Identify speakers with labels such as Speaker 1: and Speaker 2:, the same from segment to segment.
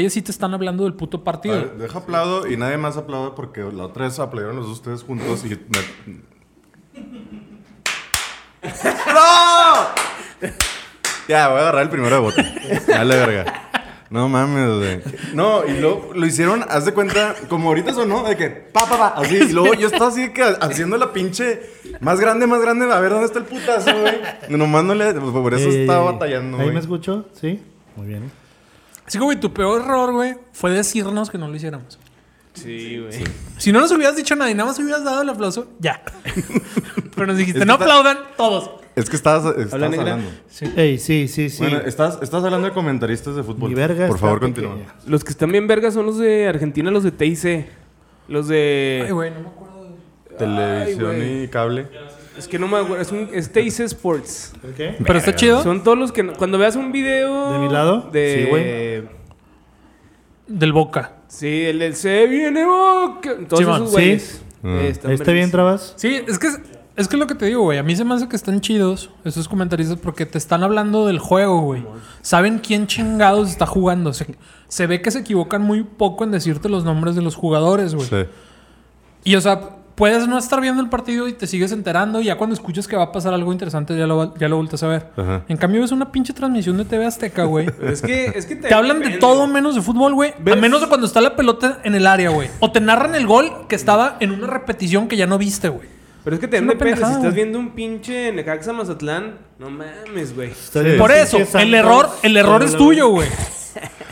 Speaker 1: Ellos sí te están hablando del puto
Speaker 2: A
Speaker 1: partido.
Speaker 2: ver, deja aplaudo y nadie más aplaude porque la otra vez aplaudieron los dos ustedes juntos y. me- ¡No! Ya, voy a agarrar el primero de bote. Dale, verga. No mames, güey. No, y luego lo hicieron, haz de cuenta, como ahorita sonó, de que pa, pa, pa, así. Y luego yo estaba así que haciendo la pinche más grande, más grande, a ver dónde está el putazo, güey. Nomás no le. Por eso
Speaker 3: Ey,
Speaker 2: estaba
Speaker 3: ey, ey.
Speaker 2: batallando,
Speaker 3: ¿Ahí
Speaker 2: güey.
Speaker 3: me escucho? Sí. Muy bien.
Speaker 1: Así que, güey, tu peor error, güey, fue decirnos que no lo hiciéramos.
Speaker 4: Sí, güey.
Speaker 1: Si no nos hubieras dicho nada y nada más hubieras dado el aplauso, ya. Pero nos dijiste,
Speaker 2: Es que
Speaker 1: no
Speaker 2: está-
Speaker 1: aplaudan todos.
Speaker 2: Es que estabas, estabas
Speaker 4: Habla negra.
Speaker 2: hablando.
Speaker 3: Ey, sí, sí, sí.
Speaker 2: Bueno, estás, estás hablando de comentaristas de fútbol.
Speaker 3: Mi verga
Speaker 2: Por
Speaker 3: está
Speaker 2: favor,
Speaker 3: pequeña.
Speaker 2: continúa.
Speaker 4: Los que están bien vergas son los de Argentina, los de TIC. Los
Speaker 2: Eh.
Speaker 4: de.
Speaker 1: Ay, güey, no me acuerdo. de-
Speaker 2: Televisión
Speaker 4: Ay, güey.
Speaker 2: y cable.
Speaker 4: es que no me acuerdo. Es, un, es TIC Sports.
Speaker 3: ¿El qué?
Speaker 1: Pero está chido.
Speaker 4: Son todos los que. no- cuando veas un video.
Speaker 3: ¿De mi lado?
Speaker 4: De,
Speaker 3: Sí,
Speaker 4: güey.
Speaker 1: Del Boca.
Speaker 4: Sí, el del Se viene Boca. Todos
Speaker 1: Simón,
Speaker 4: esos
Speaker 3: sí.
Speaker 4: güeyes.
Speaker 2: Ah.
Speaker 4: Eh,
Speaker 3: ¿Ahí
Speaker 4: están
Speaker 3: ¿Está bien,
Speaker 4: vergas.
Speaker 3: Trabas?
Speaker 1: Sí, es que es, es que es lo que te digo, güey. A mí se me hace que están chidos esos comentaristas porque te están hablando del juego, güey. Saben quién chingados está jugando. Se, se ve que se equivocan muy poco en decirte los nombres de los jugadores,
Speaker 3: Pues,
Speaker 1: güey.
Speaker 2: Sí.
Speaker 1: Y o sea, puedes no estar viendo el partido y te sigues enterando. Y ya cuando escuchas que va a pasar algo interesante, ya lo, ya lo vueltas a ver.
Speaker 2: Ajá.
Speaker 1: En cambio, ves una pinche transmisión de TV Azteca, güey.
Speaker 4: Es que, es que
Speaker 1: Te hablan de
Speaker 4: depende.
Speaker 1: todo menos de fútbol, güey. A
Speaker 4: ¿Ves?
Speaker 1: menos de cuando está la pelota en el área, güey. O te narran el gol que estaba en una repetición que ya no viste, güey.
Speaker 4: Pero es que te
Speaker 1: Es una
Speaker 4: depende. Si
Speaker 1: pendejada,
Speaker 4: estás
Speaker 1: güey.
Speaker 4: viendo un pinche Necaxa Mazatlán, no mames, güey.
Speaker 3: Está
Speaker 2: Sí.
Speaker 3: bien.
Speaker 1: Por
Speaker 3: Sí,
Speaker 1: eso,
Speaker 3: sí, Santos.
Speaker 1: el error, el error es
Speaker 3: Hola,
Speaker 1: tuyo, güey.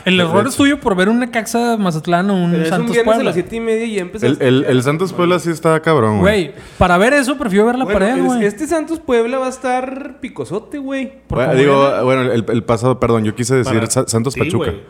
Speaker 1: El error es tuyo por ver una Caxa Mazatlán o un
Speaker 4: Pero es un
Speaker 1: Santos
Speaker 4: viernes a
Speaker 1: Puebla.
Speaker 4: las 7 y media y ya
Speaker 3: pues,
Speaker 4: empezas.
Speaker 2: El, el, el Santos Puebla sí está cabrón, güey.
Speaker 1: Güey, para ver eso prefiero ver la
Speaker 4: Bueno,
Speaker 1: pared,
Speaker 4: es-
Speaker 1: güey.
Speaker 4: Este Santos Puebla va a estar picosote, güey.
Speaker 1: Por
Speaker 2: Bueno,
Speaker 1: cómo
Speaker 2: digo,
Speaker 1: viene.
Speaker 2: bueno, el, el pasado, perdón, yo quise decir
Speaker 3: Para-
Speaker 2: Sa- Santos
Speaker 3: Sí,
Speaker 2: Pachuca.
Speaker 3: güey.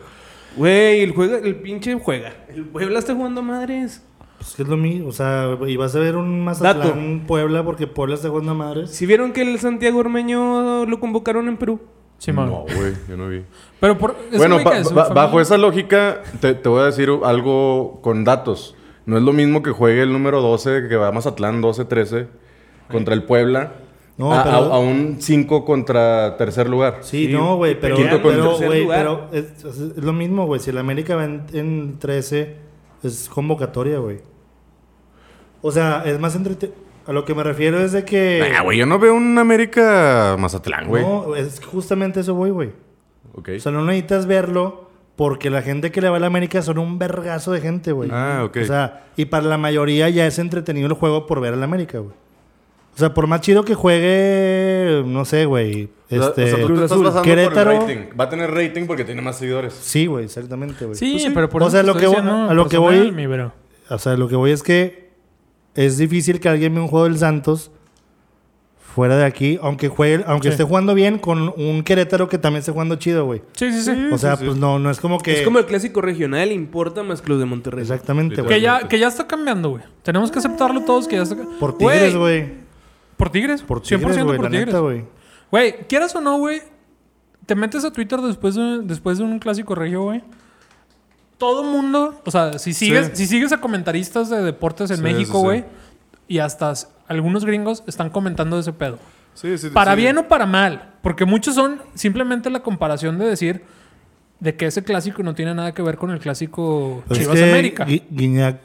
Speaker 4: Güey, el, juega, el pinche juega. El Puebla está jugando madres.
Speaker 3: Pues que es lo mismo. O sea, y vas a ver un Mazatlán Puebla porque Puebla está jugando a madres.
Speaker 4: Si vieron que el Santiago Ormeño lo convocaron en Perú.
Speaker 1: Simón.
Speaker 2: No, güey, yo no vi.
Speaker 1: Pero por, ese
Speaker 2: bueno,
Speaker 1: güey que
Speaker 2: ba-
Speaker 1: es un
Speaker 2: ba-
Speaker 1: familiar.
Speaker 2: bajo esa lógica, te, te voy a decir algo con datos. No es lo mismo que juegue el número 12, que va a Mazatlán 12-13, contra el Puebla,
Speaker 3: No,
Speaker 2: a,
Speaker 3: pero-
Speaker 2: a- a un 5 contra tercer lugar.
Speaker 3: Sí,
Speaker 4: Sí,
Speaker 3: no, güey, pero,
Speaker 4: peleando
Speaker 2: en
Speaker 3: pero,
Speaker 4: tercer
Speaker 3: güey,
Speaker 4: lugar.
Speaker 3: pero es, es lo mismo, güey. Si el América va en, en 13, es convocatoria, güey. O sea, es más entrete... A lo que me refiero es de que...
Speaker 2: Ah, güey, yo no veo un América Mazatlán, güey.
Speaker 3: no, es justamente eso, güey, güey.
Speaker 2: Ok.
Speaker 3: O sea, no necesitas verlo porque la gente que le va a la América son un vergazo de gente, güey.
Speaker 2: Ah, ok.
Speaker 3: O sea, y para la mayoría ya es entretenido el juego por ver a la América, güey. O sea, por más chido que juegue, no sé, güey.
Speaker 2: O sea,
Speaker 3: Este,
Speaker 2: o sea, tú te estás basando por el
Speaker 3: Querétaro.
Speaker 2: rating. Va a tener rating porque tiene más seguidores.
Speaker 3: Sí, güey, exactamente, güey. Pues
Speaker 1: Sí, pero por
Speaker 3: O
Speaker 1: eso
Speaker 3: sea,
Speaker 1: te
Speaker 3: lo
Speaker 1: estoy
Speaker 3: que voy-
Speaker 1: diciendo
Speaker 3: a lo que
Speaker 1: personal,
Speaker 3: voy-
Speaker 1: mi bro.
Speaker 3: O sea, lo que voy es que es difícil que alguien vea un juego del Santos fuera de aquí, aunque juegue, aunque
Speaker 1: Sí.
Speaker 3: esté jugando bien con un Querétaro que también esté jugando chido, güey.
Speaker 1: Sí, sí, sí.
Speaker 3: O sea, pues no, no es como que
Speaker 4: Es como el clásico regional, importa más que los de Monterrey.
Speaker 3: exactamente,
Speaker 1: Que
Speaker 3: güey.
Speaker 1: ya, que ya está cambiando, güey. Tenemos que aceptarlo todos que ya está...
Speaker 3: Por Tigres, güey.
Speaker 1: Por Tigres.
Speaker 3: Por Tigres,
Speaker 1: 100%
Speaker 3: güey,
Speaker 1: por
Speaker 3: la
Speaker 1: Tigres.
Speaker 3: neta, güey.
Speaker 1: Güey, quieras o no, güey, te metes a Twitter después de, después de un clásico regio, güey. Todo mundo, o sea, si sigues, si sigues a comentaristas de deportes en
Speaker 2: Sí, sí,
Speaker 1: México,
Speaker 2: sí.
Speaker 1: güey, y hasta s- algunos gringos están comentando de ese pedo.
Speaker 2: Sí, sí,
Speaker 1: Para
Speaker 2: sí.
Speaker 1: bien o para mal, porque muchos son simplemente la comparación de decir de que ese clásico no tiene nada que ver con el clásico
Speaker 3: Pues es
Speaker 1: Chivas
Speaker 3: que
Speaker 1: América.
Speaker 3: Gui- Guiñac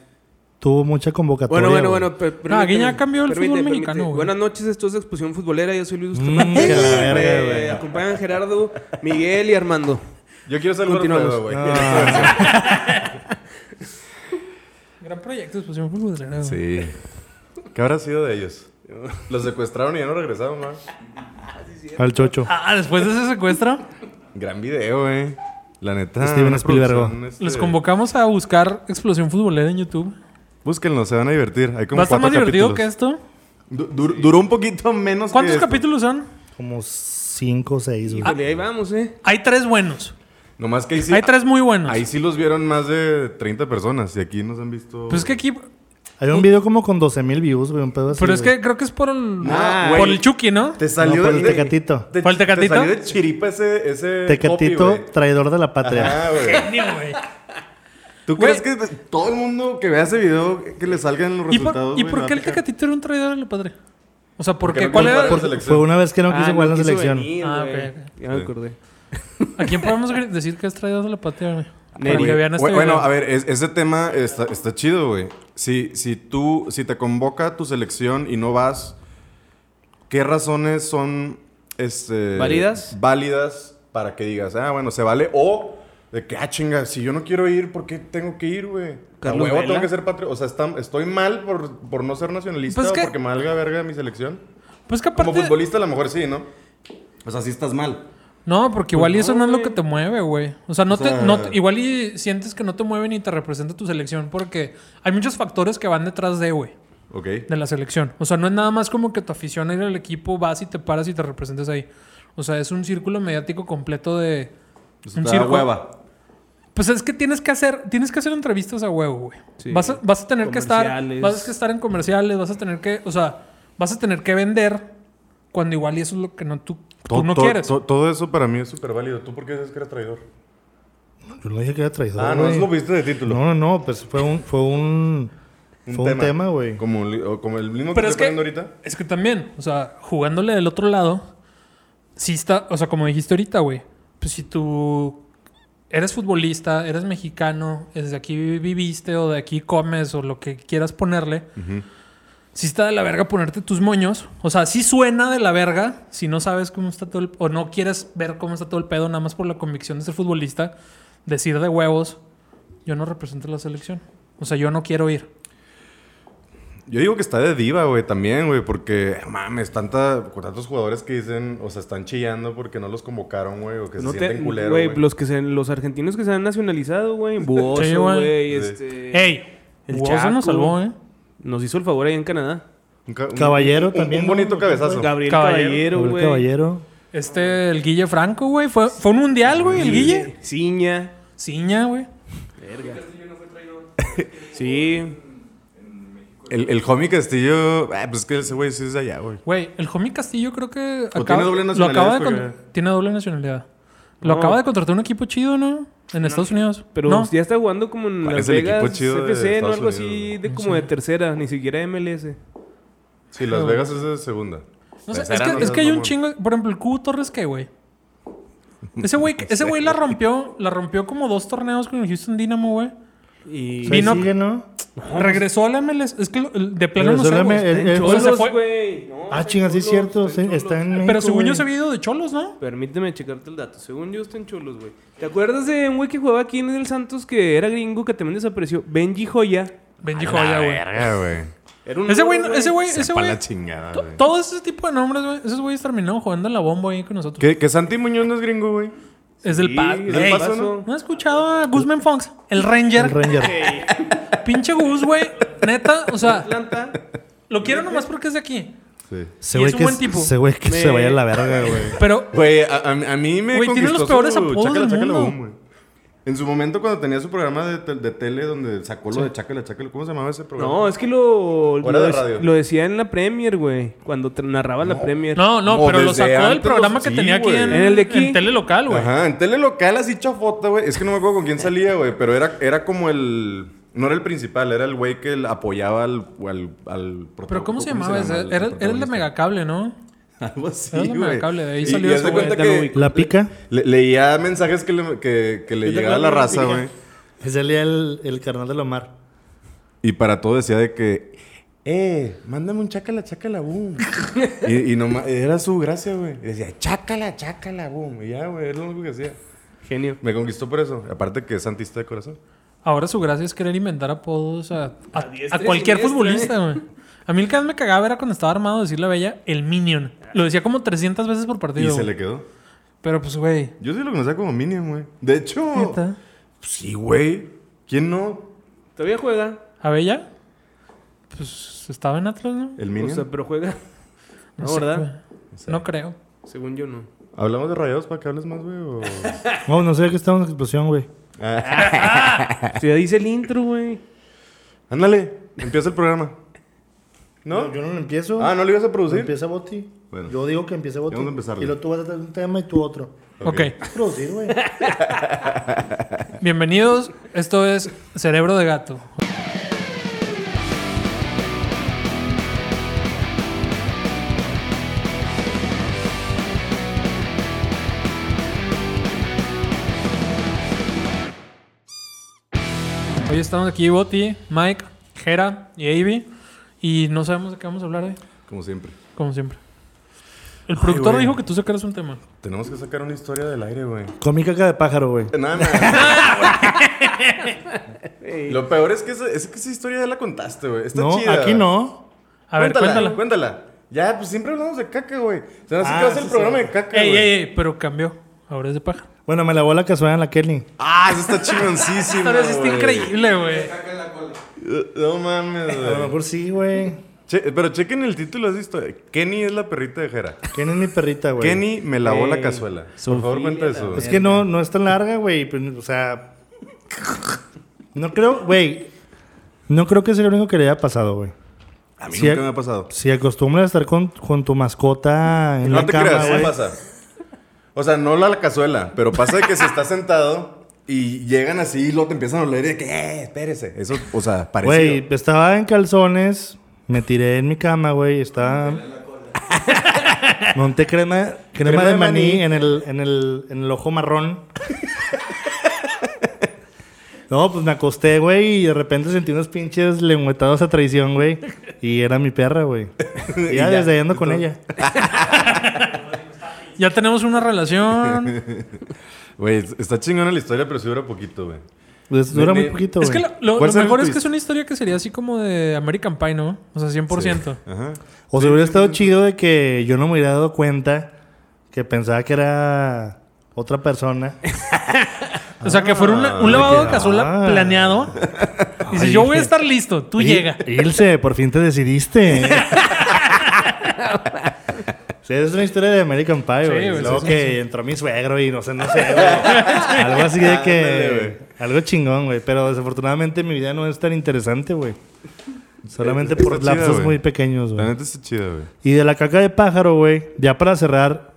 Speaker 3: tuvo mucha convocatoria.
Speaker 4: Bueno, bueno,
Speaker 3: güey.
Speaker 4: bueno. per-
Speaker 1: No, aquí ya
Speaker 4: permíteme,
Speaker 1: cambió el fútbol
Speaker 4: permíteme,
Speaker 1: mexicano,
Speaker 4: permíteme.
Speaker 1: güey.
Speaker 4: Buenas noches, esto es Explosión Futbolera. Yo soy Luis
Speaker 3: Mm,
Speaker 4: Bustamante.
Speaker 3: que la verga,
Speaker 4: Me
Speaker 3: güey.
Speaker 4: Acompañan Gerardo, Miguel y Armando.
Speaker 2: Yo quiero saludar a
Speaker 4: Continuamos.
Speaker 2: Alfredo, güey.
Speaker 3: Ah,
Speaker 1: Gran proyecto, pues, yo me fui de la nada, güey.
Speaker 2: Sí. ¿Qué habrá sido de ellos? Los secuestraron y ya no regresaron, ¿no?
Speaker 3: al chocho.
Speaker 1: Ah, después de ese secuestro,
Speaker 2: Gran video, güey. La neta.
Speaker 3: Steven
Speaker 2: una
Speaker 3: Spielberg.
Speaker 2: producción, este,
Speaker 1: los convocamos a buscar Explosión Futbolera en YouTube.
Speaker 2: Búsquenlo, se van a divertir. Hay como
Speaker 1: ¿Va a estar
Speaker 2: cuatro
Speaker 1: más divertido que
Speaker 2: capítulos.
Speaker 1: esto?
Speaker 2: Du- dur- duró un poquito menos que
Speaker 1: ¿Cuántos
Speaker 2: esto.
Speaker 1: capítulos son?
Speaker 3: Como cinco o seis, güey.
Speaker 4: Híjole, ahí vamos, ¿eh?
Speaker 1: Hay tres buenos.
Speaker 2: Nomás que ahí sí.
Speaker 1: Hay tres muy buenos.
Speaker 2: Ahí sí los vieron más de 30 personas y aquí nos han visto.
Speaker 1: Pues es que aquí.
Speaker 3: Había un video como con 12 mil views, güey, un pedo así.
Speaker 1: pero es
Speaker 3: güey.
Speaker 1: que creo que es por el.
Speaker 2: Ah,
Speaker 1: por
Speaker 2: güey.
Speaker 1: el Chucky, ¿no?
Speaker 2: Te
Speaker 3: No,
Speaker 2: salió
Speaker 3: por el
Speaker 2: de-
Speaker 3: tecatito.
Speaker 2: Te,
Speaker 1: ¿Fue el Tecatito?
Speaker 2: Te salió de chiripa ese. ese
Speaker 3: Tecatito,
Speaker 2: popi, güey.
Speaker 3: traidor de la patria.
Speaker 2: Ajá, Ah, güey.
Speaker 1: Genio, güey.
Speaker 2: ¿Tú
Speaker 1: Güey.
Speaker 2: crees que pues, todo el mundo que vea ese video que le salgan los
Speaker 1: ¿Y por,
Speaker 2: resultados?
Speaker 1: ¿y
Speaker 2: güey,
Speaker 1: por
Speaker 2: la
Speaker 1: qué el
Speaker 2: deja?
Speaker 1: Tecatito era un traidor a la padre? O sea, ¿por
Speaker 2: Porque
Speaker 1: qué?
Speaker 2: no
Speaker 1: ¿Cuál
Speaker 2: compara
Speaker 1: era?
Speaker 2: con-
Speaker 3: Porque fue una vez que no quiso
Speaker 4: Ah,
Speaker 3: jugar en la
Speaker 4: quiso
Speaker 3: selección.
Speaker 4: venir,
Speaker 1: Ah,
Speaker 4: güey.
Speaker 1: ok,
Speaker 4: Ya me acordé.
Speaker 1: ¿A quién podemos gr- decir que es traidor de la patria, güey? Neri.
Speaker 2: Güey,
Speaker 1: vean este
Speaker 2: güey, bueno,
Speaker 1: video.
Speaker 2: a ver, es- ese tema está, está chido, güey. Si, si tú, si te convoca tu selección y no vas, ¿qué razones son este,
Speaker 4: ¿Válidas?
Speaker 2: válidas para que digas, ah, bueno, se vale? O de que, ah, chinga, si yo no quiero ir, ¿por qué tengo que ir, güey? A
Speaker 4: Carlos
Speaker 2: huevo
Speaker 4: Vela.
Speaker 2: tengo que ser patrio. O sea, está- estoy mal por, por no ser nacionalista
Speaker 1: Pues
Speaker 2: o
Speaker 1: que-
Speaker 2: porque me valga verga mi selección.
Speaker 1: Pues que
Speaker 2: Como
Speaker 1: aparte...
Speaker 2: futbolista, a lo mejor sí, ¿no? O sea, sí estás mal.
Speaker 1: No, porque igual y
Speaker 2: Pues
Speaker 1: eso
Speaker 2: no,
Speaker 1: no es lo
Speaker 2: güey.
Speaker 1: que te mueve, güey. O sea, no
Speaker 2: O
Speaker 1: te,
Speaker 2: sea-
Speaker 1: no te- igual y sientes que no te mueve ni te representa tu selección porque hay muchos factores que van detrás de, güey,
Speaker 2: Ok.
Speaker 1: de la selección. O sea, no es nada más como que tu afición a ir al equipo, vas y te paras y te representas ahí. O sea, es un círculo mediático completo de...
Speaker 2: Eso
Speaker 1: un
Speaker 2: te da
Speaker 1: círculo-
Speaker 2: hueva.
Speaker 1: Pues es que tienes que hacer, tienes que hacer entrevistas a huevo, güey.
Speaker 4: Sí.
Speaker 1: Vas, a, vas a tener que estar,
Speaker 4: Comerciales.
Speaker 1: vas a estar en comerciales, vas a tener que, o sea, vas a tener que vender cuando igual y eso es lo que no tú, tú
Speaker 2: To-
Speaker 1: no
Speaker 2: to-
Speaker 1: quieres.
Speaker 2: to- todo eso para mí es súper válido. ¿Tú por qué dices que eres traidor?
Speaker 3: Yo no dije que era traidor.
Speaker 2: Ah, no,
Speaker 3: güey.
Speaker 2: eso lo viste de título.
Speaker 3: No, no, no, pues fue un. Fue un, fue un tema, güey.
Speaker 2: Como, el- o como el mismo
Speaker 1: Pero
Speaker 2: que
Speaker 1: es
Speaker 2: estoy
Speaker 1: que,
Speaker 2: poniendo ahorita.
Speaker 1: es que también, o sea, jugándole del otro lado, sí está, o sea, como dijiste ahorita, güey, pues si tú eres futbolista, eres mexicano, desde aquí viviste o de aquí comes o lo que quieras ponerle, sí está de la verga ponerte tus moños, o sea, sí suena de la verga si no sabes cómo está todo el, o no quieres ver cómo está todo el pedo, nada más por la convicción de ser futbolista, decir de huevos, yo no represento la selección, o sea, yo no quiero ir.
Speaker 2: Yo digo que está de diva, güey, también, güey, porque mames, tanta, con tantos jugadores que dicen, o sea, están chillando porque no los convocaron, güey, o que
Speaker 4: No
Speaker 2: se
Speaker 4: te-
Speaker 2: sienten culeros.
Speaker 4: güey,
Speaker 2: güey.
Speaker 4: los, que se- los argentinos que se han nacionalizado, güey. Buoso,
Speaker 1: Sí, güey.
Speaker 4: güey.
Speaker 2: Sí.
Speaker 4: Este,
Speaker 1: ¡Ey!
Speaker 4: el
Speaker 1: El Chaco
Speaker 4: Chaco.
Speaker 1: nos salvó, ¿eh?
Speaker 4: Nos hizo el favor ahí en Canadá.
Speaker 2: Un ca- un-
Speaker 3: Caballero
Speaker 2: un-
Speaker 3: también,
Speaker 2: Un bonito
Speaker 3: ¿no?
Speaker 2: cabezazo.
Speaker 4: Gabriel
Speaker 1: Caballero.
Speaker 4: Caballero,
Speaker 3: Gabriel
Speaker 4: güey.
Speaker 3: Caballero.
Speaker 1: Este, el Guille Franco, güey. Fue, fue un mundial, güey, el Guille.
Speaker 4: Ciña.
Speaker 1: Ciña, güey.
Speaker 4: Verga. Sí.
Speaker 2: El, el homie Castillo, ah, pues es que ese güey sí es de allá, güey.
Speaker 1: Güey, el Homie Castillo creo que.
Speaker 2: O tiene doble
Speaker 1: lo acaba
Speaker 2: nacionalidad,
Speaker 1: de
Speaker 2: porque-
Speaker 1: con- Tiene doble nacionalidad. Lo
Speaker 4: No.
Speaker 1: acaba de contratar un equipo chido, ¿no? En Estados Unidos.
Speaker 4: Pero
Speaker 1: no.
Speaker 4: ya está jugando como en
Speaker 2: ¿Cuál
Speaker 4: Las
Speaker 2: es el equipo
Speaker 4: Vegas,
Speaker 2: chido de
Speaker 4: CFC, no
Speaker 2: Estados
Speaker 4: algo así
Speaker 2: Unidos?
Speaker 4: de como de tercera, ni siquiera MLS.
Speaker 2: Sí, Las Vegas es de segunda.
Speaker 1: No sé, es
Speaker 2: Tercera,
Speaker 1: que,
Speaker 2: no
Speaker 1: es
Speaker 2: seas
Speaker 1: que hay un
Speaker 2: mamón.
Speaker 1: chingo. Por ejemplo, el Cubo Torres, ¿qué, güey? Ese güey, ese güey la rompió, la rompió como dos torneos con el Houston Dynamo, güey.
Speaker 4: Y
Speaker 3: Sí,
Speaker 1: Vino-
Speaker 3: sigue, ¿no?
Speaker 1: Regresó a la MLS. Es que lo- el- de plano no
Speaker 3: Regresó
Speaker 1: sé,
Speaker 3: a la
Speaker 1: güey.
Speaker 3: M- el- el-
Speaker 1: O sea, se
Speaker 4: Cholos,
Speaker 1: fue-
Speaker 4: güey. No,
Speaker 3: Ah,
Speaker 4: está en
Speaker 3: chinga, sí es
Speaker 4: Cholos,
Speaker 3: cierto.
Speaker 4: está en
Speaker 3: sí, Está en.
Speaker 4: Cholos.
Speaker 3: México,
Speaker 1: Pero según yo
Speaker 3: güey.
Speaker 1: se había ido de Cholos, ¿no?
Speaker 4: Permíteme checarte el dato. Según yo, está en Cholos, güey. ¿Te acuerdas de un güey que jugaba aquí en el Santos que era gringo que también desapareció? Benji Joya.
Speaker 1: Benji
Speaker 2: La
Speaker 1: Joya, güey.
Speaker 2: verga, güey.
Speaker 4: Era un
Speaker 1: Ese güey,
Speaker 4: nuevo,
Speaker 1: ese güey, ese
Speaker 2: Sepa
Speaker 1: güey.
Speaker 2: la chingada,
Speaker 1: To-
Speaker 2: güey.
Speaker 1: Todo ese tipo de nombres, güey. Esos güeyes terminaron jugando en la bomba ahí con nosotros.
Speaker 2: Que, que Santi Muñoz no es gringo, güey.
Speaker 1: Es del
Speaker 4: Sí,
Speaker 1: Paz.
Speaker 4: es del
Speaker 1: Ey,
Speaker 4: Paso,
Speaker 1: ¿No
Speaker 4: ¿no?
Speaker 1: has escuchado a Guzmán Fox? El Ranger.
Speaker 3: El Ranger.
Speaker 1: Pinche Gus, güey. Neta, o sea,
Speaker 4: Atlanta.
Speaker 1: lo quiero nomás porque es de aquí.
Speaker 2: Sí.
Speaker 3: Se
Speaker 1: Y
Speaker 3: ve
Speaker 1: es un
Speaker 3: que,
Speaker 1: buen tipo.
Speaker 3: se, güey que se
Speaker 4: Me-
Speaker 3: vaya a la verga, güey.
Speaker 1: Pero
Speaker 2: Güey, a, a- a mí me
Speaker 1: Güey, tiene
Speaker 2: conquistó
Speaker 1: los peores
Speaker 2: su
Speaker 1: apodos del mundo.
Speaker 2: boom, güey. En su momento cuando tenía su programa de, tel- de tele donde sacó lo de Chacala Chacala, ¿cómo se llamaba ese programa?
Speaker 4: No, es que lo,
Speaker 2: Fuera
Speaker 4: lo,
Speaker 2: de
Speaker 4: dec-
Speaker 2: radio.
Speaker 4: lo decía en la Premier, güey. Cuando tra- narraba la Premier.
Speaker 1: no, no,
Speaker 2: No,
Speaker 1: pero lo
Speaker 2: desde
Speaker 1: sacó del
Speaker 2: antes
Speaker 1: programa
Speaker 2: los-
Speaker 1: que
Speaker 2: sí,
Speaker 1: tenía aquí
Speaker 2: güey.
Speaker 1: en,
Speaker 4: En el de aquí.
Speaker 1: en tele local, güey.
Speaker 2: Ajá, en tele local así chafota, güey. Es que no me acuerdo con quién salía, güey, pero era, era como el... No era el principal, era el güey que le apoyaba al... al, al protago-
Speaker 1: Pero ¿cómo se llamaba
Speaker 2: llama
Speaker 1: ese?
Speaker 2: el
Speaker 1: Era, era el de
Speaker 2: protagonista?
Speaker 1: Megacable, ¿no?
Speaker 2: Algo así,
Speaker 1: Era el de
Speaker 2: güey.
Speaker 1: Megacable, de ahí
Speaker 2: Y-
Speaker 1: salió
Speaker 2: y
Speaker 1: ese
Speaker 2: haz de
Speaker 1: güey.
Speaker 2: cuenta
Speaker 4: Ya lo
Speaker 2: que
Speaker 4: ubico.
Speaker 3: La pica.
Speaker 2: le- leía mensajes que le, que, que le llegaba a la raza, güey.
Speaker 3: Ese día el, el carnal del Omar.
Speaker 2: Y para todo decía de que, eh, mándame un chácala, chácala, boom. y, y nomás, era su gracia, güey. Y decía, chácala, chácala, boom. Y ya, güey, es lo único que hacía.
Speaker 4: Genio.
Speaker 2: Me conquistó por eso. Aparte que es santista de corazón.
Speaker 1: Ahora su gracia es querer inventar apodos a, a-
Speaker 4: A diestra
Speaker 1: a
Speaker 4: y
Speaker 1: cualquier
Speaker 4: siniestra,
Speaker 1: futbolista, güey. A mí el que más me cagaba era cuando estaba armado decirle a Bella el Minion. Lo decía como 300 veces por
Speaker 2: y
Speaker 1: partido.
Speaker 2: se
Speaker 1: güey.
Speaker 2: le quedó.
Speaker 1: Pero pues, güey.
Speaker 2: Yo sí lo conocía como Minion, güey. De hecho, pues
Speaker 1: Neta.
Speaker 2: sí, güey. ¿Quién no?
Speaker 4: Todavía juega.
Speaker 1: ¿A Bella? Pues estaba en Atlas, ¿no?
Speaker 2: El
Speaker 4: O
Speaker 2: Minion.
Speaker 4: sea, pero juega. No,
Speaker 1: sé,
Speaker 4: ¿verdad?
Speaker 1: güey. No creo.
Speaker 4: Según yo, no.
Speaker 2: ¿Hablamos de rayados para que hables más, güey? o-
Speaker 3: No, Oh, no sé que estamos en explosión, güey.
Speaker 2: Ah,
Speaker 4: Si ya dice el intro, güey.
Speaker 2: ándale, empieza el programa. ¿No?
Speaker 3: Yo no lo empiezo.
Speaker 2: Ah, ¿no lo ibas a producir?
Speaker 3: Empieza Boti.
Speaker 2: Bueno.
Speaker 3: Yo digo que empiece Boti.
Speaker 2: Vamos a empezar,
Speaker 3: Y
Speaker 2: güey.
Speaker 3: luego tú vas a traer un tema y tú otro.
Speaker 2: Ok.
Speaker 1: ok.
Speaker 3: Producir, güey.
Speaker 1: Bienvenidos, esto es Cerebro de Gato. Hoy estamos aquí Boti, Mike, Jera y Avi. Y no sabemos de qué vamos a hablar hoy,
Speaker 2: Como siempre.
Speaker 1: como siempre. El productor
Speaker 2: güey.
Speaker 1: dijo que tú sacaras un tema.
Speaker 2: Tenemos que sacar una historia del aire, güey.
Speaker 3: Comí caca de pájaro, güey.
Speaker 2: Nada más. Lo peor es que, esa, es que esa historia ya la contaste, güey. Está
Speaker 3: No,
Speaker 2: chida.
Speaker 3: aquí no.
Speaker 1: A ver, cuéntala.
Speaker 2: Cuéntala. Ya, pues siempre hablamos de caca, güey. Se nos hace
Speaker 3: Ah,
Speaker 2: que va a ser
Speaker 3: sí,
Speaker 2: el programa
Speaker 3: sí.
Speaker 2: de caca,
Speaker 1: Ey,
Speaker 2: güey.
Speaker 1: ey, ey, pero cambió. Ahora es de paja.
Speaker 3: Bueno, me lavó la cazuela en la Kelly.
Speaker 2: Ah, eso está chingoncísimo,
Speaker 1: Ahora sí está
Speaker 2: güey.
Speaker 1: increíble, güey.
Speaker 2: Eh, No mames,
Speaker 3: A lo
Speaker 2: güey.
Speaker 3: mejor sí, güey.
Speaker 2: Che- pero chequen el título de esa historia. Kenny es la perrita de Jera.
Speaker 3: ¿Quién es mi perrita, güey?
Speaker 2: Kenny me lavó la
Speaker 4: Ey,
Speaker 2: cazuela. Por
Speaker 3: Sofía,
Speaker 2: favor, cuenta eso. güey.
Speaker 3: Es que no, no es tan larga, güey. pero, O sea. No creo, güey. No creo que sea lo único que le haya pasado, güey.
Speaker 2: A mí
Speaker 3: Sí,
Speaker 2: nunca
Speaker 3: eh.
Speaker 2: me ha pasado.
Speaker 3: Si acostumbras a estar con, con tu mascota en
Speaker 2: No
Speaker 3: la
Speaker 2: te
Speaker 3: cama,
Speaker 2: creas, sí
Speaker 3: güey.
Speaker 2: pasa. O sea, no la, la cazuela, pero pasa de que se está sentado y llegan así y luego te empiezan a oler y de que, eh, espérese. Eso, o sea, parecido.
Speaker 3: Güey, estaba en calzones, me tiré en mi cama, güey, estaba... Monté crema, crema,
Speaker 2: Crema
Speaker 3: de,
Speaker 2: de
Speaker 3: maní,
Speaker 2: maní.
Speaker 3: En, el, en, el, en el ojo marrón. no, pues me acosté, güey, y de repente sentí unos pinches lengüetados a traición, güey. Y era mi perra, güey. Y
Speaker 2: ya,
Speaker 3: ya desde ahí ando con ella.
Speaker 1: Ya tenemos una relación.
Speaker 2: Güey, es- está chingona la historia, pero sí dura poquito, güey.
Speaker 3: Pues dura
Speaker 2: Ni-
Speaker 3: muy
Speaker 2: ni-
Speaker 3: poquito,
Speaker 1: es
Speaker 3: güey.
Speaker 1: que lo, lo-
Speaker 2: ¿Cuál
Speaker 1: lo
Speaker 2: será el
Speaker 1: mejor es
Speaker 2: twist?
Speaker 1: que es una historia que sería así como de American Pie, ¿no? O sea, 100%.
Speaker 2: Ajá.
Speaker 3: O se hubiera estado chido de que yo no me hubiera dado cuenta que pensaba que era otra persona.
Speaker 1: O sea, que fuera una- un lavado de cazuela
Speaker 3: Ah.
Speaker 1: planeado. Dice, yo voy a estar listo, tú
Speaker 3: Il-
Speaker 1: llega.
Speaker 3: Ilse, por fin te decidiste. Sí, es una historia de American Pie, güey.
Speaker 1: güey,
Speaker 3: Luego
Speaker 1: sí, sí,
Speaker 3: que entró mi suegro y no sé, no sé. güey. algo así de
Speaker 2: Ándale,
Speaker 3: que...
Speaker 2: güey.
Speaker 3: algo chingón, güey. Pero desafortunadamente mi vida no es tan interesante, güey. Solamente
Speaker 2: Está
Speaker 3: por
Speaker 2: chida,
Speaker 3: lapsos
Speaker 2: güey.
Speaker 3: muy pequeños,
Speaker 2: La
Speaker 3: güey.
Speaker 2: neta está chida, güey.
Speaker 3: Y de la caca de pájaro, güey. Ya para cerrar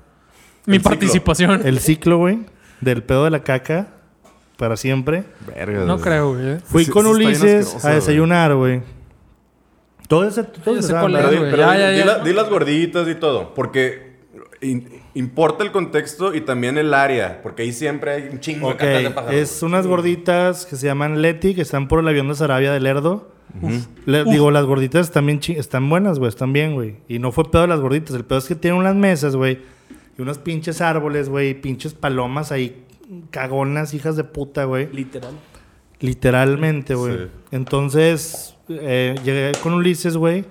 Speaker 1: Mi
Speaker 2: el ciclo.
Speaker 1: participación.
Speaker 3: el ciclo, güey. Del pedo de la caca. Para siempre.
Speaker 2: Verga,
Speaker 1: No
Speaker 2: güey.
Speaker 1: creo, güey. ¿eh?
Speaker 3: Fui
Speaker 2: Sí,
Speaker 3: con
Speaker 2: sí está bien
Speaker 3: Ulises
Speaker 2: asqueroso,
Speaker 3: a
Speaker 2: güey.
Speaker 3: desayunar, güey. Todo ese... Todo
Speaker 1: Ya
Speaker 3: ese
Speaker 1: sé cuál
Speaker 3: ¿verdad?
Speaker 2: Pero, di,
Speaker 1: güey.
Speaker 2: pero
Speaker 1: Ya,
Speaker 2: di-
Speaker 1: ya,
Speaker 2: di
Speaker 1: ya.
Speaker 2: la- di las gorditas y todo, porque in- importa el contexto y también el área, porque ahí siempre hay un chingo
Speaker 3: Ok,
Speaker 2: de catas de pájaro.
Speaker 3: es unas gorditas que se llaman Leti, que están por el avión de Sarabia de Lerdo. Le- Digo, las gorditas están, bien chi- están buenas, güey, están bien, güey. Y no fue pedo de las gorditas, el pedo es que tienen unas mesas, güey, y unos pinches árboles, güey, y pinches palomas ahí, cagonas, hijas de puta, güey.
Speaker 4: Literal.
Speaker 3: Literalmente, güey.
Speaker 2: Sí.
Speaker 3: Entonces, eh, llegué con Ulises, güey.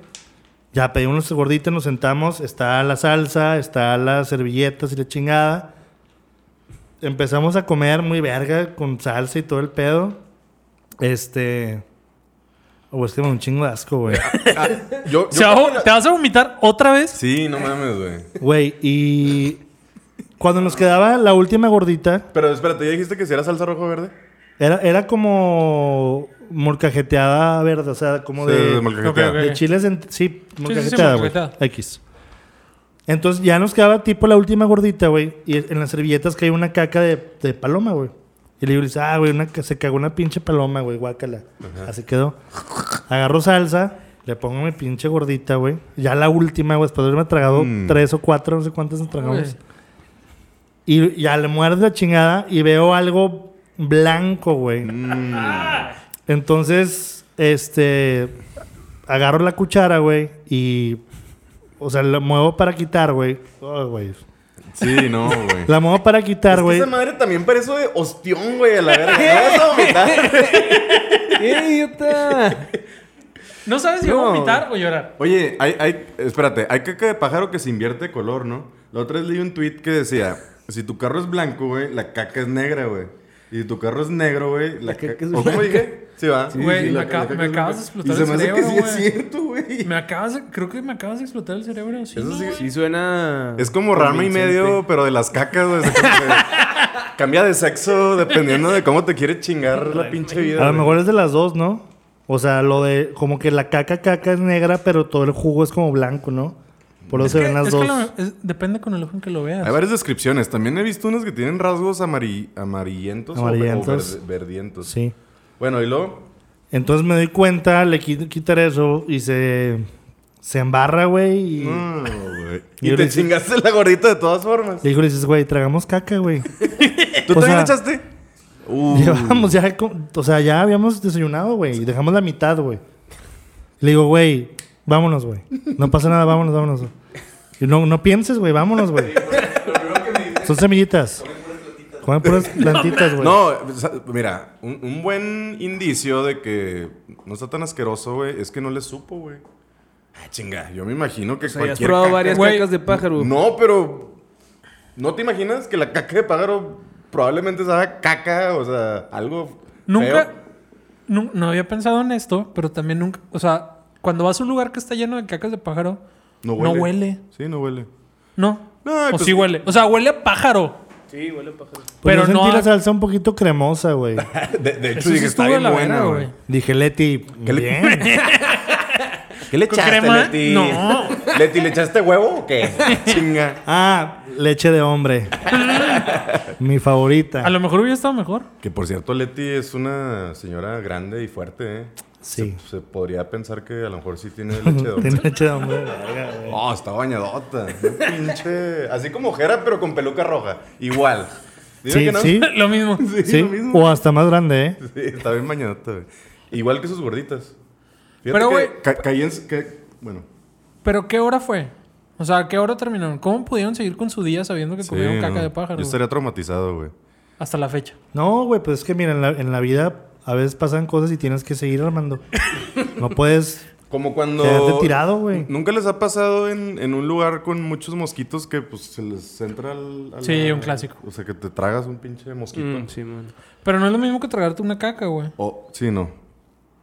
Speaker 3: Ya pedí unos gorditas, nos sentamos. Está la salsa, está las servilletas y la chingada. Empezamos a comer muy verga con salsa y todo el pedo. Este. O es que me da un chingo de asco, güey.
Speaker 2: Ah, yo, yo-
Speaker 1: Se va a vo- ¿Te vas a vomitar otra vez?
Speaker 2: Sí, no mames, güey.
Speaker 3: Güey, y. Cuando nos quedaba la última gordita,
Speaker 2: Pero espérate, ¿ya dijiste que si era salsa rojo verde?
Speaker 3: era, era como. Molcajeteada verde, o sea, como
Speaker 2: Sí,
Speaker 3: de.
Speaker 2: molcajeteada.
Speaker 1: ok, ok.
Speaker 3: De chiles en... Sí, molcajeteada, güey.
Speaker 1: molcajeteada.
Speaker 3: X. Entonces ya nos quedaba tipo la última gordita, güey. Y en las servilletas caía una caca de, de paloma, güey. Y le digo, ah, güey, una ca- se cagó una pinche paloma, güey, guácala. Así quedó. Agarro salsa, le pongo mi pinche gordita, güey. Ya la última, güey, después de haberme tragado
Speaker 2: Mm.
Speaker 3: tres o cuatro, no sé cuántas nos tragamos.
Speaker 1: Güey.
Speaker 3: Y ya le muerde la chingada y veo algo blanco, güey. Entonces, este. Agarro la cuchara, güey. Y. O sea, la muevo para quitar, güey. Ay, güey.
Speaker 2: Sí, no, güey.
Speaker 3: La muevo para quitar, güey.
Speaker 2: Esta madre también parece de ostión, güey, a la verga. ¿No vas a vomitar?
Speaker 4: ¡Eh, idiota!
Speaker 1: No sabes si va a
Speaker 4: No,
Speaker 1: vomitar o llorar.
Speaker 2: Oye, hay, hay, espérate, hay caca de pájaro que se invierte de color, ¿no? La otra vez leí un tweet que decía, si tu carro es blanco, güey, la caca es negra, güey. Y si tu carro es negro, güey, la,
Speaker 4: La
Speaker 2: caca
Speaker 4: caca
Speaker 2: es
Speaker 4: es
Speaker 2: ¿O cómo
Speaker 4: blanca.
Speaker 2: dije? Sí, va.
Speaker 1: Sí, Güey,
Speaker 2: Sí, sí,
Speaker 1: me
Speaker 2: la ca-
Speaker 1: acaba-
Speaker 2: la caca
Speaker 1: me
Speaker 2: es blanca.
Speaker 1: acabas de explotar
Speaker 2: Y se
Speaker 1: el
Speaker 2: me hace que
Speaker 1: cerebro,
Speaker 2: sí es
Speaker 1: güey.
Speaker 2: cierto, güey.
Speaker 1: Me acabas de- creo que me acabas de explotar el cerebro. Sí,
Speaker 2: Eso
Speaker 1: ¿no,
Speaker 2: sí-
Speaker 1: güey?
Speaker 4: Sí suena...
Speaker 2: Es como rama y medio, pero de las cacas, güey. O sea, como que Cambia de sexo dependiendo de cómo te quiere chingar la pinche vida.
Speaker 3: A lo
Speaker 2: güey.
Speaker 3: mejor es de las dos, ¿no? O sea, lo de. Como que la caca, caca es negra, pero todo el jugo es como blanco, ¿no? Por eso
Speaker 1: Es
Speaker 3: se
Speaker 1: que-
Speaker 3: ven las
Speaker 1: es
Speaker 3: dos.
Speaker 1: que lo- es- depende con el ojo en que lo veas.
Speaker 2: Hay varias descripciones. También he visto unas que tienen rasgos amari- amarillentos, o ver-
Speaker 3: Amarillentos.
Speaker 2: o verde- verdientos.
Speaker 3: Sí.
Speaker 2: Bueno, y luego.
Speaker 3: Entonces me doy cuenta, le qui- quitar eso y se. Se embarra, güey. Y
Speaker 1: Mm.
Speaker 2: No, güey.
Speaker 3: Y
Speaker 2: Y
Speaker 3: yo
Speaker 2: te
Speaker 3: le hice-
Speaker 2: chingaste la gorrita de todas formas.
Speaker 3: le digo, le dices, güey, tragamos caca, güey.
Speaker 2: ¿Tú
Speaker 3: O
Speaker 2: también
Speaker 3: sea-
Speaker 2: echaste? Uh,
Speaker 3: Llevamos ya, con- o sea, ya habíamos desayunado, güey. Y dejamos la mitad, güey. Le digo, güey, vámonos, güey. No pasa nada, vámonos, vámonos. Y no, no pienses, güey, vámonos, güey. Son semillitas. Comen puras plantitas, güey.
Speaker 2: No, sa- mira, un, un buen indicio de que no está tan asqueroso, güey, es que no le supo, güey. Ah, chinga, yo me imagino que
Speaker 4: O sea, ya has
Speaker 2: cualquier
Speaker 4: probado
Speaker 2: caca-
Speaker 4: varias
Speaker 1: Güey,
Speaker 4: cacas de pájaro. güey.
Speaker 2: No, pero ¿no te imaginas que la caca de pájaro probablemente sabe a caca, o sea, algo
Speaker 1: Nunca.
Speaker 2: feo?
Speaker 1: nu- no había pensado en esto, pero también nunca. O sea, cuando vas a un lugar que está lleno de cacas de pájaro, no huele. No.
Speaker 2: Sí, no huele. No,
Speaker 1: o
Speaker 2: pues-
Speaker 1: sí huele. O sea, huele a pájaro.
Speaker 4: Sí, huele a pájaro.
Speaker 3: Pero
Speaker 1: pero
Speaker 3: Pues sentí
Speaker 1: no-
Speaker 3: la salsa un poquito cremosa, güey.
Speaker 2: De, de hecho,
Speaker 1: Eso
Speaker 2: dije,
Speaker 1: sí estuvo
Speaker 2: está
Speaker 1: de
Speaker 2: bien
Speaker 1: la
Speaker 2: buena,
Speaker 1: buena,
Speaker 2: güey.
Speaker 1: güey.
Speaker 3: Dije, Leti,
Speaker 2: ¿Qué le-
Speaker 3: bien.
Speaker 2: ¿Qué le
Speaker 1: ¿Con
Speaker 2: echaste,
Speaker 1: crema?
Speaker 2: Leti?
Speaker 1: No.
Speaker 2: Leti, ¿le echaste huevo o qué? Chinga.
Speaker 3: Ah, leche de hombre. Mi
Speaker 1: A
Speaker 3: favorita.
Speaker 1: lo mejor hubiera estado mejor.
Speaker 2: Que por cierto, Leti es una señora grande y fuerte, ¿eh?
Speaker 3: Sí.
Speaker 2: Se podría pensar que a lo mejor sí tiene leche de hombre.
Speaker 3: Tiene leche de hombre, verga, güey.
Speaker 2: Oh, está bañadota. Una Pinche. Así como Jera, pero con peluca roja. Igual. Dime
Speaker 3: Sí,
Speaker 2: que no.
Speaker 3: sí,
Speaker 1: lo mismo.
Speaker 2: Sí,
Speaker 3: sí.
Speaker 2: lo mismo.
Speaker 3: O hasta más grande, ¿eh?
Speaker 2: Sí, está bien bañadota, güey. Igual que sus gorditas. Fíjate
Speaker 1: Pero,
Speaker 2: que
Speaker 1: güey-
Speaker 2: ca- caí en. ca- bueno.
Speaker 1: Pero ¿qué hora fue? O sea, ¿qué hora terminaron? ¿Cómo pudieron seguir con su día sabiendo que comieron
Speaker 2: Sí,
Speaker 1: caca
Speaker 2: no.
Speaker 1: de pájaro?
Speaker 2: Yo estaría traumatizado, güey.
Speaker 1: güey? Hasta la fecha.
Speaker 3: No, güey, pues es que mira, en la, en la vida a veces pasan cosas y tienes que seguir armando. No puedes.
Speaker 2: Como cuando.
Speaker 3: Quedarte tirado, güey.
Speaker 2: Nunca les ha pasado en, en un lugar con muchos mosquitos que pues se les entra al. a
Speaker 1: Sí, un clásico.
Speaker 2: O sea, que te tragas un pinche mosquito.
Speaker 4: Mm, sí, man.
Speaker 1: Pero no es lo mismo que tragarte una caca, güey.
Speaker 2: O, sí, no.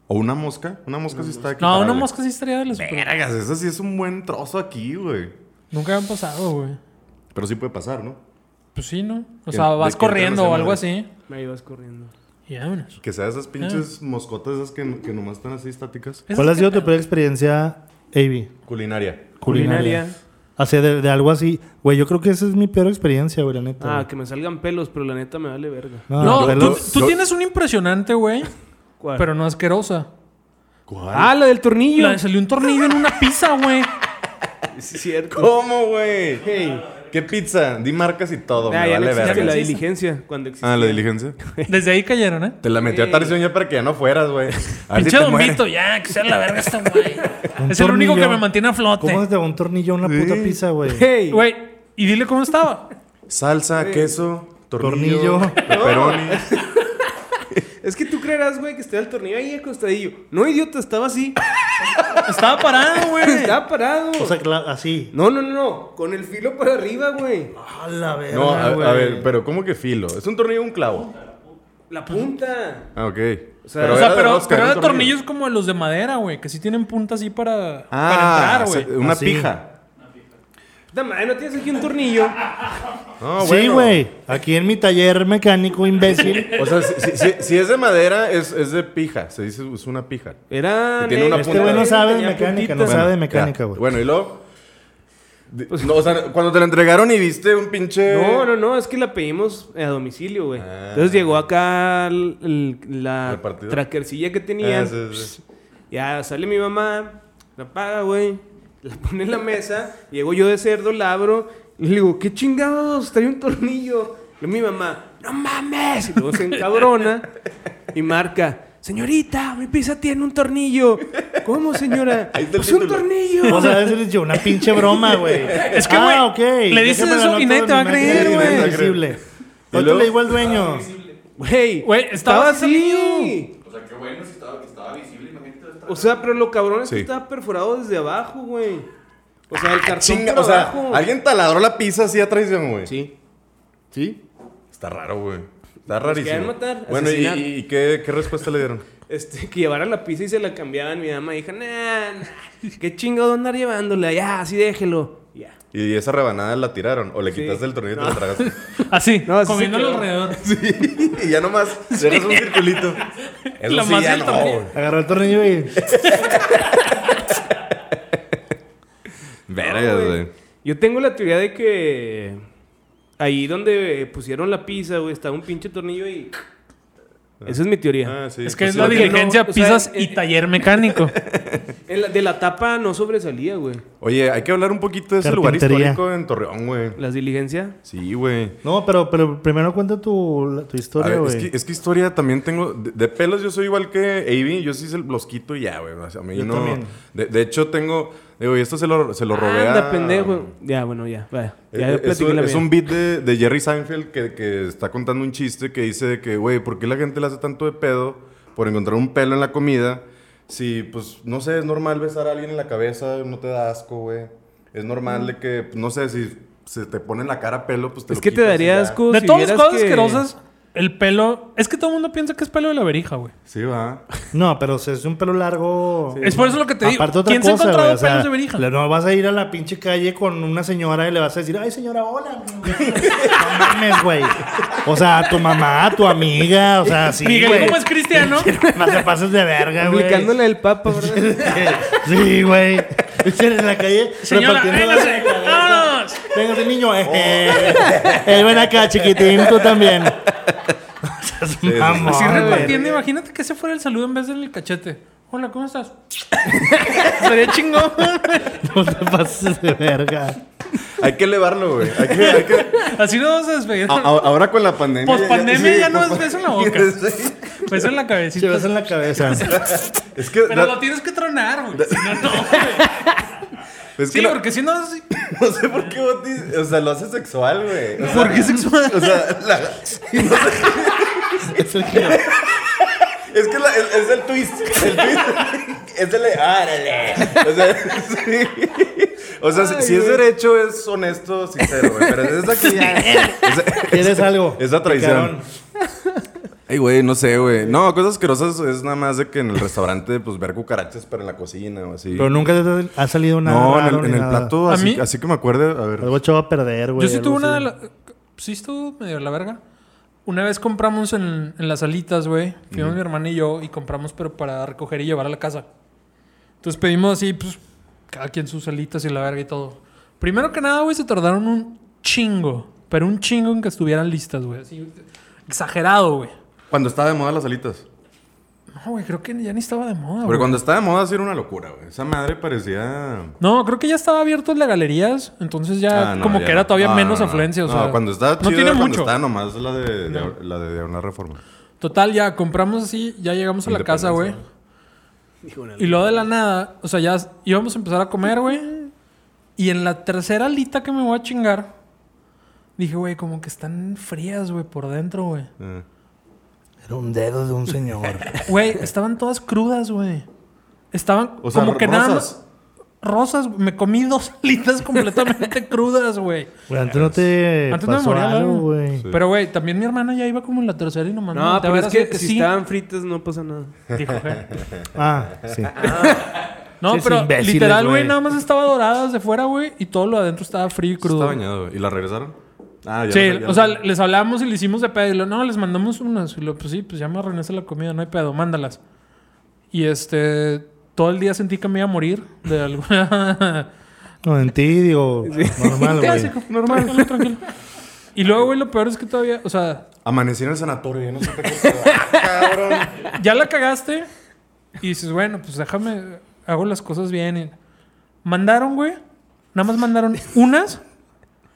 Speaker 2: O una mosca. Una mosca sí está aquí.
Speaker 1: Mm. No, una mosca sí estaría de la super...
Speaker 2: Vergas, esa sí es un buen trozo aquí, güey.
Speaker 1: Nunca habían pasado, güey.
Speaker 2: Pero sí puede pasar, ¿no?
Speaker 1: Pues sí, ¿no? O
Speaker 2: ¿De-
Speaker 1: sea,
Speaker 2: de
Speaker 1: vas
Speaker 2: qué entra
Speaker 1: corriendo
Speaker 2: esa
Speaker 1: o algo
Speaker 2: madre?
Speaker 1: así.
Speaker 4: Ahí vas corriendo.
Speaker 1: Y vámonos.
Speaker 2: Que sea esas pinches
Speaker 1: Ah.
Speaker 2: moscotas esas que, que nomás están así estáticas.
Speaker 1: Eso
Speaker 3: ¿Cuál ha
Speaker 1: es
Speaker 3: sido
Speaker 1: que-
Speaker 3: tu peor experiencia, Avi?
Speaker 2: Culinaria.
Speaker 4: Culinaria.
Speaker 3: Así de, de algo así. Güey, yo creo que esa es mi peor experiencia, güey, la neta.
Speaker 4: Ah,
Speaker 3: güey.
Speaker 4: que me salgan pelos, pero la neta me vale verga.
Speaker 1: No,
Speaker 3: pero-
Speaker 1: tú, tú
Speaker 2: yo-
Speaker 1: tienes una impresionante, güey,
Speaker 4: ¿Cuál?
Speaker 1: pero no asquerosa.
Speaker 2: ¿Cuál?
Speaker 4: Ah, la del tornillo.
Speaker 1: Le salió un tornillo en una pizza, güey.
Speaker 4: Sí, es cierto.
Speaker 2: ¿Cómo, güey? Hey, ¿qué pizza? Di marcas y todo.
Speaker 4: Ah,
Speaker 2: me
Speaker 4: ya no
Speaker 2: vale
Speaker 4: existe
Speaker 2: verga.
Speaker 4: la diligencia cuando existía.
Speaker 2: Ah, la diligencia.
Speaker 1: Desde ahí cayeron, ¿eh?
Speaker 2: Te la metió a Tarción ya para que ya no fueras, güey. A ver si
Speaker 1: Pinche
Speaker 2: te
Speaker 1: Don
Speaker 2: mueres.
Speaker 1: Vito, ya, que sea la verga este güey.
Speaker 3: Un
Speaker 1: es el único que
Speaker 3: tornillo.
Speaker 1: me mantiene a flote.
Speaker 3: ¿Cómo se te va un tornillo a una puta pizza, güey?
Speaker 4: Hey.
Speaker 1: Güey, y dile cómo estaba.
Speaker 2: Salsa, queso, tornillo,
Speaker 3: Tornillo.
Speaker 2: pepperoni.
Speaker 4: Es que tú creerás, güey, que está el tornillo ahí acostadillo. No, idiota, estaba así.
Speaker 1: Estaba parado, güey.
Speaker 4: estaba parado.
Speaker 3: O sea, cla- así.
Speaker 4: no, no, no, no. Con el filo para arriba, güey.
Speaker 3: A la verga,
Speaker 2: No, a, a
Speaker 3: güey.
Speaker 2: ver, pero ¿cómo que filo? ¿Es un tornillo o un clavo?
Speaker 4: La punta.
Speaker 2: Ah, ok.
Speaker 4: sea,
Speaker 1: O sea,
Speaker 2: de
Speaker 1: pero,
Speaker 2: rosca,
Speaker 1: pero
Speaker 2: era un
Speaker 1: eran
Speaker 2: tornillo.
Speaker 1: tornillos como los de madera, güey, que sí tienen punta así para,
Speaker 2: Ah,
Speaker 1: para
Speaker 2: o sea,
Speaker 1: entrar, güey.
Speaker 2: una
Speaker 3: Así.
Speaker 2: pija.
Speaker 4: Puta madre, no tienes aquí un tornillo.
Speaker 2: No,
Speaker 3: Sí,
Speaker 2: bueno.
Speaker 3: güey. Aquí en mi taller mecánico, imbécil.
Speaker 2: O sea, si, si- si- si es de madera, es, es de pija. Se dice, es una pija.
Speaker 4: Era.
Speaker 2: Que tiene una punta.
Speaker 4: negro,
Speaker 3: Este güey no
Speaker 4: tenía
Speaker 3: sabe de
Speaker 4: puntita.
Speaker 3: mecánica, no sabe de mecánica,
Speaker 2: ya.
Speaker 3: güey. Pues
Speaker 2: Bueno, y luego. de- no, o sea, cuando te la entregaron y viste un pinche.
Speaker 4: No, no, no, es que la pedimos a domicilio, güey.
Speaker 2: Ah.
Speaker 4: Entonces llegó acá el- el- la
Speaker 2: Repartidor.
Speaker 4: trackercilla que tenían.
Speaker 2: Ah, sí, sí.
Speaker 4: Ya sale mi mamá, la paga, güey. La pone en la mesa. Llego yo de cerdo, la abro. Y le digo, ¿qué chingados? Trae un tornillo. Y mi mamá, ¡no mames! Y luego se encabrona y marca. Señorita, mi pizza tiene un tornillo. ¿Cómo, señora?
Speaker 2: Ahí está el
Speaker 4: pues un
Speaker 2: título.
Speaker 4: tornillo.
Speaker 3: O sea, a veces les llevo una pinche broma, güey. Ah,
Speaker 1: Es que, güey, le dices
Speaker 3: Déjame
Speaker 1: eso
Speaker 3: la
Speaker 1: y nadie te va a
Speaker 3: nota de mi
Speaker 1: creer,
Speaker 3: máquina
Speaker 2: güey.
Speaker 3: invisible.
Speaker 2: Y
Speaker 3: Ahorita
Speaker 2: luego-
Speaker 3: le digo al dueño.
Speaker 4: Güey,
Speaker 1: Güey, estaba
Speaker 4: así. O sea, pero lo cabrón es que
Speaker 2: Sí. Ah,
Speaker 4: estaba perforado desde abajo, güey. O sea, el cartón
Speaker 3: Pues
Speaker 2: Chinga,
Speaker 4: por
Speaker 2: o sea,
Speaker 4: abajo.
Speaker 2: alguien taladró la pizza así a traición, güey.
Speaker 4: Sí.
Speaker 2: ¿Sí? Está raro, güey. Está
Speaker 4: querían
Speaker 2: rarísimo.
Speaker 4: matar,
Speaker 2: bueno, ¿y,
Speaker 4: asesinar.
Speaker 2: y- y qué, qué respuesta le dieron?
Speaker 4: Este, que llevaran la pizza y se la cambiaban. Mi mamá dijo, nah, nah, qué chingado andar llevándola. Ya, así déjelo. Ya.
Speaker 2: ¿Y esa rebanada la tiraron? ¿O le
Speaker 4: Sí.
Speaker 2: quitaste el tornillo y te la tragaste?
Speaker 1: Así,
Speaker 4: No, así se
Speaker 1: comiéndolo
Speaker 4: quedó.
Speaker 1: alrededor.
Speaker 2: sí, y ya nomás llegas a un circulito. Eso
Speaker 1: La
Speaker 2: sí,
Speaker 1: más
Speaker 2: ya
Speaker 1: del
Speaker 2: no,
Speaker 1: tornillo.
Speaker 2: güey.
Speaker 3: Agarró el tornillo y.
Speaker 2: Vergas,
Speaker 4: No,
Speaker 2: güey.
Speaker 4: Yo tengo la teoría de que ahí donde pusieron la pizza, güey, estaba un pinche tornillo y Esa es mi teoría.
Speaker 2: Ah, sí,
Speaker 1: es que es
Speaker 2: sí,
Speaker 1: la
Speaker 4: Porque
Speaker 2: ok.
Speaker 4: no,
Speaker 1: diligencia
Speaker 4: o sea,
Speaker 1: pizzas
Speaker 4: en-
Speaker 1: y taller mecánico.
Speaker 4: En la- de la tapa no sobresalía, güey.
Speaker 2: Oye, hay que hablar un poquito de ese lugar
Speaker 3: Carpintería.
Speaker 2: histórico en Torreón, güey.
Speaker 4: Las diligencias.
Speaker 2: Sí, güey.
Speaker 3: No, pero, pero primero cuenta tu, la- tu
Speaker 2: A
Speaker 3: historia,
Speaker 2: ver,
Speaker 3: güey.
Speaker 2: es, que, es que historia también tengo. De, de pelos yo soy igual que Avi. Yo sí se los quito y ya, güey. O sea, a mí
Speaker 3: Yo
Speaker 2: no-
Speaker 3: también.
Speaker 2: De, de hecho, tengo. Digo, y esto se lo,
Speaker 4: Ah,
Speaker 2: se lo robé a-
Speaker 4: Anda, pendejo. Ya, bueno, ya. vaya. Ya
Speaker 2: Eh, eh, Es,
Speaker 4: platiqué
Speaker 2: un-
Speaker 4: la
Speaker 2: es
Speaker 4: mía.
Speaker 2: un beat de, de Jerry Seinfeld que, que está contando un chiste que dice de que, güey, ¿por qué la gente le hace tanto de pedo por encontrar un pelo en la comida? Si, pues, no sé, es normal besar a alguien en la cabeza, no te da asco, güey. Es normal de que, no sé, si se te pone en la cara pelo, pues te
Speaker 4: Es
Speaker 2: lo
Speaker 4: que te
Speaker 2: quitas y
Speaker 4: daría
Speaker 2: ya.
Speaker 4: asco
Speaker 1: De
Speaker 4: si
Speaker 1: todas las
Speaker 4: vieras
Speaker 1: cosas
Speaker 4: que-
Speaker 1: asquerosas, el pelo. Es que todo el mundo piensa que es pelo de la verija, güey.
Speaker 2: Sí, va.
Speaker 3: No, pero si es un pelo largo.
Speaker 1: Es por eso lo que te digo.
Speaker 3: Aparte otra
Speaker 1: ¿Quién
Speaker 3: cosa,
Speaker 1: se ha encontrado
Speaker 3: güey, o sea,
Speaker 1: pelos de verija?
Speaker 3: le- No vas a ir a la pinche calle con una señora y le vas a decir, ay señora, hola. no mames, güey. O sea, a tu mamá, a tu amiga, o sea, sí,
Speaker 1: Miguel,
Speaker 3: güey.
Speaker 1: ¿cómo es cristiano?
Speaker 3: No te pases de verga, güey.
Speaker 4: Aplicándole el papa, ¿verdad?
Speaker 3: Sí, güey. En la calle
Speaker 1: Señora,
Speaker 3: repartiendo
Speaker 1: véngase,
Speaker 3: la cabeza.
Speaker 1: vámonos.
Speaker 3: Venga ese niño. Eh,
Speaker 2: Oh.
Speaker 3: eh, eh, ven acá, chiquitín, tú también. O sea, es
Speaker 2: sí.
Speaker 3: mamón,
Speaker 1: Así
Speaker 3: güey.
Speaker 1: repartiendo, imagínate que ese fuera el saludo en vez del cachete. Hola, ¿cómo estás? Sería chingón.
Speaker 3: No te pases de verga.
Speaker 2: Hay que elevarlo, güey. Hay que, hay que-
Speaker 1: Así no vamos a despedir.
Speaker 3: Ah,
Speaker 2: a- a- ahora con la pandemia.
Speaker 1: Pospandemia ya no es
Speaker 2: pospa-
Speaker 1: beso en la boca.
Speaker 2: Sí.
Speaker 1: Beso en la
Speaker 3: Te
Speaker 1: cabecita.
Speaker 3: vas en la cabeza.
Speaker 2: es que...
Speaker 1: Pero
Speaker 2: da-
Speaker 1: lo tienes que tronar, güey. Si no, no. güey.
Speaker 2: es que
Speaker 1: Sí,
Speaker 2: la-
Speaker 1: porque si no. sí.
Speaker 2: No sé por qué Botis, o sea, lo hace sexual, güey. O sea,
Speaker 1: ¿Por qué sexual?
Speaker 2: O sea, la-
Speaker 3: Es el que-
Speaker 2: es que la- es, es el twist. El twist es el de, árale. O sea, sí. O sea, si, si es derecho, es honesto, sincero, güey. Pero es esa que ya. esa-
Speaker 3: ¿Quieres algo?
Speaker 2: Esa traición. Ey, güey, no sé, güey. No, cosas asquerosas es nada más de que en el restaurante, pues, ver cucarachas, pero en la cocina o así.
Speaker 3: Pero nunca te ha salido nada.
Speaker 2: no, en
Speaker 3: raro
Speaker 2: el,
Speaker 3: ni
Speaker 2: en el
Speaker 3: nada.
Speaker 2: plato,
Speaker 1: ¿A
Speaker 2: así,
Speaker 1: mí?
Speaker 2: así que me acuerde, a ver.
Speaker 3: Algo echado a perder, güey.
Speaker 1: Yo sí
Speaker 3: algo
Speaker 1: tuve una de
Speaker 3: así.
Speaker 1: la- Sí estuvo medio la verga. Una vez compramos en, en las alitas, güey. Fuimos mi hermana y yo y compramos, pero para recoger y llevar a la casa. Entonces pedimos así, pues, cada quien sus alitas y la verga y todo. Primero que nada, güey, se tardaron un chingo. Pero un chingo en que estuvieran listas, güey. Así, exagerado, güey.
Speaker 2: Cuando estaba de moda las alitas.
Speaker 1: No, güey, creo que ya ni estaba de moda,
Speaker 2: Pero
Speaker 1: Ah, güey.
Speaker 2: cuando estaba de moda, sí era una locura, güey. Esa madre parecía.
Speaker 1: No, creo que ya estaba abierto el de galerías. Entonces ya
Speaker 2: Ah, no,
Speaker 1: como
Speaker 2: ya
Speaker 1: que
Speaker 2: no.
Speaker 1: era todavía
Speaker 2: No,
Speaker 1: menos
Speaker 2: no, no.
Speaker 1: afluencia. O
Speaker 2: no,
Speaker 1: sea,
Speaker 2: cuando estaba chido
Speaker 1: no tiene
Speaker 2: era cuando
Speaker 1: mucho.
Speaker 2: estaba nomás la de, de- la de, de una reforma.
Speaker 1: Total, ya compramos así, ya llegamos a la casa, güey. Y luego de la nada, o sea, ya íbamos a empezar a comer, güey. Y en la tercera alita que me voy a chingar, dije, güey, como que están frías, güey, por dentro, güey.
Speaker 2: Eh.
Speaker 3: Era un dedo de un señor.
Speaker 1: Güey, estaban todas crudas, güey. Estaban
Speaker 2: O sea,
Speaker 1: como que nada más.
Speaker 2: rosas.
Speaker 1: Rosas, güey. me comí dos alitas completamente crudas, güey.
Speaker 3: Güey, antes no te
Speaker 1: Antes no me
Speaker 3: pasó
Speaker 1: moría
Speaker 3: algo,
Speaker 1: algo.
Speaker 3: güey.
Speaker 1: Pero, güey, también mi hermana ya iba como en la tercera y nomás me
Speaker 4: No,
Speaker 1: volteaba
Speaker 4: pero
Speaker 1: a
Speaker 4: es
Speaker 1: ver así
Speaker 4: que,
Speaker 1: de
Speaker 4: si
Speaker 1: sí.
Speaker 4: estaban fritas no pasa nada.
Speaker 1: Dijo, güey.
Speaker 3: Ah, sí.
Speaker 1: No,
Speaker 3: Pinches
Speaker 1: pero
Speaker 3: imbéciles,
Speaker 1: literal, güey,
Speaker 3: güey.
Speaker 1: nada más estaba dorada desde fuera, güey, y todo lo de adentro estaba frío y
Speaker 2: Está
Speaker 1: crudo. güey.
Speaker 2: bañado, güey. ¿Y la regresaron? Ah, ya.
Speaker 1: Sí,
Speaker 2: la- ya
Speaker 1: o
Speaker 2: la-
Speaker 1: sea, les hablamos y le hicimos de pedo. Y lo, no, les mandamos unas. Y lo, pues sí, pues ya me regresa la comida, no hay pedo, mándalas. Y este, todo el día sentí que me iba a morir de alguna.
Speaker 3: No, en ti, digo, normal,
Speaker 1: Te
Speaker 3: güey.
Speaker 1: hace como- normal, tranquilo, tranquilo. Y luego, güey, lo peor es que todavía, o sea,
Speaker 2: Amanecí en el sanatorio, ya no sé qué cosa. cabrón.
Speaker 1: ya la cagaste y dices, bueno, pues déjame, hago las cosas bien. y- Mandaron, güey, nada más mandaron unas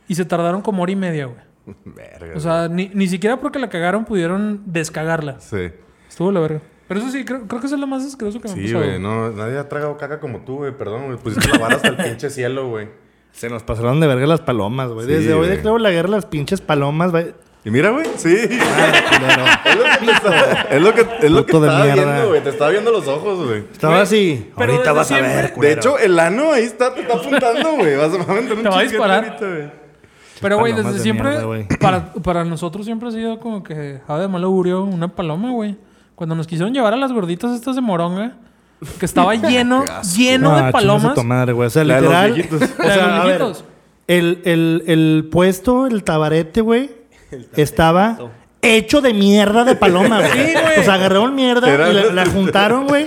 Speaker 1: y se tardaron como hora y media, güey.
Speaker 2: Verga.
Speaker 1: O sea, ni, ni siquiera porque la cagaron pudieron descagarla.
Speaker 2: Sí.
Speaker 1: Estuvo la verga. Pero eso sí, creo, creo que eso es lo más asqueroso que me ha
Speaker 2: Sí,
Speaker 1: pasado.
Speaker 2: güey. No, nadie ha tragado caca como tú, güey. Perdón, güey. Pusiste la vara hasta el pinche cielo, güey.
Speaker 3: Se nos pasaron de verga las palomas, güey.
Speaker 2: Sí,
Speaker 3: Desde hoy
Speaker 2: güey.
Speaker 3: declaro la guerra a las pinches palomas, güey.
Speaker 2: Y mira, güey. Sí.
Speaker 1: Ah,
Speaker 3: Ay,
Speaker 2: Es lo
Speaker 3: culero.
Speaker 2: que te estaba- es lo que, es lo que
Speaker 3: Puto de
Speaker 2: estaba
Speaker 3: mierda.
Speaker 2: viendo, güey. Te estaba viendo los ojos, güey.
Speaker 3: Estaba
Speaker 1: Güey,
Speaker 3: así.
Speaker 1: pero
Speaker 3: Ahorita
Speaker 1: desde
Speaker 3: vas a
Speaker 1: siempre-
Speaker 3: ver,
Speaker 1: De
Speaker 2: De
Speaker 3: culero.
Speaker 2: hecho, el ano ahí está, te está apuntando, güey. Vas a meter un
Speaker 1: Te va a
Speaker 2: chisguete
Speaker 1: disparar.
Speaker 2: ahorita, güey.
Speaker 1: Pero, güey,
Speaker 3: Palomas
Speaker 1: desde
Speaker 3: de
Speaker 1: siempre,
Speaker 3: mierda, güey.
Speaker 1: para, para nosotros siempre ha sido como que Jade de mal augurio una paloma, güey. Cuando nos quisieron llevar a las gorditas estas de moronga, que estaba lleno, lleno de
Speaker 3: Ah, chingas a
Speaker 1: palomas.
Speaker 3: tu madre, güey. O sea,
Speaker 2: La de los
Speaker 3: literal.
Speaker 2: viejitos.
Speaker 3: o
Speaker 1: La de
Speaker 3: sea,
Speaker 1: los
Speaker 3: a ver,
Speaker 1: viejitos.
Speaker 3: el, el, el puesto, el tabarete, güey, estaba hecho de mierda de paloma, güey.
Speaker 1: Sí, güey.
Speaker 3: O sea, agarraron mierda
Speaker 2: Era-
Speaker 3: y la, la juntaron, güey.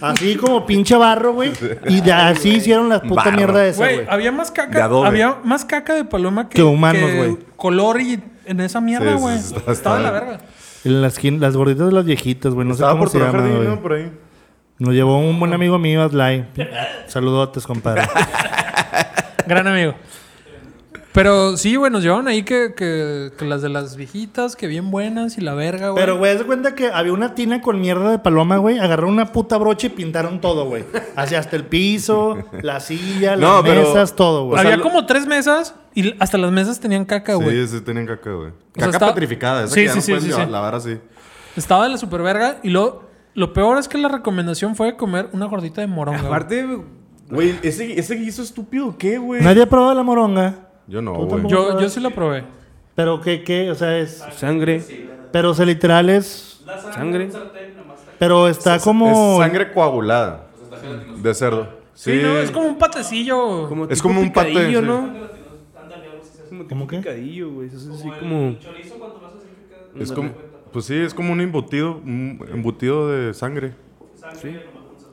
Speaker 3: Así como pinche barro, güey. Y de así hicieron la puta
Speaker 2: Barro.
Speaker 3: mierda esa,
Speaker 1: Güey,
Speaker 3: güey.
Speaker 1: había más
Speaker 2: De
Speaker 1: caca,
Speaker 2: adobe.
Speaker 1: había más caca de paloma que,
Speaker 3: Que humanos,
Speaker 1: que
Speaker 3: güey.
Speaker 1: Color y en esa mierda,
Speaker 2: Sí, sí,
Speaker 1: güey.
Speaker 2: sí, está-
Speaker 1: estaba
Speaker 2: está-
Speaker 1: de la verga.
Speaker 3: En las, esquina- las gorditas de las viejitas, güey. No sé
Speaker 2: Estaba
Speaker 3: cómo
Speaker 2: por
Speaker 3: se
Speaker 2: todo
Speaker 3: llama,
Speaker 2: jardín,
Speaker 3: güey.
Speaker 2: ¿no? Por ahí.
Speaker 3: Nos llevó un buen amigo mío, Aslay. Saludotes, compadre.
Speaker 1: Gran amigo. Pero sí, güey, nos llevaron ahí que, que- que las de las viejitas, que bien buenas y la verga, güey.
Speaker 3: Pero, güey, haz de cuenta que había una tina con mierda de paloma, güey. Agarraron una puta brocha y pintaron todo, güey. Hacia hasta el piso, la silla, las
Speaker 2: No, pero-
Speaker 3: mesas, todo, güey.
Speaker 2: o sea,
Speaker 1: Había
Speaker 2: lo-
Speaker 1: como tres mesas y l- hasta las mesas tenían caca, güey.
Speaker 2: Sí, sí, tienen caca, güey. Caca
Speaker 1: estaba-
Speaker 2: petrificada. Esa
Speaker 1: Sí,
Speaker 2: que ya
Speaker 1: sí,
Speaker 2: no
Speaker 1: sí,
Speaker 2: puedes
Speaker 1: sí,
Speaker 2: llevar-
Speaker 1: sí.
Speaker 2: lavar así.
Speaker 1: Estaba de la super verga y lo, lo peor es que la recomendación fue comer una gordita de moronga. güey.
Speaker 4: Aparte,
Speaker 2: Güey, ¿ese, ¿ese guiso estúpido qué, güey?
Speaker 3: Nadie ha probado la moronga.
Speaker 2: Yo no,
Speaker 3: Tú
Speaker 2: güey.
Speaker 3: tampoco.
Speaker 1: yo, yo sí la probé.
Speaker 3: Pero, ¿qué, qué? O sea, es.
Speaker 4: sangre,
Speaker 3: Pero, o sea, literal es.
Speaker 4: sangre.
Speaker 3: Pero está
Speaker 2: Es
Speaker 3: como.
Speaker 2: sangre coagulada. De cerdo.
Speaker 1: Sí, no, es como un patecillo.
Speaker 2: Es
Speaker 4: tipo
Speaker 2: como un paté,
Speaker 4: picadillo,
Speaker 2: sí.
Speaker 4: ¿no? Como tipo
Speaker 3: ¿Cómo qué?
Speaker 4: picadillo, güey. Eso es así
Speaker 1: Oh,
Speaker 4: como...
Speaker 2: Es como- Pues sí, es como un embutido, un embutido de sangre.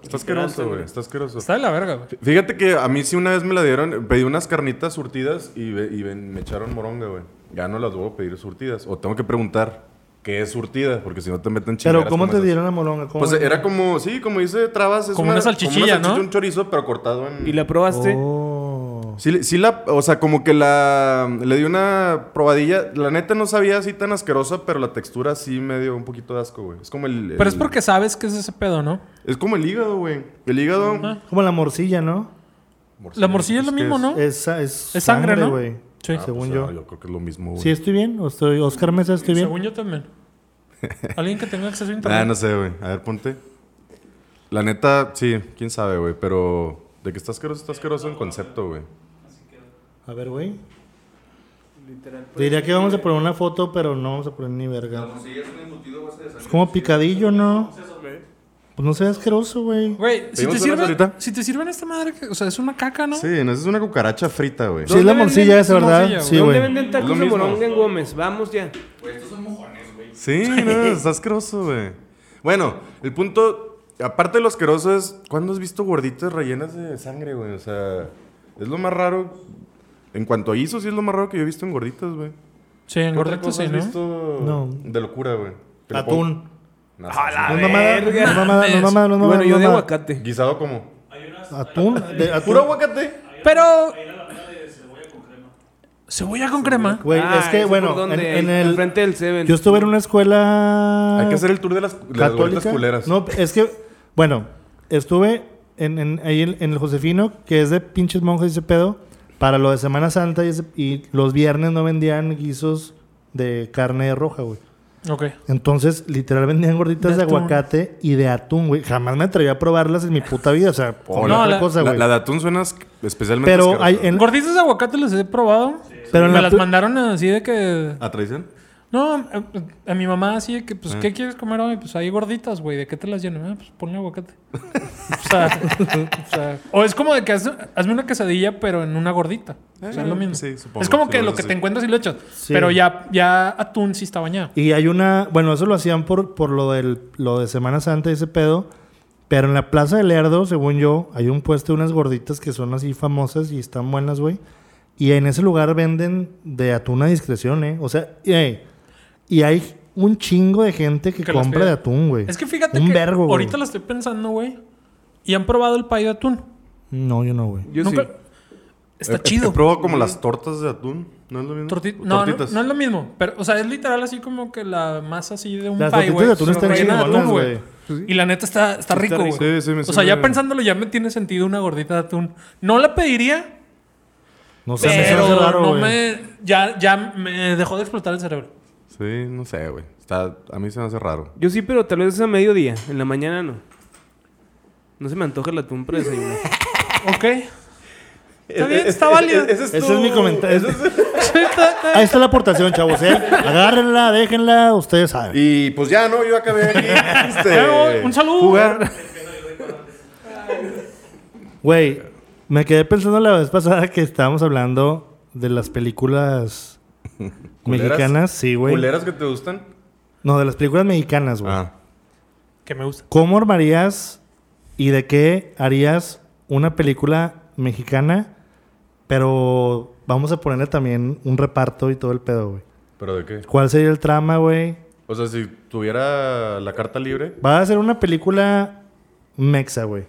Speaker 2: Está asqueroso, güey. Está asqueroso.
Speaker 1: Está de la verga, güey.
Speaker 2: Fíjate que a mí sí una vez me la dieron, pedí unas carnitas surtidas y, ve- y ven- me echaron moronga, güey. Ya no las vuelvo a pedir surtidas. O tengo que preguntar qué es surtida, porque si no te meten chingaderas
Speaker 3: Pero, ¿cómo
Speaker 2: como
Speaker 3: te
Speaker 2: esas.
Speaker 3: dieron la moronga? ¿Cómo
Speaker 2: Pues
Speaker 3: la-
Speaker 2: era como, sí, como dice Trabas, es
Speaker 1: Como una salchichilla, ¿no?
Speaker 2: salchicha, un chorizo, pero cortado en...
Speaker 4: ¿Y la
Speaker 2: este?
Speaker 4: probaste?
Speaker 3: Oh.
Speaker 2: Sí, le- sí la, o sea, como que la le di una probadilla. La neta no sabía así tan asquerosa, pero la textura sí me dio un poquito de asco, güey. Es como el,
Speaker 1: Pero es
Speaker 2: el-
Speaker 1: porque sabes que es ese pedo, ¿no?
Speaker 2: es como el hígado, güey. El hígado. pues
Speaker 3: Como la morcilla, ¿no?
Speaker 1: La morcilla es lo
Speaker 2: que
Speaker 1: mismo, ¿no?
Speaker 3: Es, es,
Speaker 1: Es sangre, ¿no?
Speaker 3: güey.
Speaker 1: Sí.
Speaker 2: Ah,
Speaker 3: Según
Speaker 2: pues,
Speaker 3: yo.
Speaker 2: ah, yo creo que es lo mismo, güey.
Speaker 3: ¿Sí estoy bien? ¿O estoy... Oscar Mesa, ¿estoy bien?
Speaker 1: Según yo también. Alguien que tenga acceso a internet.
Speaker 2: Ah, no sé, güey. A ver, ponte. La neta, sí, quién sabe, güey. Pero de que está asqueroso, está asqueroso en concepto, güey.
Speaker 3: A ver, güey. Diría que vamos a poner una foto, pero no vamos a poner ni verga. Es como picadillo, ¿no? Pues no sea asqueroso, güey.
Speaker 1: Güey, si
Speaker 2: ¿Pedimos
Speaker 1: te,
Speaker 2: unas
Speaker 1: sirven,
Speaker 2: ahorita?
Speaker 1: si te sirven esta madre, que- o sea, es una caca, ¿no?
Speaker 2: Sí, no, esa es una cucaracha frita, güey.
Speaker 3: Sí, es la
Speaker 4: venden
Speaker 3: morcilla esa,
Speaker 1: esa
Speaker 3: ¿verdad?
Speaker 1: morcilla,
Speaker 3: Sí,
Speaker 4: ¿Dónde
Speaker 3: güey.
Speaker 4: venden tacos
Speaker 2: Es lo
Speaker 4: de
Speaker 2: mismo.
Speaker 4: moronga en Gómez? Vamos ya.
Speaker 2: Sí, no, está asqueroso, güey. Bueno, el punto, aparte de lo asqueroso es, ¿cuándo has visto gorditas rellenas de sangre, güey? O sea, es lo más raro. En cuanto a eso, sí es lo más raro que yo he visto en gorditas, güey.
Speaker 1: Sí,
Speaker 2: ¿Qué
Speaker 1: en
Speaker 2: otra
Speaker 1: gorditas
Speaker 2: cosa
Speaker 1: sí,
Speaker 2: has
Speaker 1: ¿no?
Speaker 2: visto
Speaker 3: No.
Speaker 2: de locura, güey? Que le pongan-
Speaker 3: Atún.
Speaker 2: No, sí,
Speaker 3: No es mamada, no es mamada, no es mamada, no es mamada.
Speaker 4: Bueno, yo
Speaker 3: no es
Speaker 4: de
Speaker 3: mamada.
Speaker 2: sí.
Speaker 4: aguacate.
Speaker 2: Guisado como.
Speaker 3: Atún. de- atún.
Speaker 2: ¿Puro aguacate?
Speaker 1: Pero. Cebolla con crema.
Speaker 3: Güey,
Speaker 4: Ah,
Speaker 3: es que, bueno, en, en el...
Speaker 4: Frente del Seven.
Speaker 3: Yo estuve en una escuela...
Speaker 2: Hay que hacer el tour de las, de las gorditas
Speaker 3: Ah. católica.
Speaker 2: culeras.
Speaker 3: No, es que, bueno, estuve en, en- ahí en, en el Josefino, que es de pinches monjes y ese pedo, para lo de Semana Santa y, ese- y los viernes no vendían guisos de carne roja, güey.
Speaker 1: Ok.
Speaker 3: Entonces, literal vendían gorditas de,
Speaker 1: De atún.
Speaker 3: aguacate y de atún, güey. Jamás me atreví a probarlas en mi puta vida, o sea,
Speaker 2: Hola.
Speaker 3: por
Speaker 1: No,
Speaker 3: otra
Speaker 1: la-
Speaker 3: cosa,
Speaker 2: la,
Speaker 3: güey.
Speaker 2: la de atún suena as- especialmente
Speaker 3: Pero
Speaker 2: asquerosa.
Speaker 3: hay en-
Speaker 1: Gorditas de aguacate las he probado. Pero
Speaker 3: Pero en
Speaker 1: me
Speaker 3: la
Speaker 1: las
Speaker 3: tu-
Speaker 1: mandaron así de que.
Speaker 2: ¿A traición?
Speaker 1: No, a, a mi mamá así de que, pues,
Speaker 2: Ah.
Speaker 1: ¿qué quieres comer hoy? Pues ahí gorditas, güey. ¿De qué te las lleno? Ah, pues ponle aguacate. o, sea, o sea, o es como de que haz- hazme una quesadilla, pero en una gordita. O sea, es lo mismo.
Speaker 2: Eh, sí, supongo,
Speaker 1: es como
Speaker 2: sí,
Speaker 1: que
Speaker 2: lo
Speaker 1: lo
Speaker 2: ves
Speaker 1: que
Speaker 2: así.
Speaker 1: te encuentras y lo echas. Pero ya, ya atún sí está bañado.
Speaker 3: Y hay una, bueno, eso lo hacían por, por lo, del, lo de Semana Santa y ese pedo. Pero en la Plaza de Lerdo, según yo, hay un puesto de unas gorditas que son así famosas y están buenas, güey. Y en ese lugar venden de atún a discreción, ¿eh? O sea, y hay, y hay un chingo de gente que,
Speaker 1: Que las
Speaker 3: compra
Speaker 1: pide.
Speaker 3: de atún, güey.
Speaker 1: Es que fíjate
Speaker 3: un
Speaker 1: que
Speaker 3: vergo, güey.
Speaker 1: ahorita lo estoy pensando, güey. Y han probado el pay de atún.
Speaker 3: No, yo no, güey.
Speaker 4: Yo
Speaker 1: Nunca-
Speaker 4: sí.
Speaker 3: Eh,
Speaker 1: Está
Speaker 2: He- he-
Speaker 1: chido.
Speaker 2: Eh, He probado como las tortas de atún. ¿No es lo mismo?
Speaker 1: Torti-
Speaker 2: O
Speaker 1: no, no,
Speaker 2: tortitas.
Speaker 1: no es lo mismo. Pero, o sea, es literal así como que la masa así de un
Speaker 3: Las
Speaker 1: pie,
Speaker 3: tortitas
Speaker 1: güey.
Speaker 3: de atún
Speaker 1: se
Speaker 3: están
Speaker 1: rellena de
Speaker 3: chingonas,
Speaker 1: atún,
Speaker 3: güey.
Speaker 1: Y la neta está, está rico, güey.
Speaker 2: rico. Sí, sí, me
Speaker 1: o sea, ya
Speaker 2: suena-
Speaker 1: pensándolo, ya me tiene sentido una gordita de atún. No la pediría,
Speaker 3: No sé, me
Speaker 1: pero
Speaker 3: suena raro,
Speaker 1: no
Speaker 3: güey.
Speaker 1: me. Ya, ya me dejó de explotar el cerebro.
Speaker 2: Sí, no sé, güey. Está, a mí se me hace raro.
Speaker 4: Yo sí, pero tal vez a mediodía. En la mañana no. No se me antoja el atún para desayunar.
Speaker 1: Ok. Está bien, está válido.
Speaker 3: Ese es mi comentario.
Speaker 1: Sí, está- está-
Speaker 3: Ahí está la aportación, chavos, ¿eh? Agárrenla, déjenla, ustedes saben.
Speaker 2: Y pues ya, ¿no? Yo acabé aquí. este,
Speaker 1: Ya me voy. Un saludo.
Speaker 2: Jugar.
Speaker 3: Güey, me quedé pensando la vez pasada que estábamos hablando de las películas
Speaker 2: ¿Culeras?
Speaker 3: mexicanas, sí, güey.
Speaker 2: ¿Culeras que te gustan?
Speaker 3: No, de las películas mexicanas, güey.
Speaker 2: Ah.
Speaker 1: Que me gusta.
Speaker 3: ¿Cómo armarías y de qué harías una película mexicana? Pero vamos a ponerle también un reparto y todo el pedo, güey.
Speaker 2: ¿Pero de qué?
Speaker 3: ¿Cuál sería el trama, güey?
Speaker 2: O sea, si tuviera la carta libre.
Speaker 3: Va a ser una película mexa, güey.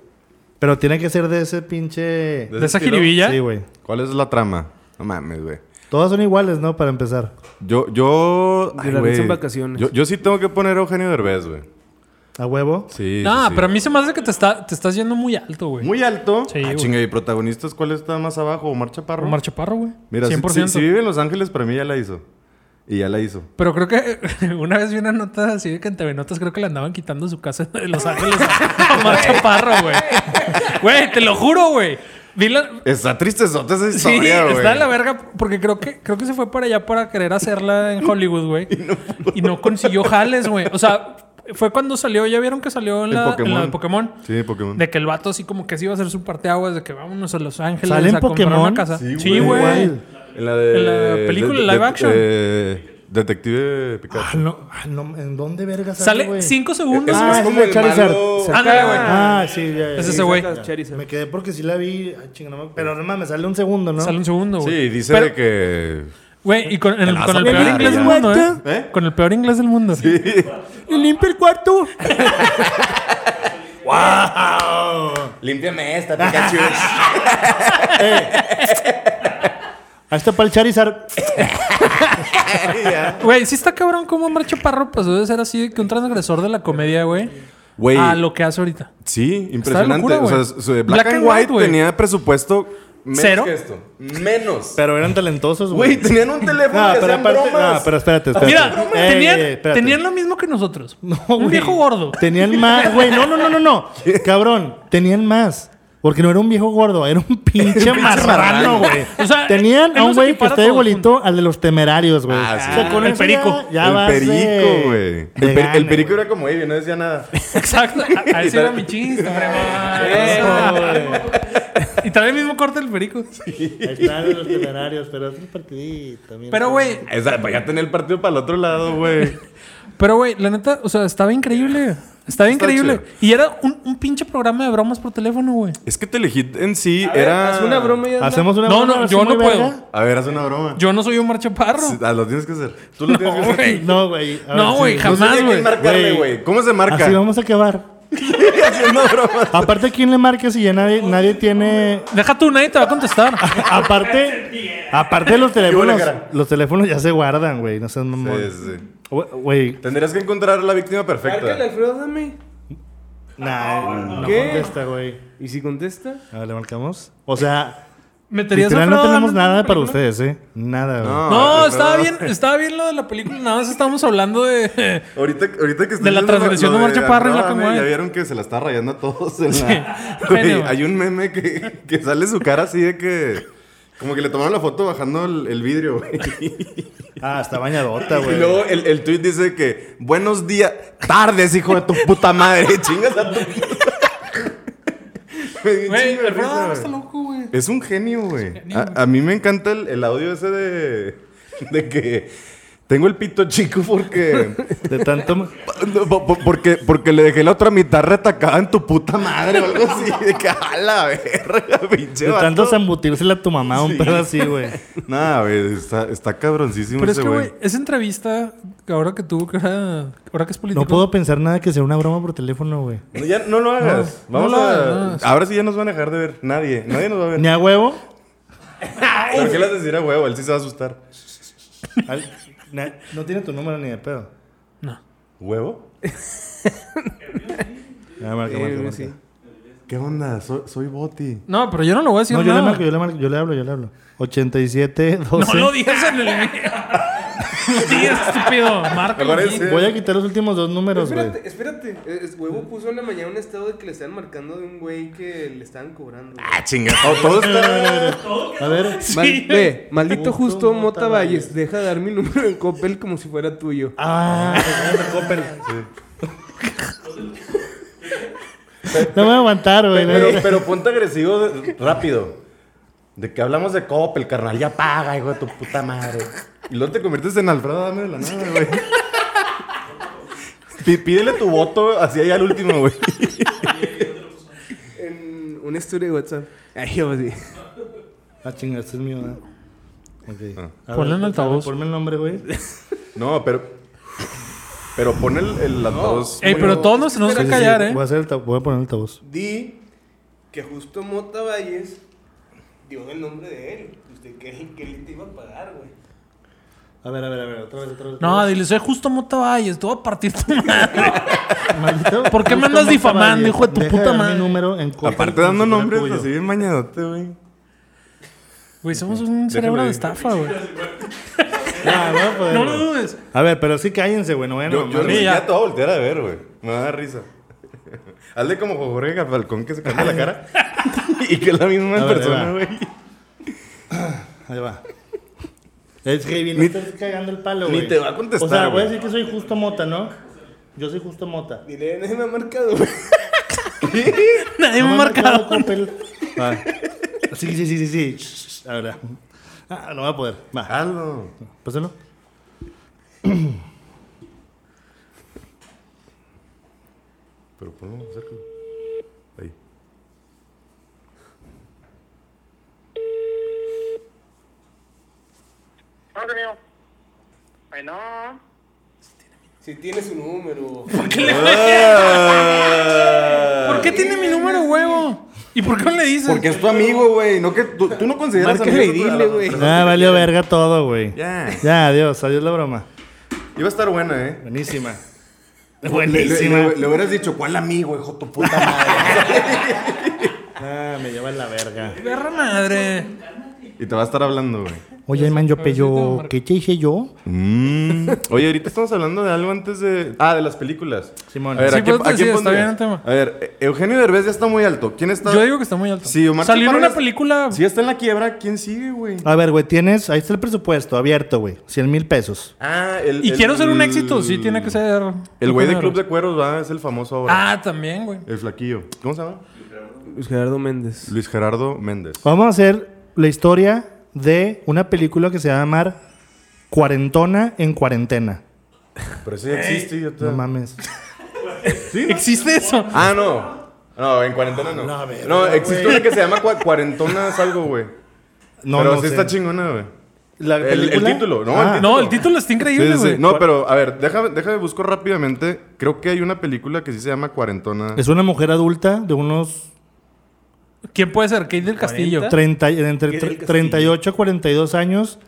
Speaker 3: Pero tiene que ser de ese pinche...
Speaker 2: ¿De
Speaker 1: ¿De esa
Speaker 2: estilo?
Speaker 1: jiribilla?
Speaker 3: Sí, güey.
Speaker 2: ¿Cuál es la trama? No mames, güey.
Speaker 3: Todas son iguales, ¿no? Para empezar.
Speaker 2: Yo, yo.
Speaker 4: De la
Speaker 2: güey.
Speaker 4: risa en vacaciones.
Speaker 2: Yo, yo sí tengo que poner a Eugenio Derbez, güey.
Speaker 3: A huevo.
Speaker 2: Sí.
Speaker 1: no,
Speaker 2: sí, sí.
Speaker 1: pero a mí se me hace que te, está, te estás yendo muy alto, güey.
Speaker 2: Muy alto.
Speaker 1: Sí,
Speaker 2: ah,
Speaker 1: güey.
Speaker 2: chinga, ¿y protagonistas cuál está más abajo? ¿Omar Chaparro?
Speaker 1: Omar Chaparro, güey.
Speaker 2: Mira, si-
Speaker 1: 100%.
Speaker 2: Si, si vive en Los Ángeles, para mí ya la hizo. Y ya la hizo.
Speaker 1: Pero creo que una vez vi una nota así de que en TV Notas creo que le andaban quitando su casa de Los Ángeles a Omar Chaparro, güey. Güey, te lo juro, güey. Vi la...
Speaker 2: Está tristezota esa
Speaker 1: Sí,
Speaker 2: historia, güey.
Speaker 1: está de la verga porque creo que creo que se fue para allá para querer hacerla en Hollywood, güey. Y, no consiguió jales, güey. O sea, fue cuando salió, ya vieron que salió en
Speaker 2: El
Speaker 1: la, en la
Speaker 2: Pokémon.
Speaker 1: de Pokémón.
Speaker 2: Sí, Pokémon.
Speaker 1: De que el vato así como que se iba a hacer su parteaguas de que vámonos a Los Ángeles
Speaker 3: ¿Sale en
Speaker 1: a comprar
Speaker 3: Pokémon?
Speaker 1: una casa. Sí, güey.
Speaker 3: Igual.
Speaker 2: En la de.
Speaker 1: En la película live action.
Speaker 2: eh, Detective
Speaker 3: Ah,
Speaker 2: Pikachu.
Speaker 3: no, ah, no, ¿En dónde verga sale,
Speaker 1: Sale
Speaker 3: güey?
Speaker 1: cinco segundos.
Speaker 3: Ah, es como
Speaker 2: el
Speaker 3: Charizard.
Speaker 2: malo-
Speaker 1: Ah, Ándale, güey.
Speaker 3: Ah, sí, ya, ya.
Speaker 1: Es
Speaker 3: ya.
Speaker 1: ese güey.
Speaker 4: Charizard.
Speaker 3: Me quedé porque sí la vi. Ay, chinga, no me- Pero no me sale un segundo, ¿no?
Speaker 1: Sale un segundo, güey.
Speaker 2: Sí, dice
Speaker 1: Pero-
Speaker 2: de que.
Speaker 1: Güey, y con el,
Speaker 2: la
Speaker 1: con
Speaker 2: vas a
Speaker 1: el
Speaker 2: pegar,
Speaker 1: peor inglés del
Speaker 2: ya.
Speaker 1: mundo, ¿eh?
Speaker 2: ¿Eh?
Speaker 1: Con el peor inglés del mundo. Y limpia el cuarto.
Speaker 2: Límpiame esta, Pikachu.
Speaker 3: Ahí está para el Charizard.
Speaker 1: Güey, sí está cabrón cómo Omar Chaparro pasó de ser así de que un transgresor de la comedia, güey.
Speaker 2: Güey.
Speaker 1: A Ah, lo que hace ahorita.
Speaker 2: Sí,
Speaker 1: Está de
Speaker 2: impresionante.
Speaker 1: locura,
Speaker 2: o sea,
Speaker 1: güey.
Speaker 2: su- su de Black,
Speaker 1: Black
Speaker 2: and
Speaker 1: and
Speaker 2: White,
Speaker 1: White, güey.
Speaker 2: tenía presupuesto menos
Speaker 1: Cero.
Speaker 2: que esto. Menos.
Speaker 3: Pero eran talentosos, güey.
Speaker 2: Güey, tenían un teléfono
Speaker 3: No,
Speaker 2: que
Speaker 3: pero
Speaker 2: hacían
Speaker 3: aparte,
Speaker 2: bromas.
Speaker 3: no, pero espérate, espérate.
Speaker 1: Mira,
Speaker 3: Ey,
Speaker 2: Eh,
Speaker 1: tenían,
Speaker 3: ey, espérate.
Speaker 1: tenían lo mismo que nosotros. un
Speaker 3: güey.
Speaker 1: viejo gordo.
Speaker 3: Tenían más, güey. No, no, no, no, no. Cabrón, tenían más. Porque no era un viejo gordo, era un pinche marrano, güey.
Speaker 1: O sea,
Speaker 3: tenían
Speaker 1: él
Speaker 3: a un
Speaker 1: nos
Speaker 3: güey que
Speaker 1: equipara
Speaker 3: está
Speaker 1: todos
Speaker 3: igualito al de los temerarios, güey.
Speaker 2: Ah, sí.
Speaker 1: Ah, el
Speaker 3: eso ya-
Speaker 1: perico.
Speaker 3: Ya,
Speaker 2: el
Speaker 3: vas de-
Speaker 2: perico, güey. El,
Speaker 3: de
Speaker 2: per- el
Speaker 3: gane,
Speaker 2: perico
Speaker 3: güey.
Speaker 2: era como Evie, no decía nada.
Speaker 1: Exacto. A- A ese era mi chiste, hombre, man. Y trae el mismo corte del perico.
Speaker 3: Ahí están los temerarios, pero es un partidito. mira.
Speaker 1: Pero, güey,
Speaker 2: Esa, ya tenía el partido para el otro lado, güey.
Speaker 1: Pero, güey, la neta, o sea, estaba increíble. Estaba increíble.
Speaker 2: chido.
Speaker 1: Y era un, un pinche programa de bromas por teléfono, güey.
Speaker 2: Es que Telehit en sí
Speaker 4: A ver,
Speaker 2: era.
Speaker 4: haz una broma y hazla.
Speaker 3: Hacemos una
Speaker 1: No,
Speaker 3: broma
Speaker 1: no,
Speaker 3: así
Speaker 1: yo
Speaker 3: muy
Speaker 1: no puedo.
Speaker 3: verga?
Speaker 2: A ver, haz una broma.
Speaker 1: Yo no soy un marchaparro.
Speaker 2: Sí, ah, lo tienes que hacer. Tú lo tienes que
Speaker 1: No,
Speaker 2: hacer.
Speaker 1: güey.
Speaker 3: No, güey. a
Speaker 1: No,
Speaker 3: ver,
Speaker 1: güey,
Speaker 3: sí.
Speaker 2: No sé ni a
Speaker 1: jamás,
Speaker 2: quién
Speaker 1: güey.
Speaker 2: marcarle,
Speaker 3: Güey.
Speaker 2: güey. ¿Cómo se marca?
Speaker 3: Así vamos a acabar.
Speaker 2: Haciendo bromas.
Speaker 3: Aparte, ¿a ¿quién le marca si ya nadie, nadie tiene
Speaker 1: Deja tú, nadie te va a contestar.
Speaker 3: Aparte, aparte los
Speaker 2: Y
Speaker 3: teléfonos,
Speaker 2: huele cara.
Speaker 3: los teléfonos ya se guardan, güey. No seas mamón.
Speaker 2: Sí, sí, sí.
Speaker 3: Gü- Güey,
Speaker 2: Tendrías que encontrar la víctima
Speaker 4: Márcale,
Speaker 2: perfecta.
Speaker 4: Alfredo, dame.
Speaker 3: nah, no
Speaker 4: ¿Qué?
Speaker 3: contesta, güey.
Speaker 4: ¿Y si contesta?
Speaker 3: A ver, le marcamos. O sea,
Speaker 1: Meterías
Speaker 3: literal
Speaker 1: a
Speaker 3: no
Speaker 1: Fredo
Speaker 3: tenemos
Speaker 1: Adame en
Speaker 3: nada
Speaker 1: tu
Speaker 3: para
Speaker 1: película.
Speaker 3: ustedes, ¿eh? Nada, güey.
Speaker 2: No.
Speaker 1: No,
Speaker 2: Ah,
Speaker 1: estaba
Speaker 2: Fredo.
Speaker 1: bien, estaba bien lo de la película. Nada más estábamos hablando de.
Speaker 2: Ahorita, ahorita que estoy
Speaker 1: De la
Speaker 2: viendo lo-
Speaker 1: transgresión
Speaker 2: lo
Speaker 1: de Omar Chaparro y la
Speaker 2: Andrade,
Speaker 1: Comay.
Speaker 2: Ya vieron que se la está rayando a todos. en la-
Speaker 1: Genio,
Speaker 2: Güey,
Speaker 1: güey.
Speaker 2: hay un meme que, que sale su cara así de que. Como que le tomaron la foto bajando el, el vidrio, güey.
Speaker 3: Ah, está bañadota,
Speaker 2: Y
Speaker 3: güey.
Speaker 2: luego el, el tweet dice que. Buenos días. Tardes, hijo de tu puta madre. Chingas a tu. Me dio un
Speaker 1: Güey,
Speaker 2: chingo de
Speaker 1: el Fredo
Speaker 2: risa,
Speaker 1: Adame
Speaker 2: güey.
Speaker 1: está loco, güey.
Speaker 2: Es un genio, güey. A, a mí me encanta el, el audio ese de. De que. Tengo el pito chico porque.
Speaker 3: De tanto. ma-
Speaker 2: No, po- po- Porque, porque le dejé la otra mitad retacada en tu puta madre o algo así. De que a la verga, pinche
Speaker 3: De tanto
Speaker 2: vato.
Speaker 3: zambutírsela a tu mamá, un
Speaker 2: Sí.
Speaker 3: pedo así, güey.
Speaker 2: Nah, güey, está, está cabroncísimo
Speaker 1: Pero es
Speaker 2: ese
Speaker 1: que,
Speaker 2: güey.
Speaker 1: güey, esa entrevista que ahora que tuvo, que era. Ahora que es político.
Speaker 3: No puedo pensar nada que sea una broma por teléfono, güey.
Speaker 2: No, ya no lo hagas.
Speaker 1: No,
Speaker 2: Vamos
Speaker 1: no lo
Speaker 2: a.
Speaker 1: hagas.
Speaker 2: Ahora sí ya nos van a dejar de ver. Nadie. Nadie nos va a ver.
Speaker 3: Ni a huevo.
Speaker 2: ¿Por qué las decir a huevo? Él sí se va a asustar.
Speaker 3: Al- na- no tiene tu número ni de pedo.
Speaker 1: No.
Speaker 2: ¿Huevo?
Speaker 3: Ya, marca, marca,
Speaker 4: Eh,
Speaker 3: marca.
Speaker 4: sí.
Speaker 2: ¿Qué onda? Soy, soy Boti.
Speaker 1: No, pero yo no lo voy a decir.
Speaker 3: No, yo le
Speaker 1: nada.
Speaker 3: marco, yo le marco, yo le hablo, yo le hablo. 87, 12.
Speaker 1: No lo digas en el video. No lo digas, estúpido. Márcalo.
Speaker 2: Ahora
Speaker 1: aquí.
Speaker 2: sí.
Speaker 3: Voy a quitar los últimos dos números, güey.
Speaker 4: Espérate, espérate. Eh, Es- huevo puso en la mañana un estado de que le estaban marcando de un güey que le estaban cobrando. güey.
Speaker 2: Ah, chingado. Todo está.
Speaker 3: A ver,
Speaker 4: Mal- ve, maldito
Speaker 3: Justo
Speaker 4: justo Mota
Speaker 3: Mota
Speaker 4: Valles, deja dar mi número en Coppel como si fuera tuyo.
Speaker 3: no me voy a aguantar, güey.
Speaker 2: Pero, pero ponte agresivo de- rápido. De que hablamos de Coppel, carnal, ya paga, hijo de tu puta madre. Y luego te conviertes en Alfredo Dame de la nada, güey. Pi- Pídele tu voto así allá al último, güey.
Speaker 4: En una historia de WhatsApp. Ay, yo sí.
Speaker 3: Ah, chinga, este es mío, ¿verdad? Ok. A
Speaker 2: Ah.
Speaker 1: Ponlo en altavoz.
Speaker 3: Ponme el nombre, güey.
Speaker 2: No, pero. Pero pon el, el altavoz.
Speaker 1: Ey,
Speaker 2: muy-
Speaker 1: pero todos nos tenemos que
Speaker 3: Sí, sí,
Speaker 1: callar, ¿eh?
Speaker 3: Voy a, hacer el ta- voy a poner el altavoz.
Speaker 4: Di que justo Mota Valles dio el nombre de él. ¿Usted qué, qué le te iba a pagar, güey?
Speaker 3: A ver, a ver, a ver, otra vez, otra vez.
Speaker 1: No, dile, soy justo Mota Valles, te voy a partir tu madre.
Speaker 3: Maldito.
Speaker 1: ¿Por qué me andas
Speaker 3: Justo
Speaker 1: difamando,
Speaker 3: Mota
Speaker 1: hijo de tu
Speaker 3: Valle.
Speaker 1: puta
Speaker 3: Deja de dar
Speaker 1: madre?
Speaker 3: mi número en corto,
Speaker 2: Aparte
Speaker 3: como
Speaker 2: dando
Speaker 3: si fuera
Speaker 2: nombres
Speaker 3: tuyo.
Speaker 2: así bien mañadote, güey.
Speaker 1: Güey, somos un cerebro de
Speaker 2: ir.
Speaker 1: estafa, güey.
Speaker 3: Ya, voy a poder,
Speaker 1: No
Speaker 3: güey.
Speaker 1: lo dudes.
Speaker 3: A ver, pero sí cállense, güey. No vayan a
Speaker 2: Yo, yo
Speaker 3: mamar.
Speaker 2: ni
Speaker 1: Sí, ya.
Speaker 2: siquiera te voy a voltear a ver, güey. Me da risa. Hazle como Jorge Falcón que se cambia la cara. y que es la misma
Speaker 3: A ver,
Speaker 2: persona,
Speaker 3: ahí
Speaker 2: güey.
Speaker 3: Ahí va. Es que bien,
Speaker 2: Ni-
Speaker 3: estás cagando el palo,
Speaker 2: ni
Speaker 3: güey.
Speaker 2: te va a contestar,
Speaker 3: O sea, voy
Speaker 2: güey.
Speaker 3: a decir que soy justo mota, ¿no? Yo soy justo mota.
Speaker 4: Dile, nadie me ha marcado, güey.
Speaker 1: Nadie me ha marcado.
Speaker 3: papel. Va. Ah. Sí, sí, sí, sí, sí. Shh, shh, Ahora. Ah, no va a poder. Va.
Speaker 2: Hazlo.
Speaker 3: Pásalo.
Speaker 2: Pero ponlo más cerca. Ahí.
Speaker 5: Madre mía. Bueno,
Speaker 4: Si tiene su número.
Speaker 1: ¿Por qué tiene mi número, huevo? ¿Y por qué no le dices?
Speaker 2: Porque es tu amigo, güey. No que tú, tú no consideras
Speaker 4: Márcale
Speaker 2: amigo
Speaker 4: y
Speaker 2: a tu- a
Speaker 4: dile,
Speaker 2: la-
Speaker 4: güey.
Speaker 2: a la-
Speaker 3: Ah, valió verga todo, güey.
Speaker 2: Ya.
Speaker 3: Ya, adiós, adiós la broma.
Speaker 2: Iba a estar buena, eh.
Speaker 3: Buenísima.
Speaker 2: Le, le-
Speaker 3: Buenísima.
Speaker 2: le- le hubieras dicho, ¿cuál amigo, hijo de tu puta madre?
Speaker 3: Ah, me lleva la verga.
Speaker 1: Perra madre.
Speaker 2: y te va a estar hablando, güey.
Speaker 3: Oye, man, yo pello. ¿Qué te dije yo?
Speaker 2: Mm. Oye, ahorita estamos hablando de algo antes de. Ah, de las películas.
Speaker 3: Simón.
Speaker 2: A ver,
Speaker 1: Sí,
Speaker 2: ¿a quién,
Speaker 1: pues,
Speaker 2: a quién
Speaker 1: sí, está
Speaker 2: pondrías?
Speaker 1: bien el tema.
Speaker 2: A ver, eh, Eugenio Derbez ya está muy alto. ¿Quién está?
Speaker 1: Yo digo que está muy alto.
Speaker 2: Sí, Omar
Speaker 1: Salió en
Speaker 2: Chaparro
Speaker 1: una
Speaker 2: es-
Speaker 1: película.
Speaker 2: Si está en la quiebra, ¿quién sigue, güey?
Speaker 3: A ver, güey, tienes. Ahí está el presupuesto abierto, güey. 100 mil pesos.
Speaker 2: Ah, el.
Speaker 1: Y
Speaker 2: el-
Speaker 1: quiero ser un éxito, sí, tiene que ser.
Speaker 2: El güey de
Speaker 1: Eugenio
Speaker 2: Club de Cueros, va, es el famoso ahora.
Speaker 1: Ah, también, güey.
Speaker 2: El flaquillo. ¿Cómo se llama?
Speaker 4: Luis Gerardo Méndez.
Speaker 2: Luis Gerardo Méndez.
Speaker 3: Vamos a hacer la historia de una película que se va a llamar Cuarentona en Cuarentena.
Speaker 2: Pero ese ya existe, idiota.
Speaker 3: No mames.
Speaker 1: ¿Existe eso?
Speaker 2: Ah, no. No, en cuarentena no.
Speaker 3: la verga,
Speaker 2: no, existe una que se llama cua- cuarentonas algo, güey.
Speaker 3: No,
Speaker 2: pero
Speaker 3: no
Speaker 2: sí
Speaker 3: sé.
Speaker 2: está chingona, güey.
Speaker 3: ¿La
Speaker 2: el- el
Speaker 3: película?
Speaker 2: título, ¿no? El
Speaker 3: Ah,
Speaker 2: título.
Speaker 1: No, el título está
Speaker 2: Sí,
Speaker 1: increíble,
Speaker 2: sí, sí.
Speaker 1: güey.
Speaker 2: No, pero a ver, déjame, déjame busco rápidamente. Creo que hay una película que sí se llama Cuarentona.
Speaker 3: Es una mujer adulta de unos
Speaker 1: ¿Quién puede ser? Kate del Castillo.
Speaker 3: 30, entre
Speaker 4: ¿Qué
Speaker 3: tre-
Speaker 4: del castillo?
Speaker 3: 38 a 42 años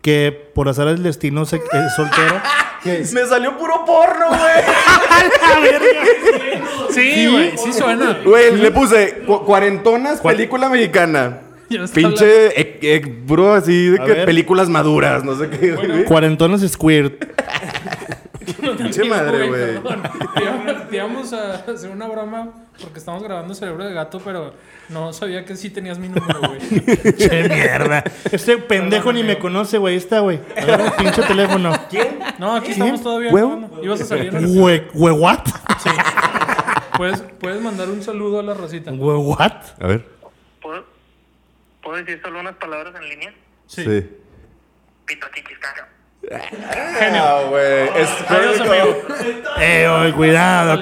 Speaker 3: que por azar del destino se, eh, es soltera.
Speaker 2: Me salió puro porno, güey.
Speaker 1: Sí, güey, sí suena.
Speaker 2: Güey, le puse cu- cuarentonas, película mexicana.
Speaker 1: Ya está
Speaker 2: Pinche, eh, eh, bro, así de
Speaker 3: A
Speaker 2: que
Speaker 3: ver.
Speaker 2: películas maduras, no sé qué. güey.
Speaker 3: Cuarentonas Squirt.
Speaker 2: Pinche madre, güey.
Speaker 1: Íbamos a hacer una broma porque estamos grabando Cerebro de Gato, pero no sabía que sí tenías mi número, güey.
Speaker 3: che mierda. Este pendejo ni me conoce, güey. Esta, güey. Agarra el pinche teléfono.
Speaker 1: No, aquí estamos todavía.
Speaker 3: ¿Huevo?
Speaker 1: grabando. Ibas a salir.
Speaker 3: Güey, güey, what?
Speaker 1: Puedes, puedes mandar un saludo a la Rosita.
Speaker 3: Güey, what?
Speaker 2: A ver.
Speaker 5: ¿puedo, ¿puedo decir solo unas palabras en línea?
Speaker 1: Sí.
Speaker 5: Pito, chiquis, caca.
Speaker 2: Ah, güey. Es,
Speaker 1: Adiós, amigo.
Speaker 3: Eh, oye, cuidado,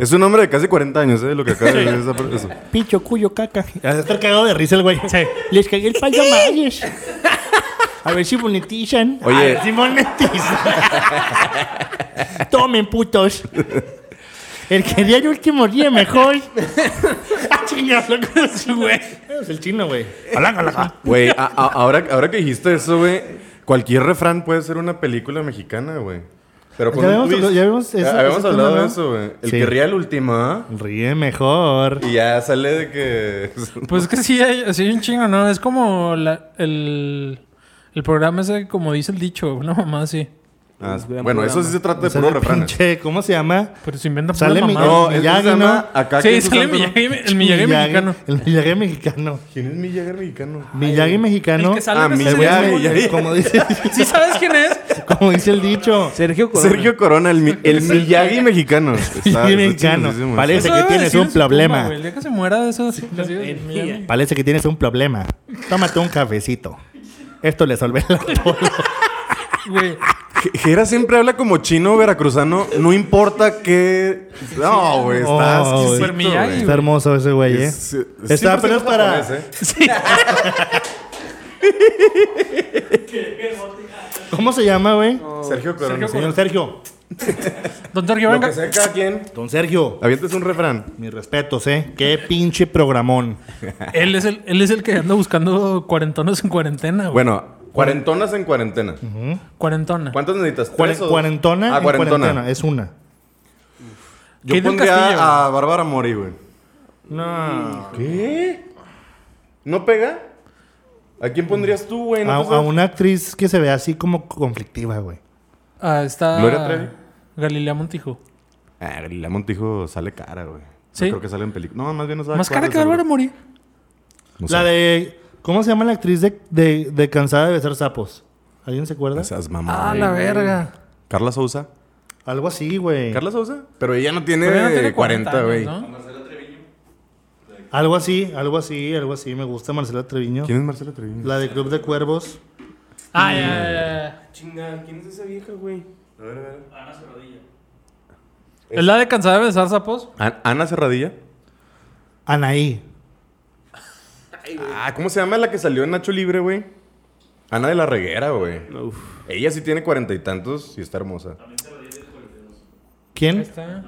Speaker 2: es un hombre de casi 40 años, ¿eh? Lo que acaba de decir esa per- eso.
Speaker 3: Picho, cuyo, caca. Has de estar cagado de risa el güey. Les cagué el payo a Mayes. A ver si monetizan.
Speaker 2: Oye.
Speaker 3: A ver si monetizan. Tomen, putos. El que día el último día mejor. Ah, chingado, con ese güey. Es el chino, güey. Hola, hola.
Speaker 2: Güey, a- a- ahora, ahora que dijiste eso, güey, cualquier refrán puede ser una película mexicana, güey. Pero con
Speaker 3: Ya
Speaker 2: un
Speaker 3: habíamos-
Speaker 2: twist.
Speaker 3: ya habíamos- ese-
Speaker 2: habíamos
Speaker 3: ese
Speaker 2: hablado
Speaker 3: tema,
Speaker 2: de
Speaker 3: ¿no?
Speaker 2: eso, güey. El
Speaker 3: Sí.
Speaker 2: que ría el último, ¿ah?
Speaker 3: Ríe mejor.
Speaker 2: Y ya sale de que.
Speaker 1: Pues es que sí hay, sí hay un chingo, ¿no? Es como la- el, el programa ese, como dice el dicho, una mamá así.
Speaker 2: Ah,
Speaker 1: pues,
Speaker 4: Un gran
Speaker 2: bueno, eso
Speaker 4: programa.
Speaker 2: sí se trata de
Speaker 3: Sale
Speaker 2: puros
Speaker 3: el
Speaker 2: refranes.
Speaker 3: pinche, ¿Cómo se llama?
Speaker 1: Pero se inventa
Speaker 3: Sale
Speaker 1: pura mamada.
Speaker 2: No,
Speaker 3: Miyagi,
Speaker 2: este se
Speaker 3: ¿no?
Speaker 2: llama acá
Speaker 1: Sí,
Speaker 2: quien su
Speaker 1: sale
Speaker 2: santo no-
Speaker 1: Miyagi, el Miyagi mexicano.
Speaker 3: El Miyagi mexicano.
Speaker 2: ¿Quién es Miyagi mexicano?
Speaker 3: Miyagi mexicano.
Speaker 1: El que sale
Speaker 2: Ah,
Speaker 1: en ese
Speaker 2: Miyagi,
Speaker 1: video, güey.
Speaker 2: Miyagi.
Speaker 3: Como dice,
Speaker 1: ¿Sí sabes quién es?
Speaker 3: como dice el dicho.
Speaker 4: Sergio Corona.
Speaker 2: Sergio Corona, el, mi- el Miyagi mexicano. Está- está
Speaker 3: mexicano.
Speaker 2: chingoncísimo.
Speaker 3: Vale. Parece
Speaker 1: Eso
Speaker 3: que
Speaker 1: debe
Speaker 3: tienes
Speaker 1: decir
Speaker 3: un
Speaker 1: en su tumba,
Speaker 3: problema.
Speaker 1: güey. El día que se muera de eso, así, así, Miyagi.
Speaker 3: Parece que tienes un problema. Tómate un cafecito. Esto le solvela todo.
Speaker 1: Güey,
Speaker 2: Je- Jera siempre habla como chino veracruzano, no importa qué. No, güey, está
Speaker 3: Oh, güey.
Speaker 2: exquisito,
Speaker 1: Super Miyagi,
Speaker 2: güey.
Speaker 1: güey.
Speaker 3: Está hermoso ese güey, ¿eh?
Speaker 2: Es- sí, sí,
Speaker 3: Está
Speaker 2: pero es
Speaker 3: apenas para.
Speaker 2: japonés, ¿eh?
Speaker 1: Sí.
Speaker 3: ¿Cómo se llama, güey?
Speaker 2: Sergio
Speaker 1: Sergio
Speaker 2: Corona.
Speaker 3: Señor Sergio.
Speaker 1: Don Sergio,
Speaker 2: Lo que
Speaker 1: venga.
Speaker 2: sea cada quien.
Speaker 3: Don Sergio,
Speaker 2: Aviéntese un refrán.
Speaker 3: mis respetos, ¿eh? Qué pinche programón.
Speaker 1: Él es, el, él es el que anda buscando cuarentonas en cuarentena, güey.
Speaker 2: Bueno, cuarentonas en cuarentena.
Speaker 1: Cuarentona.
Speaker 2: ¿Cuántas necesitas?
Speaker 3: Cuare-
Speaker 2: ¿Tres o dos?
Speaker 3: cuarentona,
Speaker 2: Ah,
Speaker 3: en
Speaker 2: cuarentona.
Speaker 3: cuarentena, es una.
Speaker 1: ¿Qué
Speaker 2: Yo
Speaker 1: dice el
Speaker 2: pondría
Speaker 1: Castillo, güey?
Speaker 2: a Bárbara Mori, güey.
Speaker 3: No.
Speaker 2: ¿Qué? ¿No pega? ¿A quién pondrías tú, güey? ¿No pues,
Speaker 3: A,
Speaker 2: te sabes?
Speaker 3: a una actriz que se ve así como conflictiva, güey.
Speaker 1: Ah, está.
Speaker 2: Gloria Trevi.
Speaker 1: Galilea Montijo.
Speaker 2: Ah, Galilea Montijo sale cara, güey.
Speaker 1: ¿Sí?
Speaker 2: No creo que sale en película. No, más bien no sale
Speaker 1: Más cara que Álvaro Mori.
Speaker 3: La de. ¿Cómo se llama la actriz de, de- de Cansada de Besar Sapos? ¿Alguien se acuerda?
Speaker 2: Esas mamás.
Speaker 1: Ah, la verga.
Speaker 2: Carla Sousa.
Speaker 3: Algo así, güey.
Speaker 2: ¿Carla Sousa? Pero ella no tiene,
Speaker 1: Pero ya no tiene
Speaker 2: 40, güey.
Speaker 1: años, ¿no?
Speaker 3: Algo así, algo así, algo así. Me gusta Marcela Treviño.
Speaker 2: ¿Quién es Marcela Treviño?
Speaker 3: La de Club de Cuervos.
Speaker 1: Ah, ya, ya, ya, ya.
Speaker 4: Chinga, ¿quién es esa vieja, güey?
Speaker 1: ¿Es la de cansada de besar sapos?
Speaker 2: An- Ana Serradilla.
Speaker 3: Anaí.
Speaker 2: Ah, ¿cómo se llama la que salió en Nacho Libre, güey? Ana de la Reguera, güey.
Speaker 4: Uf.
Speaker 2: Ella sí tiene cuarenta y tantos y está hermosa.
Speaker 1: Ahí
Speaker 3: ¿Quién?
Speaker 1: está.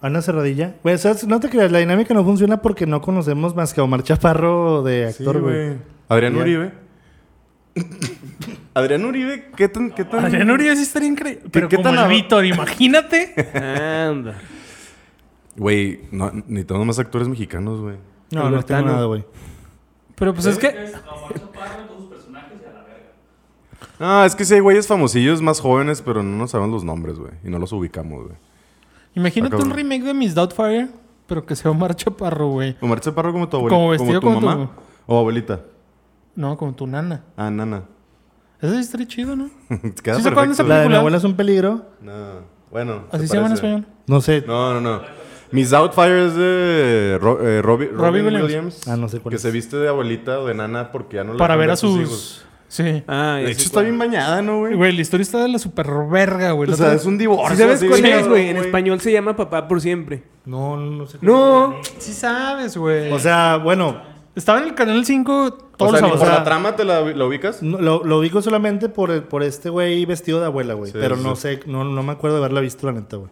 Speaker 3: Ana Cerradilla. Güey, ¿sabes? no te creas, la dinámica no funciona porque no conocemos más que a Omar Chaparro de actor, güey.
Speaker 2: Adrián
Speaker 3: Ya.
Speaker 2: Uribe. Adrián Uribe, ¿qué tan, qué tan?
Speaker 1: Adrián Uribe sí estaría increíble. Pero
Speaker 2: qué
Speaker 1: como
Speaker 2: tan
Speaker 1: el
Speaker 2: ab-
Speaker 1: Víctor, imagínate.
Speaker 4: Anda.
Speaker 2: Güey, no, necesitamos más actores mexicanos, güey.
Speaker 3: No, no tengo
Speaker 4: Albertano.
Speaker 3: nada, güey.
Speaker 1: Pero pues es que.
Speaker 2: Ah, es que sí hay güeyes famosillos más jóvenes, pero no nos sabemos los nombres, güey. Y no los ubicamos, güey.
Speaker 1: Imagínate
Speaker 2: Acabo.
Speaker 1: un remake de Miss Doubtfire, pero que sea Omar Chaparro, güey.
Speaker 2: Omar Chaparro como tu abuelita.
Speaker 1: Como vestido
Speaker 2: tu
Speaker 1: como tu-
Speaker 2: mamá. O abuelita.
Speaker 1: No, como tu nana.
Speaker 2: Ah, nana.
Speaker 1: Ese sí estaría chido, ¿no?
Speaker 2: Te queda
Speaker 1: ¿Sí se acuerdan de esa
Speaker 2: perfecto.
Speaker 3: La de mi
Speaker 1: Película.
Speaker 3: abuela es un peligro.
Speaker 2: No, bueno.
Speaker 1: Así se llama en
Speaker 2: parece.
Speaker 1: español.
Speaker 3: No sé.
Speaker 2: No, no, no. Miss Doubtfire es de Ro- eh, Robbie, Robin
Speaker 1: Williams.
Speaker 2: Williams.
Speaker 3: Ah, no sé cuál
Speaker 2: Que
Speaker 3: es.
Speaker 2: se viste de abuelita o de nana porque ya no le
Speaker 1: Para ver
Speaker 2: dejan
Speaker 1: a
Speaker 2: hijos.
Speaker 1: sus. Sí.
Speaker 4: Ah, ya
Speaker 2: De
Speaker 4: sé
Speaker 2: hecho, está
Speaker 4: cuál.
Speaker 2: bien bañada, ¿no, güey?
Speaker 1: Güey, la historia está de la super verga, güey. La
Speaker 2: O sea,
Speaker 1: otra-
Speaker 2: es un divorcio.
Speaker 4: ¿Sí sabes
Speaker 2: así,
Speaker 4: cuál es,
Speaker 2: cabrón,
Speaker 4: güey? En español se llama Papá por siempre.
Speaker 3: No, no, no sé. cuál
Speaker 4: No.
Speaker 1: Sí sabes, güey.
Speaker 3: es. O sea, bueno,
Speaker 1: Estaba en el canal 5
Speaker 2: O
Speaker 1: todos
Speaker 2: sea,
Speaker 1: los
Speaker 2: ni
Speaker 1: sábados.
Speaker 2: por la trama te la, la ubicas.
Speaker 3: no- lo, lo ubico solamente por, el- por este güey vestido de abuela, güey.
Speaker 2: Sí,
Speaker 3: pero
Speaker 2: sí,
Speaker 3: no
Speaker 2: sí.
Speaker 3: sé, no, no me acuerdo de haberla visto, la neta, güey.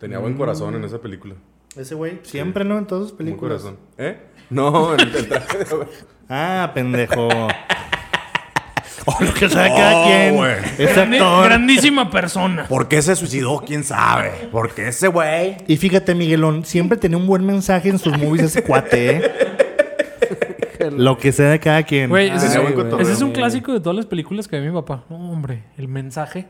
Speaker 2: Tenía buen corazón en esa película.
Speaker 3: Ese güey, siempre, ¿no? En todas sus
Speaker 2: Buen
Speaker 3: películas.
Speaker 2: corazón. ¿Eh? No, en el, el traje de abuela.
Speaker 3: Ah, pendejo. O lo que sabe cada
Speaker 2: No,
Speaker 3: quien.
Speaker 2: Oh, güey.
Speaker 3: Es
Speaker 1: Grandi-
Speaker 3: actor.
Speaker 1: grandísima persona.
Speaker 2: ¿Por qué se suicidó? ¿Quién sabe? Porque ese güey...
Speaker 3: Y fíjate, Miguelón, siempre tenía un buen mensaje en sus movies ese cuate, ¿eh? Lo que sea de cada quien.
Speaker 1: Güey, ese, es,
Speaker 2: Ah, Tenía buen
Speaker 1: ese
Speaker 2: cotorreo.
Speaker 1: es un clásico de todas las películas que ve mi papá. No, hombre, el mensaje.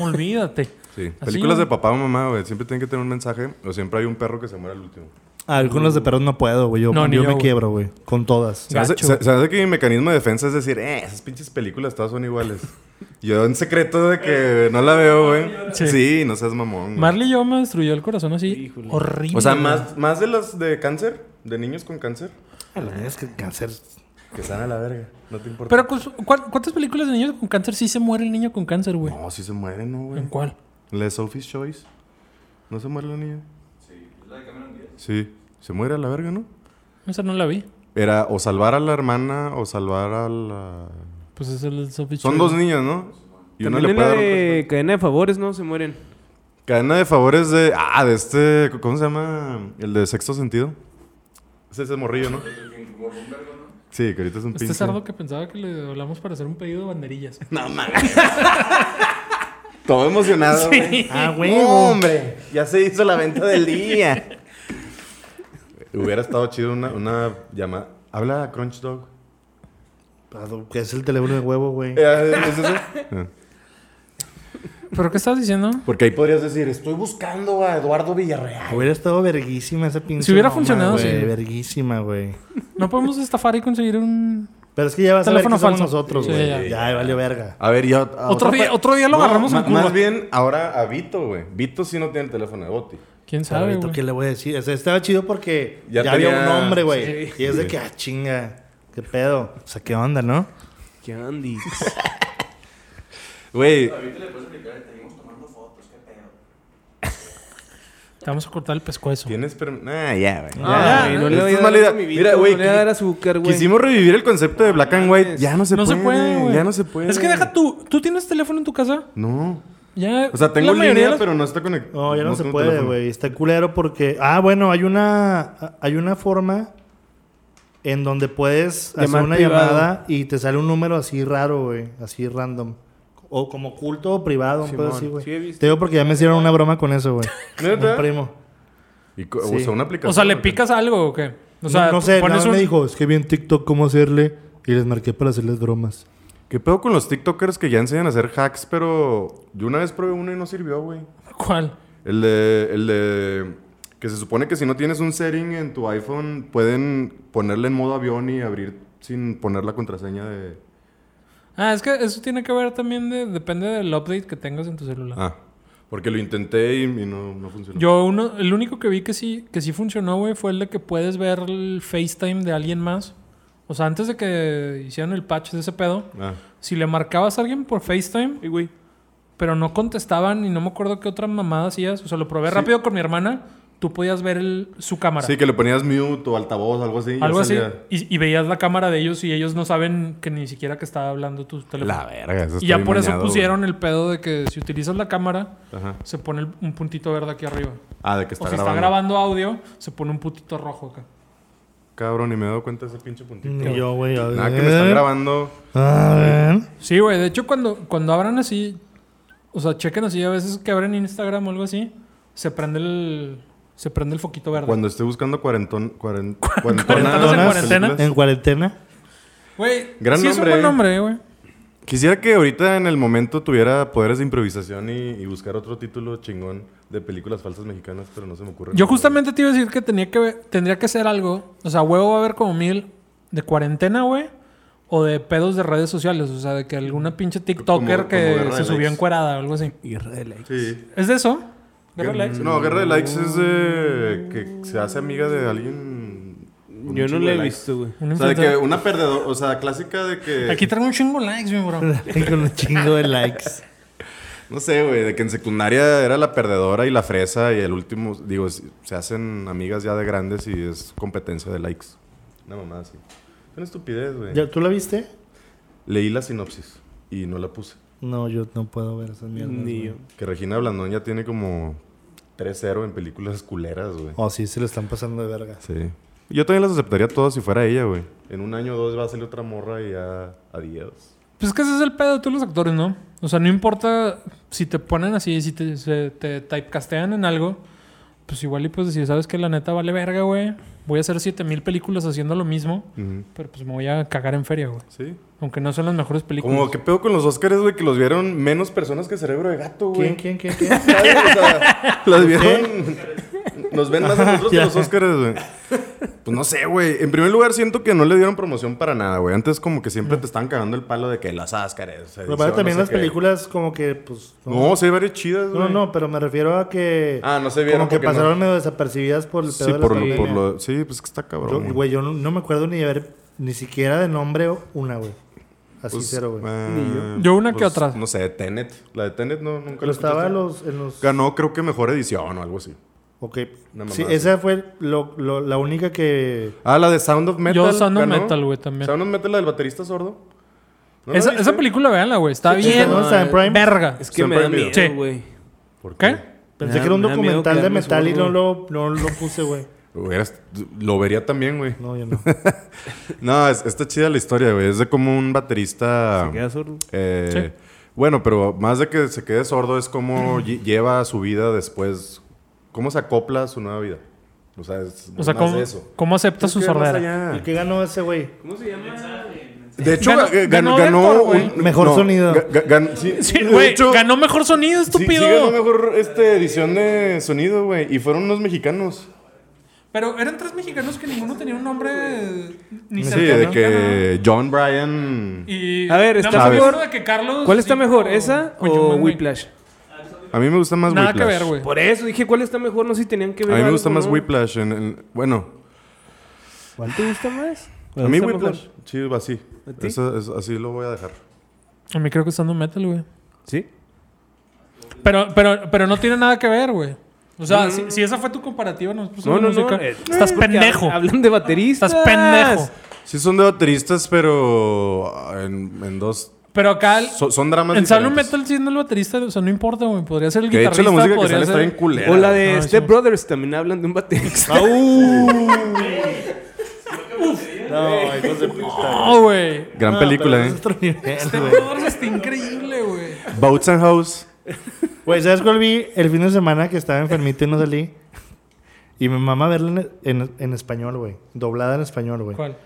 Speaker 1: Olvídate.
Speaker 2: Sí,
Speaker 1: Así,
Speaker 2: películas de
Speaker 1: güey.
Speaker 2: papá o mamá, güey. Siempre tienen que tener un mensaje. O siempre hay un perro que se muere al último.
Speaker 3: Ah, yo con los de perros no puedo, güey. Yo,
Speaker 1: No, ni
Speaker 3: yo
Speaker 1: yo,
Speaker 3: me
Speaker 1: güey.
Speaker 3: quiebro, güey. Con todas.
Speaker 2: ¿Sabes,
Speaker 1: Gacho.
Speaker 2: sa- sabes de que mi mecanismo de defensa es decir, eh, esas pinches películas todas son iguales? Yo en secreto de que no la veo, güey.
Speaker 1: Sí.
Speaker 2: Sí. no seas mamón. güey.
Speaker 1: Marley y yo me destruyó el corazón así. Horrible.
Speaker 2: O sea,
Speaker 1: güey.
Speaker 2: más, más de las de cáncer, de niños con cáncer,
Speaker 3: A la vez que cáncer.
Speaker 2: que están a la verga. No te importa.
Speaker 1: Pero, pues, ¿cuál- ¿cuántas películas de niños con cáncer sí se muere el niño con cáncer, güey?
Speaker 2: No, si se mueren, ¿no, güey?
Speaker 1: ¿En cuál?
Speaker 2: La de Sophie's Choice. ¿No se muere la niña? Sí, la de Cameron Díaz. Sí, se muere a la verga, ¿no?
Speaker 1: Esa no la vi.
Speaker 2: Era o salvar a la hermana o salvar a la.
Speaker 1: Pues esa es el Sophie
Speaker 2: Son
Speaker 1: Chow.
Speaker 2: dos niñas, ¿no? Y una
Speaker 4: También
Speaker 2: le
Speaker 4: en
Speaker 2: puede
Speaker 4: la
Speaker 2: dar un-
Speaker 4: de cadena de favores, ¿no? Se mueren.
Speaker 2: Cadena de favores de. Ah, de este. ¿Cómo se llama? El de sexto sentido. Es ese morrillo, ¿no? Sí, que ahorita es un
Speaker 1: Este
Speaker 2: pinche.
Speaker 1: sardo que pensaba que le hablamos para hacer un pedido de banderillas.
Speaker 2: Todo emocionado. güey.
Speaker 3: Ah,
Speaker 2: No,
Speaker 3: huevo.
Speaker 2: hombre. Ya se hizo la venta del día. Hubiera estado chido una, una llamada. Habla Crunch Dog.
Speaker 3: Que es el teléfono de huevo, güey.
Speaker 2: Eh, ¿es ese? Eh.
Speaker 1: ¿Pero qué estás diciendo?
Speaker 2: Porque ahí podrías decir, estoy buscando a Eduardo Villarreal.
Speaker 3: Hubiera estado verguísima esa pinche.
Speaker 1: Si hubiera
Speaker 3: broma,
Speaker 1: funcionado,
Speaker 3: güey,
Speaker 1: sí.
Speaker 3: Verguísima, güey.
Speaker 1: No podemos estafar y conseguir un.
Speaker 3: Pero es que ya vas
Speaker 1: Teléfono
Speaker 3: a ver que somos
Speaker 1: falso.
Speaker 3: nosotros,
Speaker 1: Sí,
Speaker 3: güey.
Speaker 1: ya.
Speaker 3: ya, valió verga.
Speaker 2: A ver, ya.
Speaker 1: Otro día- otro día lo agarramos en
Speaker 2: pues, ma-
Speaker 1: Cuba.
Speaker 2: Más bien, ahora a Vito, güey. Vito sí no tiene el teléfono de Boti.
Speaker 1: ¿Quién
Speaker 3: Ahorita,
Speaker 1: sabe, güey?
Speaker 3: ¿Qué le voy a decir? O sea, estaba chido porque ya,
Speaker 2: Ya
Speaker 3: había
Speaker 2: tenía-
Speaker 3: un hombre, güey. Y es de
Speaker 2: Sí.
Speaker 3: que, ah, chinga. ¿Qué pedo? O sea, ¿qué onda, no?
Speaker 4: ¿Qué Andy? Ah,
Speaker 2: Güey.
Speaker 1: Te vamos a cortar el pescuezo.
Speaker 2: ¿Tienes permiso? Ah, ya, güey. Ya,
Speaker 4: Ah, güey,
Speaker 2: ya. Esto
Speaker 4: no le voy a
Speaker 2: es
Speaker 4: dar
Speaker 2: mala idea.
Speaker 4: a mi
Speaker 2: Mira,
Speaker 4: Vito,
Speaker 2: güey.
Speaker 4: no le voy a dar azúcar, güey.
Speaker 2: Quisimos revivir el concepto de Black and White. Ya no se
Speaker 1: no
Speaker 2: puede.
Speaker 1: se puede, güey.
Speaker 2: Ya no se puede.
Speaker 1: Es que deja tú. ¿Tú tienes teléfono en tu casa?
Speaker 2: No.
Speaker 1: Ya.
Speaker 2: O sea,
Speaker 1: la
Speaker 2: tengo
Speaker 1: mayoría de
Speaker 2: línea,
Speaker 1: las-
Speaker 2: pero no está conectado.
Speaker 3: No, ya no, se
Speaker 2: tengo
Speaker 3: puede,
Speaker 2: teléfono.
Speaker 3: güey. Está culero porque. Ah, bueno, hay una. Hay una forma en donde puedes hacer
Speaker 4: Llamar
Speaker 3: una
Speaker 4: privado.
Speaker 3: llamada y te sale un número así raro, güey. Así random. O como oculto o privado, un pedo
Speaker 4: Simón.
Speaker 3: así, güey.
Speaker 4: Sí, he visto.
Speaker 3: te digo porque ya me hicieron una broma con eso, güey.
Speaker 2: ¿Neta?
Speaker 3: Un primo.
Speaker 2: Y co-
Speaker 3: Sí.
Speaker 2: O sea, una aplicación.
Speaker 1: O sea, ¿le picas algo o qué? O sea,
Speaker 3: no, no sé,
Speaker 1: pones
Speaker 3: nada más me
Speaker 1: un-
Speaker 3: dijo, es que vi en TikTok cómo hacerle y les marqué para hacerles bromas.
Speaker 2: ¿Qué pedo con los TikTokers que ya enseñan a hacer hacks, pero yo una vez probé uno y no sirvió, güey?
Speaker 1: ¿Cuál?
Speaker 2: El de, el de... Que se supone que si no tienes un setting en tu iPhone, pueden ponerle en modo avión y abrir sin poner la contraseña de...
Speaker 1: Ah, es que eso tiene que ver también de... Depende del update que tengas en tu celular.
Speaker 2: Ah, porque lo intenté y, y no, no funcionó.
Speaker 1: Yo uno... El único que vi que sí, que sí funcionó, güey, fue el de que puedes ver el FaceTime de alguien más. O sea, antes de que hicieran el patch de ese pedo,
Speaker 2: Ah.
Speaker 1: si le marcabas a alguien por FaceTime,
Speaker 4: Ay, güey.
Speaker 1: pero no contestaban y no me acuerdo qué otra mamada hacías. O sea, lo probé rápido con mi hermana. Tú podías ver el- su cámara.
Speaker 2: Sí, que le ponías mute o altavoz, algo así. y ya
Speaker 1: Algo así.
Speaker 2: salía.
Speaker 1: Y, y veías la cámara de ellos y ellos no saben que ni siquiera que estaba hablando tu teléfono.
Speaker 2: La verga, eso
Speaker 1: y
Speaker 2: está
Speaker 1: ya
Speaker 2: bien
Speaker 1: por eso
Speaker 2: mañado, güey.
Speaker 1: pusieron el pedo de que si utilizas la cámara,
Speaker 2: Ajá.
Speaker 1: se pone el- un puntito verde aquí arriba.
Speaker 2: Ah, de que está
Speaker 1: o si
Speaker 2: grabando.
Speaker 1: está grabando audio, se pone un puntito rojo acá.
Speaker 2: Cabrón, y me he dado cuenta de ese pinche puntito.
Speaker 3: Y yo, güey, a ver.
Speaker 2: Nada, Ah, que me están grabando.
Speaker 3: Ah, A ver.
Speaker 1: Sí, güey. De hecho, cuando, cuando abran así, o sea, chequen así, a veces que abren Instagram o algo así, se prende el, se prende el foquito verde.
Speaker 2: Cuando esté buscando cuarentón, cuaren-
Speaker 1: cuarentanas
Speaker 2: cuarentonas
Speaker 1: en
Speaker 2: las
Speaker 1: cuarentena.
Speaker 2: películas.
Speaker 3: En cuarentena.
Speaker 1: Güey,
Speaker 2: Gran
Speaker 1: sí es un
Speaker 2: nombre,
Speaker 1: buen
Speaker 2: eh.
Speaker 1: nombre, güey.
Speaker 2: Quisiera que ahorita en el momento tuviera poderes de improvisación y, y buscar otro título chingón de películas falsas mexicanas, pero no se me ocurre.
Speaker 1: Yo
Speaker 2: nada.
Speaker 1: justamente te iba a decir que, tenía que ver- tendría que ser algo. O sea, huevo va a haber como mil de cuarentena, güey. O de pedos de redes sociales. O sea, de que alguna pinche TikToker
Speaker 2: Como- como
Speaker 1: que
Speaker 2: guerra de
Speaker 1: se subió
Speaker 2: likes.
Speaker 1: encuerada o algo así.
Speaker 2: Sí.
Speaker 1: ¿Es de eso? ¿Guerra de
Speaker 2: Guerra-
Speaker 1: likes?
Speaker 2: No, Guerra de Likes es de que se hace amiga de alguien. con
Speaker 4: Yo
Speaker 2: un
Speaker 4: no
Speaker 2: chingo
Speaker 4: la
Speaker 2: de
Speaker 4: he
Speaker 2: likes.
Speaker 4: visto, güey.
Speaker 1: Un
Speaker 2: O sea, de que
Speaker 1: influencer.
Speaker 2: una perdedora, o sea, clásica de que.
Speaker 1: Aquí traigo un chingo de likes, mi bro.
Speaker 3: Con un chingo de likes.
Speaker 2: No sé, güey, de que en secundaria era la perdedora y la fresa y el último, digo, es- se hacen amigas ya de grandes y es competencia de likes. Una mamada así. Es una estupidez, güey.
Speaker 3: ¿Ya, ¿Tú la viste?
Speaker 2: Leí la sinopsis y no la puse.
Speaker 3: No, yo no puedo ver esas mierdas.
Speaker 4: Ni
Speaker 3: güey.
Speaker 4: yo.
Speaker 2: Que Regina Blandón ya tiene como 3-0 en películas culeras, güey.
Speaker 3: Oh, sí, se lo están pasando de verga.
Speaker 2: Sí. Yo también las aceptaría todas si fuera ella, güey. En un año o dos va a salir otra morra y ya adiós.
Speaker 1: Pues es que ese es el pedo de todos los actores, ¿no? O sea, no importa si te ponen así, si te, se- te typecastean en algo, pues igual y pues decir, ¿sabes que La neta vale verga, güey. Voy a hacer 7000 películas haciendo lo mismo,
Speaker 2: Ujú.
Speaker 1: pero pues me voy a cagar en feria, güey.
Speaker 2: Sí.
Speaker 1: Aunque no son las mejores películas.
Speaker 2: Como que pedo con los Oscars, güey, que los vieron menos personas que cerebro de gato, güey.
Speaker 3: ¿Quién, quién, quién, quién?
Speaker 2: ¿Sabes? O sea, las vieron. Nos ven más a nosotros que
Speaker 3: Ya.
Speaker 2: los Óscares, güey. Pues no sé, güey. En primer lugar, siento que no le dieron promoción para nada, güey. Antes, como que siempre te estaban cagando el palo de que los Óscares. edición,
Speaker 3: Pero aparte también
Speaker 2: no
Speaker 3: las
Speaker 2: sé qué.
Speaker 3: películas como que, pues...
Speaker 2: No, sí, hay varias chidas,
Speaker 3: No,
Speaker 2: güey.
Speaker 3: no, pero me refiero a que...
Speaker 2: Ah, no se vieron
Speaker 3: Como que
Speaker 2: porque no.
Speaker 3: pasaron medio desapercibidas por el pedo
Speaker 2: Sí,
Speaker 3: de la
Speaker 2: por lo, por
Speaker 3: pandemia.
Speaker 2: lo- Sí, pues que está
Speaker 3: Yo,
Speaker 2: cabrón.
Speaker 3: güey, yo no, no me acuerdo ni de ver ni siquiera de nombre o- una, güey. Así
Speaker 2: Pues,
Speaker 3: cero, güey.
Speaker 2: eh,
Speaker 1: yo. Yo una que
Speaker 2: pues,
Speaker 1: otra.
Speaker 2: No sé, Tenet. La de Tenet no, nunca
Speaker 3: Pero
Speaker 2: la
Speaker 3: estaba
Speaker 2: escuchaste.
Speaker 3: en los... En los
Speaker 2: Ganó, creo que mejor edición o algo así.
Speaker 3: ok.
Speaker 2: Una
Speaker 3: Sí,
Speaker 2: mamada
Speaker 3: esa fue lo- lo- la única que...
Speaker 2: Ah, la de Sound of Metal.
Speaker 1: Yo Sound of
Speaker 2: ganó.
Speaker 1: Metal, güey, también.
Speaker 2: Sound of Metal, la del baterista sordo. ¿No la
Speaker 1: esa,
Speaker 2: viste?
Speaker 1: esa película, véanla, güey. Está
Speaker 3: Sí,
Speaker 1: bien.
Speaker 3: ¿no? Está en Prime.
Speaker 1: Verga.
Speaker 4: Es que
Speaker 2: Son
Speaker 4: me da
Speaker 2: Prime
Speaker 4: miedo,
Speaker 2: Video.
Speaker 1: Sí.
Speaker 4: güey.
Speaker 2: ¿Por
Speaker 1: ¿Qué?
Speaker 3: Pensé
Speaker 4: Me da-
Speaker 3: que era un
Speaker 4: me da miedo
Speaker 3: documental de
Speaker 4: quedarme
Speaker 3: metal y no
Speaker 4: sordo.
Speaker 3: lo, no lo puse, güey.
Speaker 2: Hubieras- lo vería también, güey.
Speaker 3: No, yo no.
Speaker 2: No, es- está chida la historia, güey. Es de como un baterista.
Speaker 4: Se queda sordo.
Speaker 2: eh, Bueno, pero más de que se quede sordo, es como lle- lleva su vida después. ¿Cómo se acopla a su nueva vida? O sea, es
Speaker 1: O sea,
Speaker 2: más
Speaker 1: ¿cómo,
Speaker 2: de eso.
Speaker 1: ¿cómo acepta su
Speaker 2: Es que más
Speaker 1: sordera?
Speaker 2: allá.
Speaker 3: ¿Y qué ganó ese, güey?
Speaker 4: ¿Cómo se llama?
Speaker 2: De hecho,
Speaker 1: Ganó-
Speaker 2: ga- ga-
Speaker 1: ganó
Speaker 2: ganó,
Speaker 1: Vector, güey.
Speaker 2: un-
Speaker 3: Mejor sonido.
Speaker 2: ga- ga- gan- sí,
Speaker 1: Sí,
Speaker 2: de
Speaker 1: güey,
Speaker 2: hecho,
Speaker 1: ganó mejor sonido,
Speaker 2: sí- sí
Speaker 1: estúpido.
Speaker 2: ganó mejor este, edición de sonido, güey. Y fueron unos mexicanos.
Speaker 1: Pero eran tres mexicanos que ninguno tenía un nombre eh, ni
Speaker 2: Sí,
Speaker 1: cerca
Speaker 2: de
Speaker 1: mexicano.
Speaker 2: que John Bryan.
Speaker 1: Y
Speaker 4: A ver,
Speaker 1: nada
Speaker 4: está
Speaker 1: más me
Speaker 2: mejor-
Speaker 1: acuerdo de que Carlos
Speaker 4: ¿Cuál está
Speaker 1: dijo-
Speaker 4: mejor, esa
Speaker 1: Oye,
Speaker 4: o
Speaker 1: güey,
Speaker 4: Whiplash?
Speaker 2: A mí me gusta más
Speaker 1: Nada que
Speaker 2: Whiplash.
Speaker 1: ver, güey.
Speaker 4: Por eso dije, ¿cuál está mejor? No sé si tenían que ver
Speaker 2: A mí me
Speaker 4: algo,
Speaker 2: gusta más
Speaker 4: ¿no?
Speaker 2: Whiplash. En, en- bueno,
Speaker 4: ¿Cuál te gusta más?
Speaker 2: a mí
Speaker 4: ¿Está
Speaker 2: Whiplash.
Speaker 4: mejor?
Speaker 2: Sí, así.
Speaker 4: ¿A ti?
Speaker 2: Eso- eso- así lo voy a dejar.
Speaker 1: A mí creo que está en metal, güey.
Speaker 4: ¿Sí?
Speaker 1: Pero, pero, pero no tiene nada que ver, güey. O sea,
Speaker 4: No, no,
Speaker 1: si,
Speaker 4: no.
Speaker 1: si esa fue tu comparativa, nosotros
Speaker 4: No,
Speaker 1: somos
Speaker 4: no, no.
Speaker 1: música.
Speaker 4: eh,
Speaker 1: Estás
Speaker 4: porque
Speaker 1: pendejo.
Speaker 4: hab- Hablan de bateristas.
Speaker 1: Estás pendejo.
Speaker 2: Sí, son de bateristas, pero ah, en, en dos.
Speaker 1: Pero acá. el-
Speaker 2: so- son dramas.
Speaker 1: en Salud
Speaker 2: diferentes.
Speaker 1: Metal siendo el baterista, o sea, no importa, güey. Podría ser el
Speaker 2: Que de
Speaker 1: guitarrista.
Speaker 2: hecho la música que
Speaker 1: podría
Speaker 2: sale está
Speaker 1: ser-
Speaker 2: bien culera. Ah,
Speaker 4: O la de
Speaker 1: No,
Speaker 4: Step
Speaker 1: sí.
Speaker 4: Brothers también hablan de un baterista.
Speaker 3: No, hijos de puta.
Speaker 1: No, güey.
Speaker 4: Ah,
Speaker 2: Gran película,
Speaker 3: Ah, pero
Speaker 2: ¿eh?
Speaker 3: Es otro nivel,
Speaker 1: Este
Speaker 3: güey.
Speaker 1: Brothers está increíble, güey.
Speaker 2: Boats and House.
Speaker 3: Güey, ¿sabes cuál vi el fin de semana que estaba enfermito y no salí? Y me mamá verla en, en- en español, güey. Doblada en español, güey.
Speaker 1: ¿Cuál?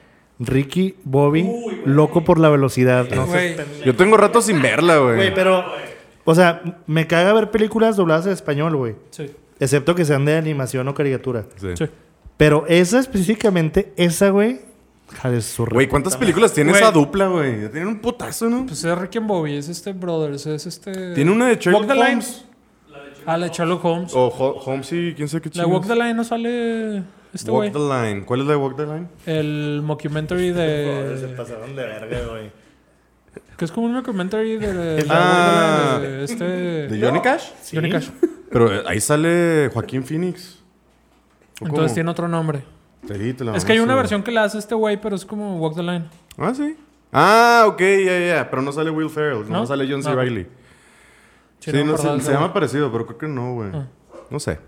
Speaker 3: Ricky Bobby, loco por la velocidad. No sé.
Speaker 1: Güey.
Speaker 2: Yo tengo rato sin verla,
Speaker 3: Güey,
Speaker 2: güey.
Speaker 3: pero. O sea, me caga ver películas dobladas en español, güey.
Speaker 1: Sí.
Speaker 3: Excepto que sean de animación o caricatura.
Speaker 2: Sí.
Speaker 1: Sí.
Speaker 3: Pero esa específicamente, esa, güey. Jale, su re-
Speaker 2: Güey, ¿cuántas películas tiene
Speaker 1: Güey.
Speaker 2: esa dupla, güey? Ya Tienen un putazo, ¿no?
Speaker 1: Pues es Rick and Bobby, es este Brothers, es este.
Speaker 2: Tiene una de Sherlock
Speaker 1: Walk the Line.
Speaker 2: Holmes.
Speaker 1: Ah, la de Sherlock Holmes.
Speaker 2: O Ho- Holmes y quién sabe qué
Speaker 1: la
Speaker 2: chingados.
Speaker 1: de Walk the Line no sale este güey.
Speaker 2: Walk the Line. ¿Cuál es la de Walk the Line?
Speaker 1: El mockumentary
Speaker 3: Joder,
Speaker 1: de.
Speaker 3: pasaron de verga, güey.
Speaker 1: que es como un mockumentary de.
Speaker 2: Ah.
Speaker 1: de este.
Speaker 2: ¿De Johnny Cash?
Speaker 3: Sí.
Speaker 1: Johnny Cash.
Speaker 2: Pero eh, ahí sale Joaquín Phoenix. ¿O cómo?
Speaker 1: Entonces tiene otro nombre.
Speaker 2: Sí, te la
Speaker 1: Es que hay
Speaker 2: mamaste,
Speaker 1: una
Speaker 2: güey.
Speaker 1: versión que la hace este güey, pero es como Walk the Line.
Speaker 2: Ah, sí. Ah, ok, ya, ya. Pero no sale Will Ferrell, no,
Speaker 1: ¿No?
Speaker 2: sale John C.
Speaker 1: Ah, ok.
Speaker 2: Reilly.
Speaker 1: Sí,
Speaker 2: Sí,
Speaker 1: no me
Speaker 2: no
Speaker 1: acordaba Ah.
Speaker 2: sé,
Speaker 1: de
Speaker 2: se
Speaker 1: ese
Speaker 2: llama parecido, pero creo que no, güey. No sé.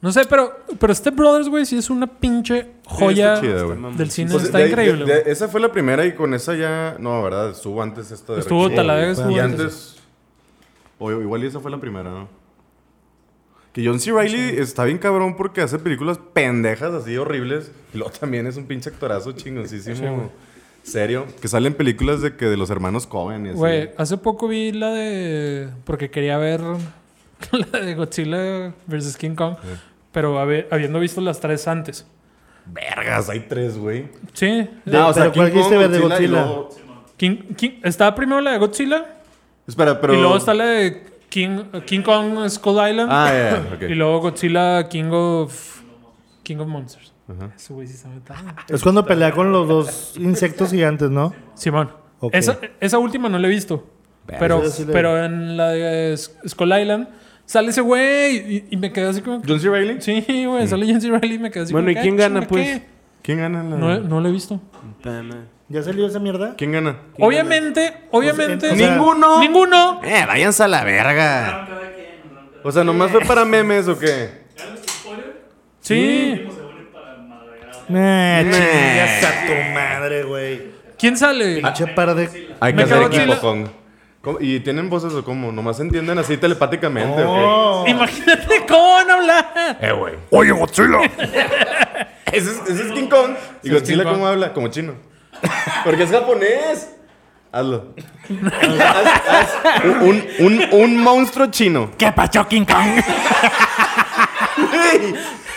Speaker 1: No sé, pero, pero este Brothers, güey, sí es una pinche joya
Speaker 2: chida, güey.
Speaker 1: del cine.
Speaker 2: Pues,
Speaker 1: está
Speaker 2: de- de-
Speaker 1: increíble,
Speaker 2: de-
Speaker 1: güey.
Speaker 2: esa fue la primera y con esa ya. No, ¿verdad? Estuvo antes esta de
Speaker 1: Estuvo
Speaker 2: Ricky
Speaker 1: Talladega,
Speaker 2: Bobby.
Speaker 1: estuvo
Speaker 2: Y
Speaker 1: antes.
Speaker 2: antes. O igual y esa fue la primera, ¿no? Que John C. Reilly está bien cabrón porque hace películas pendejas así horribles. Y luego también es un pinche actorazo chingoncísimo. Serio. Que salen películas de que de los hermanos Cohen y así.
Speaker 1: Güey, hace poco vi la de. Porque quería ver la de Godzilla vs. King Kong. Pero habe- habiendo visto las tres antes.
Speaker 2: Vergas, hay tres, güey.
Speaker 1: Sí.
Speaker 3: De- pero ¿cuál
Speaker 2: King Kong,
Speaker 3: quisiste ver de
Speaker 2: y
Speaker 3: Godzilla?
Speaker 2: luego-
Speaker 1: King, King- está primero la de Godzilla.
Speaker 2: Espera, pero.
Speaker 1: Y luego está la de King, King Kong Skull Island.
Speaker 2: Ah, ya, ya, ok.
Speaker 1: Y luego Godzilla King of. King of Monsters. Ese güey sí está metido.
Speaker 3: Es cuando pelea con los dos insectos gigantes, ¿no?
Speaker 1: Simón.
Speaker 3: Ok.
Speaker 1: Esa, esa última no la he visto. Pero,
Speaker 3: Esa sí la vi.
Speaker 1: pero en la de S- Skull Island sale ese güey y, y me quedé así como.
Speaker 2: ¿John C. Reilly?
Speaker 1: Sí, güey, sale Jensi Riley y me quedé así
Speaker 4: Bueno,
Speaker 1: como
Speaker 4: ¿y
Speaker 1: que,
Speaker 4: quién
Speaker 1: ah,
Speaker 4: gana,
Speaker 1: chinga,
Speaker 4: pues?
Speaker 1: ¿qué?
Speaker 2: ¿Quién gana? la-
Speaker 1: No, eh. no lo he visto.
Speaker 3: ¿Ya salió esa mierda?
Speaker 2: ¿Quién gana?
Speaker 1: Obviamente, obviamente.
Speaker 3: O sea,
Speaker 2: ¡Ninguno!
Speaker 1: ninguno.
Speaker 2: Eh, váyanse a la verga. O sea, nomás fue para memes o qué?
Speaker 1: Sí.
Speaker 3: Nah,
Speaker 2: Nah.
Speaker 3: chingas a tu madre, güey.
Speaker 1: ¿Quién sale?
Speaker 3: Pinche par de.
Speaker 2: Hay que
Speaker 1: Me
Speaker 2: hacer
Speaker 1: cago en
Speaker 2: equipo
Speaker 1: la-
Speaker 2: con. ¿Cómo? ¿Y tienen voces o cómo? ¿Nomás se entienden así telepáticamente o
Speaker 3: Oh.
Speaker 1: Imagínate cómo van a hablar.
Speaker 2: qué? Eh, güey. ¡Oye, Godzilla! ese, es, ese es King Kong. ¿Y Godzilla
Speaker 1: King Kong.
Speaker 2: cómo habla? Como chino. Porque es japonés. Hazlo. Haz- haz un, un, un monstruo chino.
Speaker 6: ¿Qué pasó, King Kong?
Speaker 2: Güey,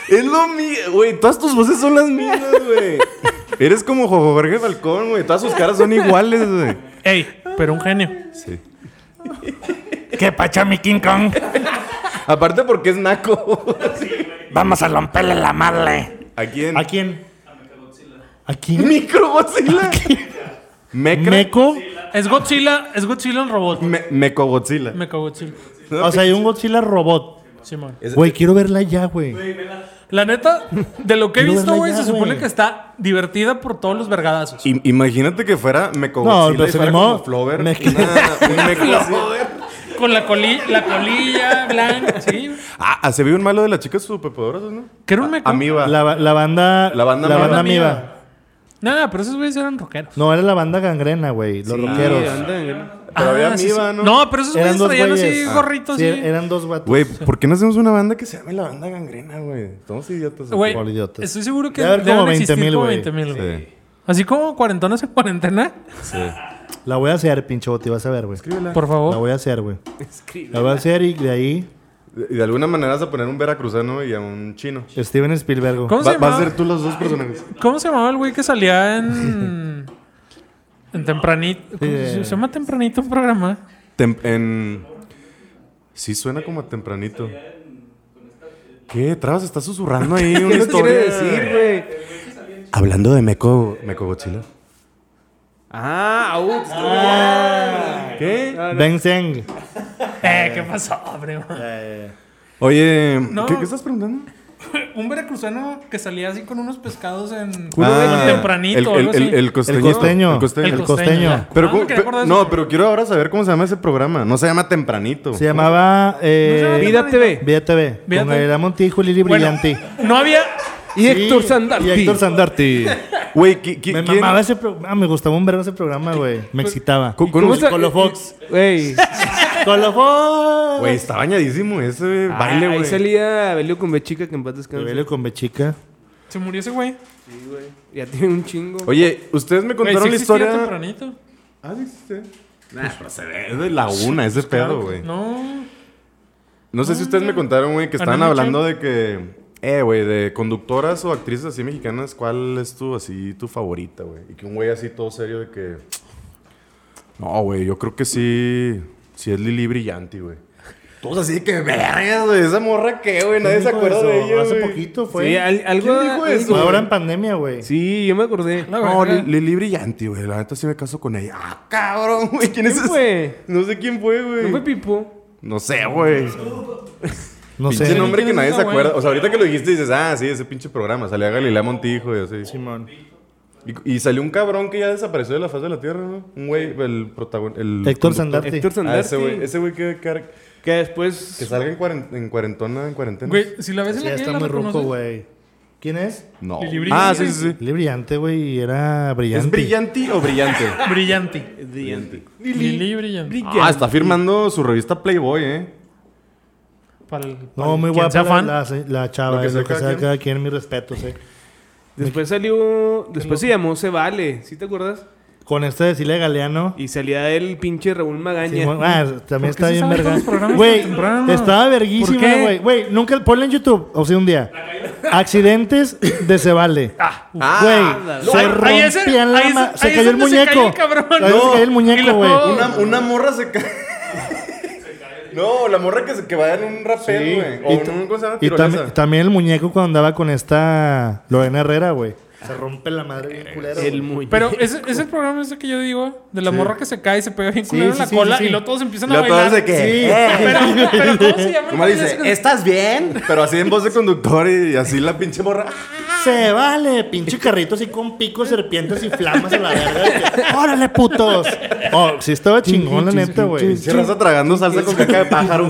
Speaker 2: es lo mío, güey. Todas tus voces son las mías, güey. Eres como Jojo Jorge Falcón, güey. Todas sus caras son iguales, güey.
Speaker 1: Ey, pero un genio.
Speaker 2: Sí.
Speaker 6: ¿Qué pasó, mi King Kong?
Speaker 2: Aparte porque es naco.
Speaker 6: Vamos a romperle la madre.
Speaker 2: ¿A quién?
Speaker 3: ¿A quién? ¿A quién?
Speaker 2: Micro Godzilla. Mecra-
Speaker 3: ¿Meco?
Speaker 1: Es Godzilla, es Godzilla el robot.
Speaker 2: Me- Meco Godzilla.
Speaker 1: Me cago Godzilla.
Speaker 3: O sea, hay un Godzilla robot.
Speaker 1: Simón.
Speaker 3: Güey, quiero verla ya, güey.
Speaker 1: La neta, de lo que he
Speaker 3: Quiero
Speaker 1: visto,
Speaker 3: verla
Speaker 1: güey,
Speaker 3: ya,
Speaker 1: se supone
Speaker 3: güey.
Speaker 1: que está divertida por todos los vergadazos.
Speaker 2: I- imagínate que fuera Meco
Speaker 3: No,
Speaker 2: Godzilla.
Speaker 3: pues,
Speaker 2: y fuera
Speaker 3: ni modo.
Speaker 2: como Flover.
Speaker 3: Me-
Speaker 2: Una- un Meco así.
Speaker 1: Con la, coli- la colilla blanca, sí.
Speaker 2: Ah, ah, se vio un malo de las chicas superpoderosas, ¿no?
Speaker 1: Que era un meco.
Speaker 2: Amiba.
Speaker 3: La, ba- la banda.
Speaker 2: La banda Miva.
Speaker 3: Miva.
Speaker 1: Nada, pero esos güeyes eran rockeros.
Speaker 3: No, era la banda gangrena, güey. Los rockeros.
Speaker 4: Ah,
Speaker 2: Ah, Pero había
Speaker 1: Ah, sí,
Speaker 2: Amiba,
Speaker 1: sí.
Speaker 2: ¿no?
Speaker 1: pero esos
Speaker 3: Eran
Speaker 1: güeyes
Speaker 3: dos
Speaker 1: traían así
Speaker 3: güeyes. Ah.
Speaker 1: gorritos.
Speaker 3: Sí,
Speaker 1: así.
Speaker 3: eran dos vatos.
Speaker 2: Güey, ¿por qué no hacemos una banda que se llame la banda gangrena, güey? Estamos idiotas.
Speaker 1: Güey,
Speaker 3: por idiotas.
Speaker 1: estoy seguro que
Speaker 3: Debe haber
Speaker 1: deben
Speaker 3: como
Speaker 1: existir
Speaker 3: 20,000,
Speaker 1: como
Speaker 3: güey.
Speaker 1: 20,000, güey.
Speaker 2: Sí.
Speaker 1: Así como cuarentonas en cuarentena,
Speaker 3: La voy a hacer, pinche bote, vas a ver, güey.
Speaker 1: por
Speaker 3: La
Speaker 1: favor.
Speaker 3: voy a hacer, güey. La voy a hacer y de ahí,
Speaker 2: Y de alguna manera vas a poner un veracruzano y a un chino.
Speaker 3: Steven Spielberg. güey.
Speaker 1: ¿Cómo se,
Speaker 2: Va- vas
Speaker 1: llamaba,
Speaker 2: a ser tú los dos personajes.
Speaker 1: ¿Cómo se llamaba el güey que salía en. en tempranito? ¿Cómo se-
Speaker 3: Sí.
Speaker 1: se llama tempranito un programa?
Speaker 2: Tem- en... Sí, suena como a tempranito. ¿Qué? Trabas está susurrando ahí una
Speaker 4: ¿Qué quiere
Speaker 2: historia.
Speaker 4: decir, güey?
Speaker 2: Hablando de Meco, Meco Godzilla.
Speaker 4: Ah, au.
Speaker 2: ¿Qué?
Speaker 3: Ben Zeng.
Speaker 1: Eh, ¿qué pasó, hombre?
Speaker 2: Oye,
Speaker 1: No.
Speaker 2: ¿qué, qué estás preguntando?
Speaker 1: Un veracruzano que salía así con unos pescados en
Speaker 2: Ah,
Speaker 1: tempranito.
Speaker 2: el,
Speaker 1: o algo
Speaker 2: el, el,
Speaker 1: así.
Speaker 2: el costeño.
Speaker 3: El costeño.
Speaker 2: El costeño.
Speaker 3: El costeño.
Speaker 1: ya.
Speaker 2: Pero,
Speaker 1: Ah,
Speaker 2: cómo-
Speaker 1: me quería
Speaker 2: pe-
Speaker 1: acordar de
Speaker 2: no,
Speaker 1: eso.
Speaker 2: pero quiero ahora saber cómo se llama ese programa. No se llama Tempranito.
Speaker 3: Se llamaba eh,
Speaker 1: No se
Speaker 4: Vida
Speaker 1: llama
Speaker 4: TV.
Speaker 3: Vida TV.
Speaker 1: Vida
Speaker 3: con
Speaker 1: TV.
Speaker 3: Gabriela Montijo y Lili
Speaker 1: Bueno,
Speaker 3: Brillanti.
Speaker 1: no había.
Speaker 4: Y Héctor
Speaker 3: Sí,
Speaker 4: Sandarti.
Speaker 3: Y Héctor Sandarti.
Speaker 2: Güey, ¿qui- qui-
Speaker 3: me
Speaker 2: quién-
Speaker 3: mamaba ese programa. Me gustaba un verano ese programa, güey. Me excitaba.
Speaker 2: con- con
Speaker 4: ¿Cómo
Speaker 2: un-
Speaker 4: está-
Speaker 3: Colo Fox.
Speaker 4: Güey.
Speaker 3: Colo Fox.
Speaker 2: Güey, está bañadísimo ese baile,
Speaker 4: Ah,
Speaker 2: güey.
Speaker 4: Ahí salía Belio con Bechica que en paz descanse.
Speaker 3: Rebelo con Bechica.
Speaker 1: Se murió ese güey.
Speaker 4: Ya tiene un chingo.
Speaker 2: Oye, ustedes me
Speaker 1: Güey,
Speaker 2: contaron
Speaker 1: sí
Speaker 2: la
Speaker 1: existía
Speaker 2: historia.
Speaker 1: tempranito.
Speaker 2: Ah, sí, sí. Nah, pero se ve de la una
Speaker 1: pues,
Speaker 2: ese pedo, güey. No.
Speaker 1: No.
Speaker 2: sé si ustedes me contaron, güey, que estaban
Speaker 1: Anoche.
Speaker 2: hablando de que. Eh, güey, de conductoras o actrices así mexicanas, ¿cuál es tu, así, tu favorita, güey? Y que un güey así todo serio de que. No, güey, yo creo que sí. Sí es Lili Brillanti, güey. Todos así de que vergas, güey. Esa morra que, güey, nadie se
Speaker 3: ¿Quién dijo
Speaker 2: acuerda
Speaker 3: eso?
Speaker 2: de ella.
Speaker 3: Hace
Speaker 2: güey.
Speaker 3: poquito fue.
Speaker 4: Sí, al- algo
Speaker 2: ¿Quién dijo eso?
Speaker 4: algo-
Speaker 3: Ahora en pandemia, güey.
Speaker 4: Sí, yo me acordé.
Speaker 1: La
Speaker 2: No,
Speaker 1: verga.
Speaker 2: Li- Lili Brillanti, güey. La neta sí me caso con ella. Ah, cabrón, güey. ¿Quién, es
Speaker 4: ¿Quién
Speaker 2: ese?
Speaker 4: fue?
Speaker 2: No sé quién fue,
Speaker 4: ¿No
Speaker 2: güey.
Speaker 4: fue Pipo?
Speaker 2: No sé, güey.
Speaker 3: No
Speaker 2: pinche
Speaker 3: sé.
Speaker 2: nombre
Speaker 1: ¿Quién
Speaker 2: que
Speaker 1: es
Speaker 2: nadie
Speaker 1: esa
Speaker 2: se
Speaker 1: güey?
Speaker 2: acuerda. O sea, ahorita que lo dijiste dices, ah, sí, ese pinche programa. Salía Galilea Montijo y así.
Speaker 3: Simón.
Speaker 2: Y, y salió un cabrón que ya desapareció de la faz de la tierra, ¿no? Un güey, el protagonista. El conductor.
Speaker 3: Héctor Sandarti.
Speaker 4: Héctor
Speaker 2: Ah, ese güey.
Speaker 4: Sandarti.
Speaker 2: Ese güey que, que,
Speaker 4: Que
Speaker 2: que
Speaker 4: después...
Speaker 2: salga en, cuaren- en cuarentona, en cuarentena.
Speaker 1: Güey, si la ves en
Speaker 3: Sí,
Speaker 1: la
Speaker 3: ya
Speaker 1: calle,
Speaker 3: está
Speaker 1: la
Speaker 3: muy rojo,
Speaker 1: reconoces.
Speaker 3: güey. ¿Quién es?
Speaker 2: No.
Speaker 1: Lili Brillanti.
Speaker 2: Ah, sí, sí, sí.
Speaker 3: Lili Brillante, güey. y Era brillante.
Speaker 2: ¿Es brillante o brillante?
Speaker 1: Brillante.
Speaker 2: brillante.
Speaker 1: Lili brillante.
Speaker 2: Ah, está firmando su revista Playboy, ¿eh?
Speaker 1: Para el-
Speaker 3: No, muy
Speaker 1: quien
Speaker 3: guapa
Speaker 1: sea
Speaker 3: la,
Speaker 1: fan.
Speaker 3: la, la
Speaker 2: Lo
Speaker 3: chava.
Speaker 2: que
Speaker 3: es
Speaker 2: sea
Speaker 3: Lo que
Speaker 2: cada
Speaker 3: sea
Speaker 2: quien.
Speaker 3: cada quien, mis respetos, eh.
Speaker 4: Después salió... Después se llamó Se Vale. ¿Sí te acuerdas?
Speaker 3: Con este de Silvia Galeano.
Speaker 4: Y salía el pinche Raúl Magaña.
Speaker 3: Simón, ah, también
Speaker 1: qué
Speaker 3: está
Speaker 1: se
Speaker 3: bien
Speaker 1: sabe todos
Speaker 3: verga.
Speaker 1: los programas
Speaker 3: Güey,
Speaker 1: tan temprano?
Speaker 3: estaba
Speaker 1: ¿Por
Speaker 3: verguísima,
Speaker 1: qué?
Speaker 3: güey. Güey, nunca ponle en YouTube, o sea, un día. Accidentes de Cebale.
Speaker 2: Ah,
Speaker 3: Güey, se
Speaker 1: Ahí- ahí es el-
Speaker 3: rompían
Speaker 1: ahí
Speaker 3: la
Speaker 1: es-
Speaker 3: ma-
Speaker 1: ahí
Speaker 3: Se
Speaker 1: es
Speaker 3: cayó el
Speaker 1: donde se cayó
Speaker 3: muñeco.
Speaker 1: el cabrón.
Speaker 3: Ahí se
Speaker 1: No.
Speaker 3: cayó el
Speaker 1: Y
Speaker 3: muñeco,
Speaker 1: luego-
Speaker 3: güey.
Speaker 2: Una, una morra se cae. No, la morra que, se, que va en un rapel, güey.
Speaker 3: Y,
Speaker 2: O en
Speaker 3: ta-
Speaker 2: un, ¿cómo se llama?
Speaker 3: y tam-
Speaker 2: Tirolesa.
Speaker 3: también el muñeco cuando andaba con esta Lorena Herrera, güey. Se rompe la madre bien culera. güey.
Speaker 4: El muy...
Speaker 1: Pero ese, ese programa ese que yo digo, de la morra que se cae y se pega bien
Speaker 3: Sí,
Speaker 1: culero
Speaker 3: sí,
Speaker 1: en la
Speaker 3: sí,
Speaker 1: cola
Speaker 3: sí, sí.
Speaker 1: y luego todos empiezan a
Speaker 2: La
Speaker 1: bailar.
Speaker 2: todas de que.
Speaker 3: Sí.
Speaker 2: "Eh".
Speaker 1: Pero, pero ¿cómo se llama? el
Speaker 2: Nomás
Speaker 1: baile ese
Speaker 2: dice,
Speaker 1: que-
Speaker 2: ¿estás bien? Pero así en voz de conductor y así la pinche morra. "Ah".
Speaker 3: Se vale, pinche carrito así con picos, serpientes y flamas a la verga. de que, Órale, putos. Oh, sí estaba chingón, la neta, güey.
Speaker 2: Pinche raza tragando salsa con caca de pájaro.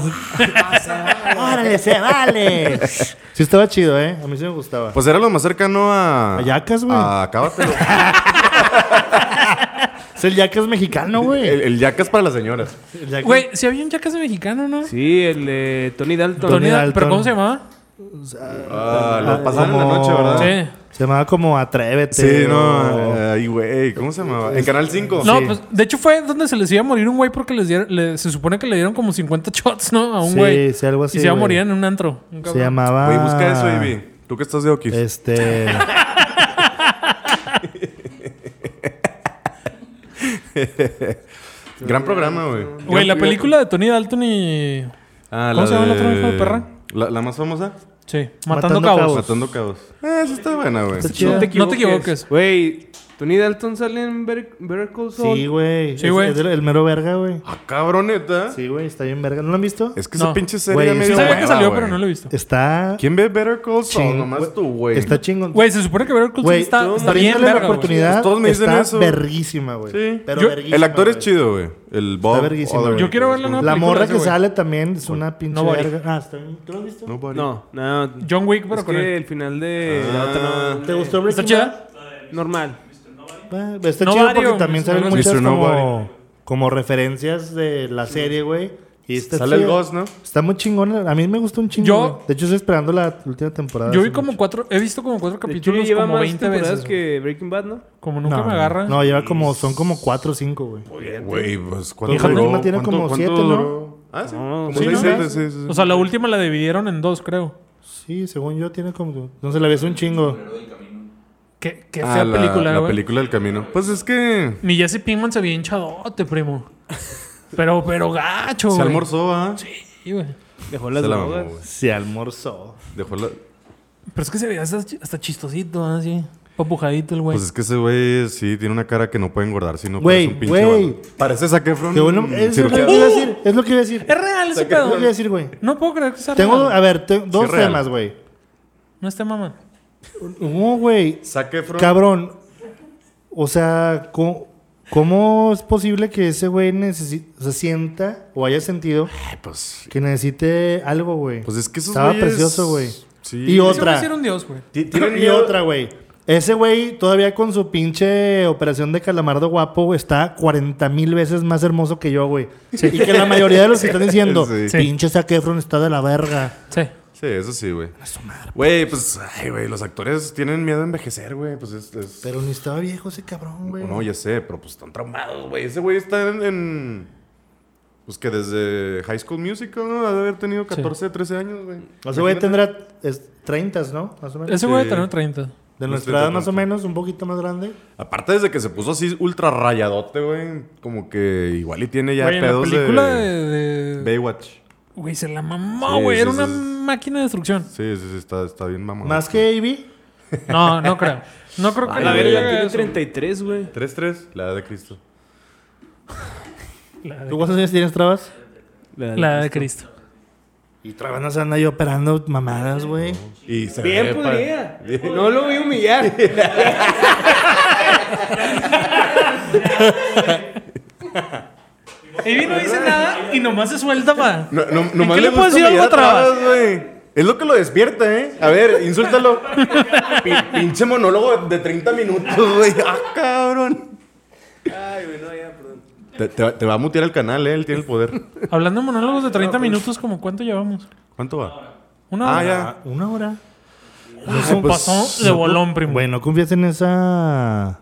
Speaker 3: Órale, se vale. Sí estaba chido, eh. A mí sí me gustaba.
Speaker 2: Pues era lo más cercano a.
Speaker 3: A Yacas, güey.
Speaker 2: a Acábatelo.
Speaker 3: Es el yacas mexicano,
Speaker 2: El,
Speaker 3: güey.
Speaker 2: el Yacas para las señoras.
Speaker 3: El Yacas-
Speaker 1: Güey, si había un jackass mexicano, ¿no?
Speaker 4: Sí, el de Tony Dalton.
Speaker 3: Tony
Speaker 1: Tony Dal-
Speaker 3: Dalton.
Speaker 1: ¿Pero cómo se llamaba?
Speaker 2: Ah, lo pasaron en la
Speaker 3: como-
Speaker 2: noche, ¿verdad?
Speaker 1: Sí.
Speaker 3: Se llamaba como Atrévete.
Speaker 2: Sí,
Speaker 3: o-
Speaker 2: no. eh, Ay, güey. ¿Cómo se llamaba? En Canal 5.
Speaker 1: No, pues de hecho fue donde se les iba a morir un güey porque les dieron, le- se supone que le dieron como 50 shots, ¿no? A un
Speaker 3: Sí,
Speaker 1: güey.
Speaker 3: sí, algo así,
Speaker 1: Y se iba a
Speaker 3: güey.
Speaker 1: morir en un antro. Un
Speaker 3: Se
Speaker 1: cabrón.
Speaker 3: llamaba.
Speaker 2: Güey, busca
Speaker 1: ah.
Speaker 2: eso, Ivy. Tú que estás de Oquis.
Speaker 3: Este.
Speaker 2: Gran programa, güey.
Speaker 1: Güey, la película de Tony Dalton y.
Speaker 2: Ah,
Speaker 1: ¿Cómo
Speaker 2: la
Speaker 1: se llama la otra
Speaker 2: de-
Speaker 1: hijo de perra?
Speaker 2: La, la más famosa,
Speaker 1: Sí, Matando,
Speaker 3: Matando Cabos.
Speaker 1: Cabos.
Speaker 2: Matando Cabos. Eh, esa está buena, güey.
Speaker 3: Está
Speaker 4: No te equivoques.
Speaker 1: No te equivoques.
Speaker 4: Güey, Tony Dalton sale en Better Better Call Saul.
Speaker 3: Sí, güey.
Speaker 1: Sí,
Speaker 3: Es-
Speaker 1: güey.
Speaker 3: es El, el mero verga, güey.
Speaker 2: Ah, cabroneta.
Speaker 3: Sí, güey, está bien verga. ¿No lo han visto?
Speaker 2: Es que
Speaker 1: No.
Speaker 2: esa pinche
Speaker 3: Güey,
Speaker 2: serie ya
Speaker 3: sí
Speaker 2: me
Speaker 1: Sí,
Speaker 2: dio
Speaker 1: sabía que
Speaker 2: hueva,
Speaker 1: salió,
Speaker 2: güey.
Speaker 1: pero no lo he visto.
Speaker 3: Está.
Speaker 2: ¿Quién ve Better Call Saul?
Speaker 3: ching-
Speaker 2: Nomás tú, güey.
Speaker 3: Está chingón.
Speaker 1: Güey, se supone que ver Call Saul
Speaker 3: Güey,
Speaker 1: está, está
Speaker 3: bien
Speaker 1: bien
Speaker 3: la
Speaker 1: verga, güey.
Speaker 3: oportunidad.
Speaker 2: Pues todos me dicen
Speaker 3: está
Speaker 2: eso.
Speaker 3: verguísima, güey.
Speaker 2: Sí.
Speaker 3: Pero
Speaker 1: Yo-
Speaker 3: verguísima,
Speaker 2: El actor es
Speaker 3: güey.
Speaker 2: chido, güey. El Bob.
Speaker 3: Está verguísima,
Speaker 2: Odenkirk.
Speaker 1: Yo quiero ver la nueva
Speaker 3: La
Speaker 1: película
Speaker 3: morra
Speaker 1: de ese
Speaker 3: que
Speaker 1: güey.
Speaker 3: sale también es una pinche
Speaker 1: Nobody.
Speaker 3: verga. Ah, está bien. ¿Tú lo has visto?
Speaker 2: Nobody.
Speaker 4: No, no.
Speaker 1: John Wick, pero
Speaker 4: es
Speaker 1: con
Speaker 4: que
Speaker 1: él.
Speaker 4: el final de...
Speaker 2: Ah.
Speaker 4: la
Speaker 1: este
Speaker 4: otra no-
Speaker 3: ¿Te gustó Breaking
Speaker 1: ¿Está chida?
Speaker 4: Normal.
Speaker 3: Ah, Está
Speaker 1: No,
Speaker 3: chido
Speaker 1: Mario,
Speaker 3: porque también
Speaker 1: Mr.
Speaker 3: salen
Speaker 1: Nobody.
Speaker 3: muchas
Speaker 2: Mr.
Speaker 3: como,
Speaker 2: Nobody.
Speaker 3: como referencias de la serie, güey. Y este está
Speaker 2: Sale el
Speaker 3: chida.
Speaker 2: Ghost, ¿no?
Speaker 3: Está muy chingón. A mí me gustó un chingo.
Speaker 1: Yo-
Speaker 3: güey. De hecho, estoy esperando la última temporada.
Speaker 1: Yo
Speaker 3: hace
Speaker 1: vi como
Speaker 3: Ah, mucho.
Speaker 1: cuatro, he visto como cuatro
Speaker 4: De hecho,
Speaker 1: capítulos
Speaker 4: lleva
Speaker 1: como
Speaker 4: más
Speaker 1: 20
Speaker 4: temporadas
Speaker 1: veces. güey.
Speaker 4: que Breaking Bad, ¿no?
Speaker 1: Como nunca
Speaker 3: no,
Speaker 1: me agarra.
Speaker 3: No, lleva como... Son como cuatro o cinco, güey.
Speaker 2: Güey, pues cuánto
Speaker 3: Híjole,
Speaker 2: duró.
Speaker 3: Lima tiene
Speaker 2: ¿Cuánto-
Speaker 3: como
Speaker 2: cuánto
Speaker 3: siete, ¿no?
Speaker 2: duró? Ah, sí.
Speaker 4: No,
Speaker 2: Como
Speaker 4: sí,
Speaker 2: seis,
Speaker 3: ¿no?
Speaker 2: siete, sí, sí, sí.
Speaker 1: O sea, la última la dividieron en dos, creo.
Speaker 3: Sí, según yo tiene como... No se la ves un chingo.
Speaker 1: Qué, qué
Speaker 2: Ah,
Speaker 1: fea
Speaker 2: la-
Speaker 1: película,
Speaker 2: La
Speaker 1: güey.
Speaker 2: película del camino. Pues es que.
Speaker 1: Mi Jesse Pinkman se veía hinchadote, primo. Pero, pero gacho,
Speaker 2: Se
Speaker 1: güey.
Speaker 2: almorzó, ¿ah?
Speaker 1: Sí, güey.
Speaker 4: Dejó las
Speaker 2: Se la mamó,
Speaker 4: drogas.
Speaker 2: güey.
Speaker 3: Se almorzó.
Speaker 2: Dejó la.
Speaker 1: Pero es que se veía hasta, hasta chistosito, así. Papujadito el güey.
Speaker 2: Pues es que ese güey sí tiene una cara que no puede engordar, sino
Speaker 3: Güey,
Speaker 2: es un pinche
Speaker 3: güey.
Speaker 2: balón. Parece Zac Efron.
Speaker 3: Qué bueno.
Speaker 2: mm,
Speaker 3: Es lo que
Speaker 2: cirugía.
Speaker 3: iba a decir. Es lo que iba a decir.
Speaker 1: Uh, Es real ese
Speaker 3: Es lo que
Speaker 1: pedo.
Speaker 3: iba a decir, güey.
Speaker 1: No puedo creer que sea
Speaker 3: Tengo,
Speaker 1: real.
Speaker 3: a ver, te- dos
Speaker 2: es real.
Speaker 3: temas, güey.
Speaker 1: No esté mamá.
Speaker 3: No, güey.
Speaker 2: Zac Efron.
Speaker 3: Cabrón. O sea, ¿cómo, cómo es posible que ese güey necesi- se sienta o haya sentido
Speaker 2: Ay, pues,
Speaker 3: que necesite algo, güey?
Speaker 2: pues es que esos
Speaker 3: Estaba
Speaker 2: güeyes-
Speaker 3: precioso, güey.
Speaker 2: Sí.
Speaker 3: Y
Speaker 1: Ese güey
Speaker 3: otra.
Speaker 1: sí era un dios, güey.
Speaker 3: Ti- tienen Y otra, güey. Ese güey todavía con su pinche operación de calamardo guapo güey, está 40 mil veces más hermoso que yo, güey. Y que la mayoría de los que están diciendo,
Speaker 2: Sí.
Speaker 3: pinche Zac Efron está de la verga.
Speaker 1: Sí.
Speaker 2: Sí, eso sí, güey. Güey, pues, ay, güey, los actores tienen miedo a envejecer, güey. Pues es. es-
Speaker 3: Pero ni estaba viejo ese cabrón, güey.
Speaker 2: No, ya sé, pero pues están traumados, güey. Ese güey está en, en- Pues que desde High School Musical, ¿no? Ha de haber tenido 14, 13 años, güey.
Speaker 3: O sea, güey,
Speaker 2: Imagínate.
Speaker 3: tendrá es, 30, ¿no? Más o menos.
Speaker 1: Ese güey
Speaker 2: Sí.
Speaker 1: tenía 30.
Speaker 3: De
Speaker 2: no estoy
Speaker 3: nuestra edad,
Speaker 2: tan
Speaker 3: más o menos, un poquito más grande.
Speaker 2: Aparte, desde que se puso así ultra rayadote, güey. Como que igual y tiene ya
Speaker 1: Güey, en la
Speaker 2: pedos
Speaker 1: película
Speaker 2: de...
Speaker 1: de... de-
Speaker 2: Baywatch.
Speaker 1: Güey, se la mamó,
Speaker 2: Sí,
Speaker 1: güey.
Speaker 2: sí,
Speaker 1: Era
Speaker 2: sí,
Speaker 1: una
Speaker 2: sí.
Speaker 1: máquina de destrucción.
Speaker 2: Sí, sí, sí, está, está bien mamón.
Speaker 3: Más que AB.
Speaker 1: No, no creo. No creo que...
Speaker 4: A la
Speaker 1: le
Speaker 4: verga,
Speaker 1: haga
Speaker 4: tiene
Speaker 1: eso.
Speaker 4: 33, güey.
Speaker 2: 3-3, la edad de Cristo.
Speaker 3: ¿Tú cuántos años tienes, Trabas?
Speaker 1: La de Cristo.
Speaker 3: Y Trabas no se anda ahí operando mamadas, güey.
Speaker 2: Y se ve
Speaker 4: Bien
Speaker 2: pa-
Speaker 4: podría.
Speaker 2: Bien.
Speaker 4: No lo voy a humillar.
Speaker 1: Evi no dice nada y nomás se suelta pa...
Speaker 2: No, no, nomás
Speaker 1: qué le
Speaker 2: gusta
Speaker 1: puedo decir algo
Speaker 2: humillar
Speaker 1: a Trabas?
Speaker 2: Trabas, güey. Es lo que lo despierta, ¿eh? A ver, insúltalo. Pin- pinche monólogo de 30 minutos, güey. Ah, cabrón.
Speaker 4: Ay, güey, no, ya, perdón.
Speaker 2: Te, te va- te va a mutear el canal, ¿eh? Él tiene el poder.
Speaker 1: Hablando de monólogos de 30 minutos, ¿como cuánto llevamos?
Speaker 2: ¿Cuánto va?
Speaker 1: Una
Speaker 2: pues. Ah,
Speaker 1: hora.
Speaker 2: ya.
Speaker 3: Una hora.
Speaker 1: Ah, se
Speaker 2: pues,
Speaker 1: pasó de bolón, primo.
Speaker 3: Güey, no confías en esa.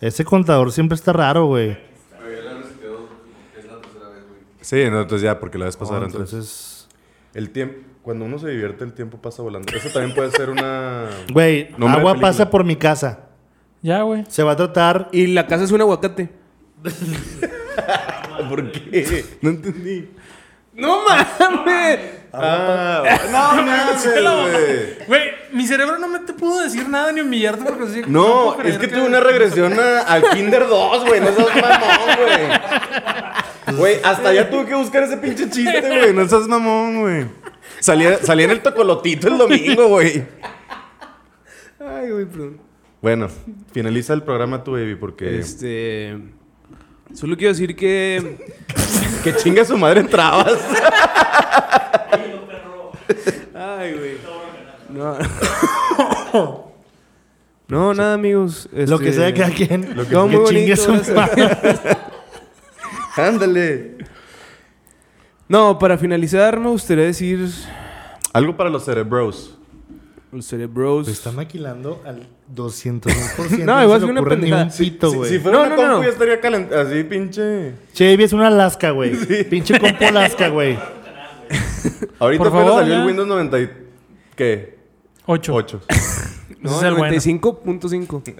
Speaker 3: Ese contador siempre está raro, güey.
Speaker 2: Sí, no, entonces ya, porque la vez pasada era antes.
Speaker 3: Ah, Entonces.
Speaker 2: El tiempo. Cuando uno se divierte, el tiempo pasa volando. Eso también puede ser una.
Speaker 3: Güey,
Speaker 2: Nombre de
Speaker 3: agua
Speaker 2: película.
Speaker 3: pasa por mi casa.
Speaker 1: Ya, güey.
Speaker 3: Se va a tratar.
Speaker 4: Y la casa es un aguacate.
Speaker 2: ¿Por qué? No entendí.
Speaker 4: ¡No mames!
Speaker 2: Ah, no, no, güey.
Speaker 1: Güey, mi cerebro no me te pudo decir nada ni humillarte porque así- puedo
Speaker 2: No,
Speaker 1: creer
Speaker 2: es que tuve una regresión a- al Kinder 2, güey. No seas mamón, güey. Güey, hasta allá tuve que buscar ese pinche chiste, güey. No seas mamón, güey. Salía, salía en el tocolotito el domingo, güey.
Speaker 4: Ay, güey, perdón.
Speaker 2: Bueno, finaliza el programa tu baby porque.
Speaker 4: Este. Solo quiero decir que.
Speaker 2: Que chinga su madre en trabas.
Speaker 4: Ay, güey. No. No, nada, amigos.
Speaker 3: Lo que sea
Speaker 4: Este,
Speaker 3: que a quien.
Speaker 4: Lo que, no, muy
Speaker 3: chingue
Speaker 4: bonito,
Speaker 3: su
Speaker 4: gracias.
Speaker 3: madre.
Speaker 2: Ándale.
Speaker 4: No, para finalizar, me gustaría decir.
Speaker 2: Algo para los cerebros.
Speaker 4: Los cerebros.
Speaker 3: Se está maquilando al 200%.
Speaker 4: No,
Speaker 3: se
Speaker 4: igual
Speaker 3: le
Speaker 4: es una
Speaker 3: ocurre ni un
Speaker 4: pendejada.
Speaker 3: pito,
Speaker 2: si,
Speaker 3: güey.
Speaker 2: si fuera
Speaker 4: No,
Speaker 2: una
Speaker 4: no, no,
Speaker 2: compu,
Speaker 4: no.
Speaker 2: ya estaría calent... Así, pinche.
Speaker 3: Che, Ivy es una Alaska, güey. Pinche compu Alaska, güey.
Speaker 2: Ahorita
Speaker 1: Por
Speaker 2: apenas
Speaker 1: favor,
Speaker 2: salió
Speaker 1: ya.
Speaker 2: el Windows 90. y- ¿Qué?
Speaker 1: Ocho.
Speaker 2: 8.
Speaker 1: Ese
Speaker 4: No,
Speaker 1: es el bueno.
Speaker 4: 95.5.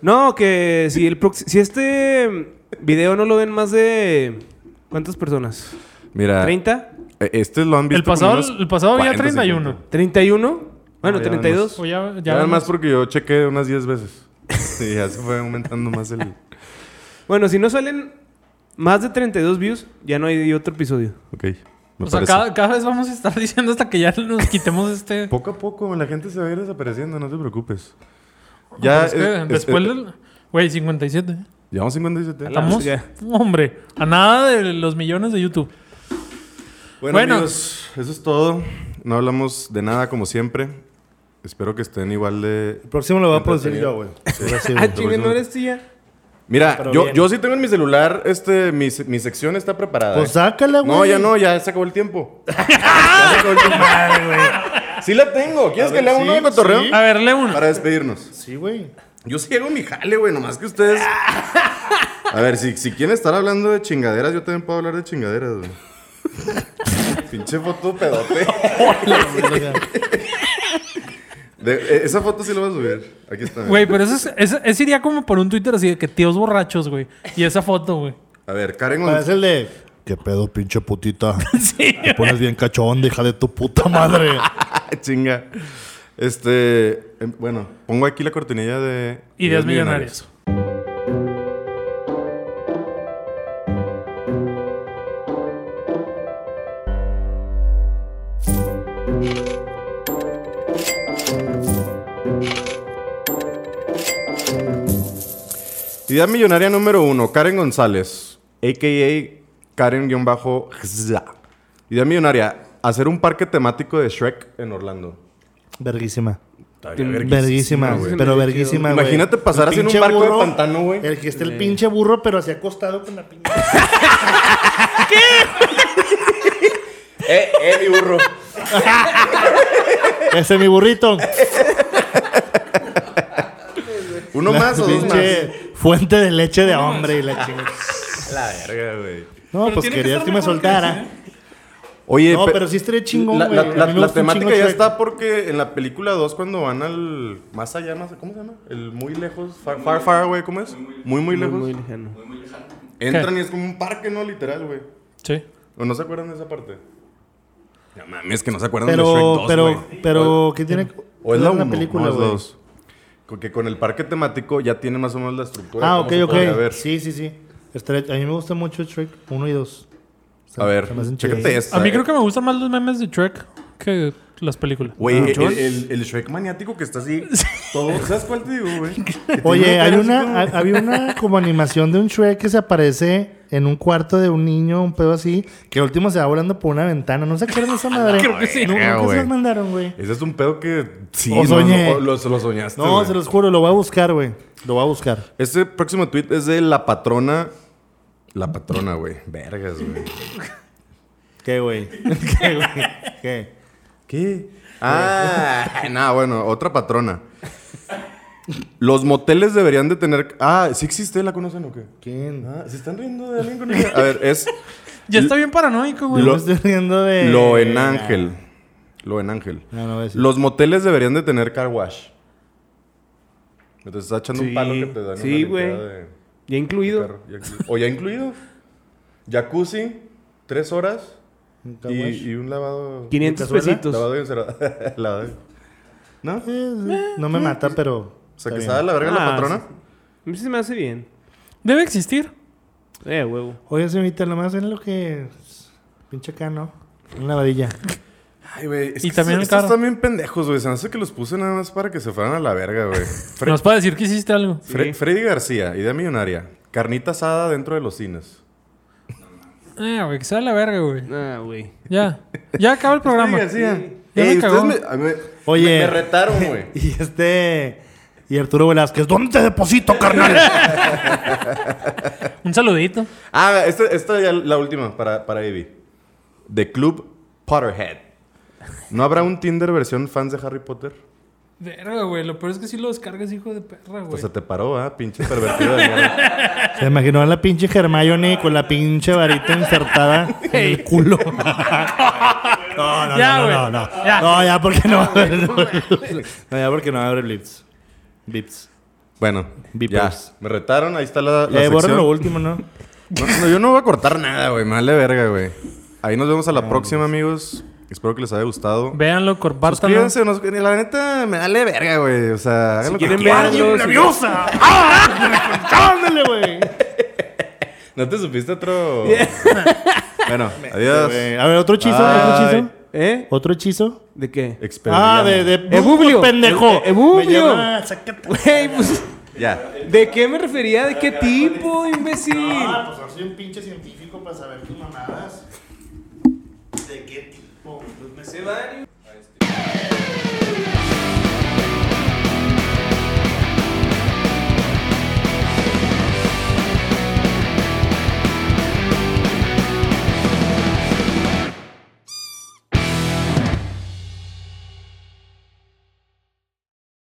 Speaker 4: No, que si, el prox- si este video no lo ven más de. ¿Cuántas personas?
Speaker 2: Mira.
Speaker 4: ¿30?
Speaker 2: eh, Este lo han visto.
Speaker 1: El pasado,
Speaker 2: como unos
Speaker 1: el pasado había
Speaker 2: 40,
Speaker 1: 31.
Speaker 2: 50.
Speaker 4: ¿31? Bueno,
Speaker 2: No, ya van
Speaker 4: 32.
Speaker 1: O Pues ya, ya
Speaker 2: Ya
Speaker 1: vemos.
Speaker 2: más porque yo chequé unas 10 veces. Sí, ya se fue aumentando más el.
Speaker 4: Bueno, si no salen más de 32 views, ya no hay otro episodio.
Speaker 2: Ok. Me
Speaker 1: O sea,
Speaker 2: parece.
Speaker 1: cada, cada vez vamos a estar diciendo hasta que ya nos quitemos este.
Speaker 2: Poco a poco la gente se va a ir desapareciendo, no te preocupes.
Speaker 1: Ya,
Speaker 2: Ya. es-
Speaker 1: Pues después
Speaker 2: es-
Speaker 1: del. Güey, 57.
Speaker 2: Llevamos 57.
Speaker 4: la
Speaker 1: Estamos.
Speaker 4: verga.
Speaker 1: Hombre, a nada de los millones de YouTube.
Speaker 2: Bueno,
Speaker 1: Bueno.
Speaker 2: amigos, eso es todo. No hablamos de nada como siempre. Espero que estén igual de...
Speaker 3: El próximo lo voy a producir yo, güey. Ahora sí, güey.
Speaker 4: Ah, chingue, no eres tía.
Speaker 2: Mira,
Speaker 3: Pero
Speaker 2: yo,
Speaker 3: bien.
Speaker 2: yo sí tengo en mi celular, este, mi, se- mi sección está preparada.
Speaker 3: Pues
Speaker 2: ¿eh?
Speaker 3: sácala, güey.
Speaker 2: No, ya no, ya se acabó el tiempo. Ya se acabó el tiempo. Sí la tengo. ¿Quieres que
Speaker 3: ver,
Speaker 2: le haga
Speaker 3: sí,
Speaker 2: uno de cotorreo?
Speaker 3: sí.
Speaker 1: A ver, lee uno.
Speaker 2: Para despedirnos.
Speaker 3: Sí, güey.
Speaker 2: Yo sí hago mi jale, güey, nomás que ustedes... A ver, si, si quieren estar hablando de chingaderas, yo también puedo hablar de chingaderas, güey. Pinche foto pedote. De- eh, esa foto sí la voy a subir. Aquí está. mira.
Speaker 1: Güey, pero eso, es, eso- eso iría como por un Twitter así de que tíos borrachos, güey. Y esa foto, güey.
Speaker 2: A ver, Karen González.
Speaker 3: Parece el de. ¿Qué pedo, pinche
Speaker 2: Ah, pues,
Speaker 3: putita? Te pones bien cachón, hija de tu puta madre.
Speaker 2: Chinga. Este, em, bueno, pongo aquí la cortinilla de...
Speaker 1: Ideas millonarias.
Speaker 2: Idea millonaria número uno, Karen González, a.k.a. Karen-Gza. Idea millonaria, hacer un parque temático de Shrek en Orlando.
Speaker 3: Verguísima.
Speaker 2: Estaría
Speaker 3: Verguísima, güey. Pero verguísima, güey.
Speaker 2: Imagínate pasar así en un
Speaker 3: pinche
Speaker 2: barco de pantano, güey.
Speaker 3: El que esté el pinche burro, pero así acostado con la pinche.
Speaker 2: Eh, eh, mi burro.
Speaker 3: Ese es mi burrito.
Speaker 2: Uno más o dos más.
Speaker 3: pinche fuente de leche de hombre y la chingada.
Speaker 2: La verga, güey.
Speaker 3: No, pues
Speaker 1: tiene que
Speaker 3: querías
Speaker 1: estar
Speaker 3: que me
Speaker 1: mejor que ¿eh?
Speaker 3: soltara.
Speaker 2: Oye,
Speaker 3: No,
Speaker 2: Eh, pe-
Speaker 3: pero sí estaría chingón,
Speaker 2: La,
Speaker 3: güey.
Speaker 2: la-
Speaker 3: A mí
Speaker 2: la-
Speaker 3: me
Speaker 2: la
Speaker 3: gusta un
Speaker 2: temática
Speaker 3: chingo
Speaker 2: ya
Speaker 3: Shrek.
Speaker 2: está porque en la película 2 cuando van al más allá, no sé cómo se llama, el muy lejos, far far, far away, ¿cómo es? Muy muy lejos.
Speaker 4: Muy lejano.
Speaker 2: Entran y es como un parque, no literal, güey.
Speaker 1: Sí.
Speaker 2: ¿O no se acuerdan de esa parte? No mames, que no se acuerdan de Shrek
Speaker 3: Pero,
Speaker 2: 2,
Speaker 3: pero,
Speaker 2: güey.
Speaker 3: pero, ¿qué tiene?
Speaker 2: o es la
Speaker 3: ¿cuál
Speaker 2: 1,
Speaker 3: película,
Speaker 2: no es
Speaker 3: güey?
Speaker 2: 2. Porque con el parque temático ya tiene más o menos la estructura.
Speaker 3: Ah,
Speaker 2: de
Speaker 3: ok,
Speaker 2: cómo se podría
Speaker 3: ok.
Speaker 2: ver.
Speaker 3: Sí, sí, sí. Estaría- a mí me gusta mucho Shrek 1 y 2.
Speaker 2: A
Speaker 3: Se me hacen
Speaker 2: ver, chécate
Speaker 3: chidas.
Speaker 2: esta.
Speaker 1: A mí
Speaker 2: eh.
Speaker 1: creo que me gustan más los memes de Trek que las películas.
Speaker 2: Güey,
Speaker 3: Ah,
Speaker 2: el,
Speaker 3: ¿George?
Speaker 2: el- el Shrek maniático que está así. Todo, ¿Sabes cuál te digo, güey? Que tiene
Speaker 3: Oye, hay
Speaker 2: cara así como-
Speaker 3: una, ha- había una como animación de un Shrek que se aparece en un cuarto de un niño, un pedo así, que al último se va volando por una ventana. ¿No se acuerdan de esa madre?
Speaker 2: Creo que sí.
Speaker 3: Nu-
Speaker 2: Verga,
Speaker 3: Nunca se
Speaker 2: güey. Este,
Speaker 3: las mandaron, güey.
Speaker 2: Ese es un pedo que sí.
Speaker 3: O
Speaker 2: no,
Speaker 3: soñé.
Speaker 2: no, o lo, lo soñaste.
Speaker 3: No,
Speaker 2: güey.
Speaker 3: se los juro, lo voy a buscar, güey. Lo voy a buscar.
Speaker 2: Este próximo tweet es de la patrona. La patrona, güey. Vergas, güey.
Speaker 3: ¿Qué, güey? ¿Qué, güey? ¿Qué?
Speaker 2: ¿Qué? Ah, nada, bueno, otra patrona. Los moteles deberían de tener. Ah, ¿sí existe? ¿La conocen o qué?
Speaker 3: ¿Quién?
Speaker 2: Ah, ¿Se están riendo de alguien con ella? A ver, es
Speaker 1: Ya está bien paranoico, güey.
Speaker 3: Yo
Speaker 2: Lo-
Speaker 3: me estoy riendo de...
Speaker 2: Lo
Speaker 4: Eh.
Speaker 2: en Ángel. Lo en Ángel.
Speaker 3: No, no, es-
Speaker 2: Los moteles deberían de tener car wash. Entonces está echando
Speaker 4: Sí.
Speaker 2: un palo que te dan
Speaker 4: Sí,
Speaker 2: una
Speaker 4: güey.
Speaker 2: limpiada de-
Speaker 4: Ya
Speaker 2: de
Speaker 4: incluido.
Speaker 2: carro. Ya inclu- O ya incluido. Jacuzzi, tres horas
Speaker 3: Un car wash.
Speaker 2: y, y un lavado.
Speaker 4: 500
Speaker 3: ¿Cazuela?
Speaker 4: pesitos.
Speaker 2: Lavado de encerada. lavado de- ¿No? O
Speaker 3: Eh, No me mata, pero...
Speaker 2: sea,
Speaker 3: está
Speaker 2: que
Speaker 3: bien.
Speaker 2: sabe la verga la
Speaker 4: Ah,
Speaker 2: patrona.
Speaker 4: sí, A mí se me hace bien.
Speaker 1: Debe existir.
Speaker 4: Eh, huevo.
Speaker 3: Oye, señorita, nomás en lo que... Pinche acá, ¿no? Una lavadilla.
Speaker 2: Ay, güey. es
Speaker 1: Y
Speaker 2: que
Speaker 1: también el
Speaker 2: estos- estos
Speaker 1: carro.
Speaker 2: están bien pendejos, güey. Se me hace que los puse nada más para que se fueran a la verga, güey. Fre-
Speaker 1: Nos puede decir que hiciste algo.
Speaker 2: Fre- Freddy García, idea millonaria. Carnita asada dentro de los cines.
Speaker 1: Eh, güey, que sea la verga, güey.
Speaker 4: Ah, güey.
Speaker 1: Ya. Ya acaba el programa.
Speaker 2: Sí, García.
Speaker 1: Ya
Speaker 2: Ey,
Speaker 1: me cagó.
Speaker 2: ustedes me- a mí-
Speaker 3: Oye.
Speaker 2: me- me retaron, güey.
Speaker 3: Y este... Y Arturo Velázquez, ¿dónde te deposito, carnal?
Speaker 1: Un saludito.
Speaker 2: Ah, esta, esta ya la última para, para Ivy. The Club Potterhead. ¿No habrá un Tinder versión fans de Harry Potter?
Speaker 1: Verga, güey. Lo peor es que si lo descargas, hijo de perra, güey.
Speaker 2: Pues se te paró, ¿ah? Pinche pervertido de mierda.
Speaker 3: Se imaginó a la pinche Hermione con la pinche varita insertada en el culo. No, no,
Speaker 1: Ya,
Speaker 3: no,
Speaker 1: güey.
Speaker 3: no, no, no.
Speaker 1: Ya.
Speaker 3: No, ya porque no va a haber... No, ya porque no va a haber blips. Blips.
Speaker 2: Bueno, ya.
Speaker 3: Beepers.
Speaker 2: Me retaron, ahí está la, la
Speaker 3: Eh, borren
Speaker 2: sección.
Speaker 3: lo último, ¿no?
Speaker 2: No, no, yo no voy a cortar nada, güey. Male verga, güey. Ahí nos vemos a la próxima, amigos. Espero que les haya gustado.
Speaker 1: Véanlo, compártanlo.
Speaker 2: Suscríbanse. no- la neta, me dale verga, güey. O sea, háganlo
Speaker 4: quieren
Speaker 2: que quieran.
Speaker 4: verlo, si-
Speaker 6: ¡Nerviosa!
Speaker 3: Ah, ¡Ándale, güey!
Speaker 2: ¿No te supiste otro...? bueno, adiós.
Speaker 3: Eh, A ver, otro hechizo, otro
Speaker 2: Ay.
Speaker 3: hechizo.
Speaker 4: ¿Eh?
Speaker 3: ¿Otro hechizo?
Speaker 4: ¿De qué?
Speaker 2: Expediana.
Speaker 3: Ah, de, de
Speaker 4: Ebublio.
Speaker 3: pendejo.
Speaker 4: E- Ebublio.
Speaker 3: Me llama- sácate.
Speaker 4: Güey, pues,
Speaker 2: Ya.
Speaker 4: ¿de qué me refería? ¿De qué tipo, imbécil?
Speaker 3: Ah, pues ahora soy un pinche científico para saber tus mamadas. ¿De qué tipo?
Speaker 4: Me sé varios.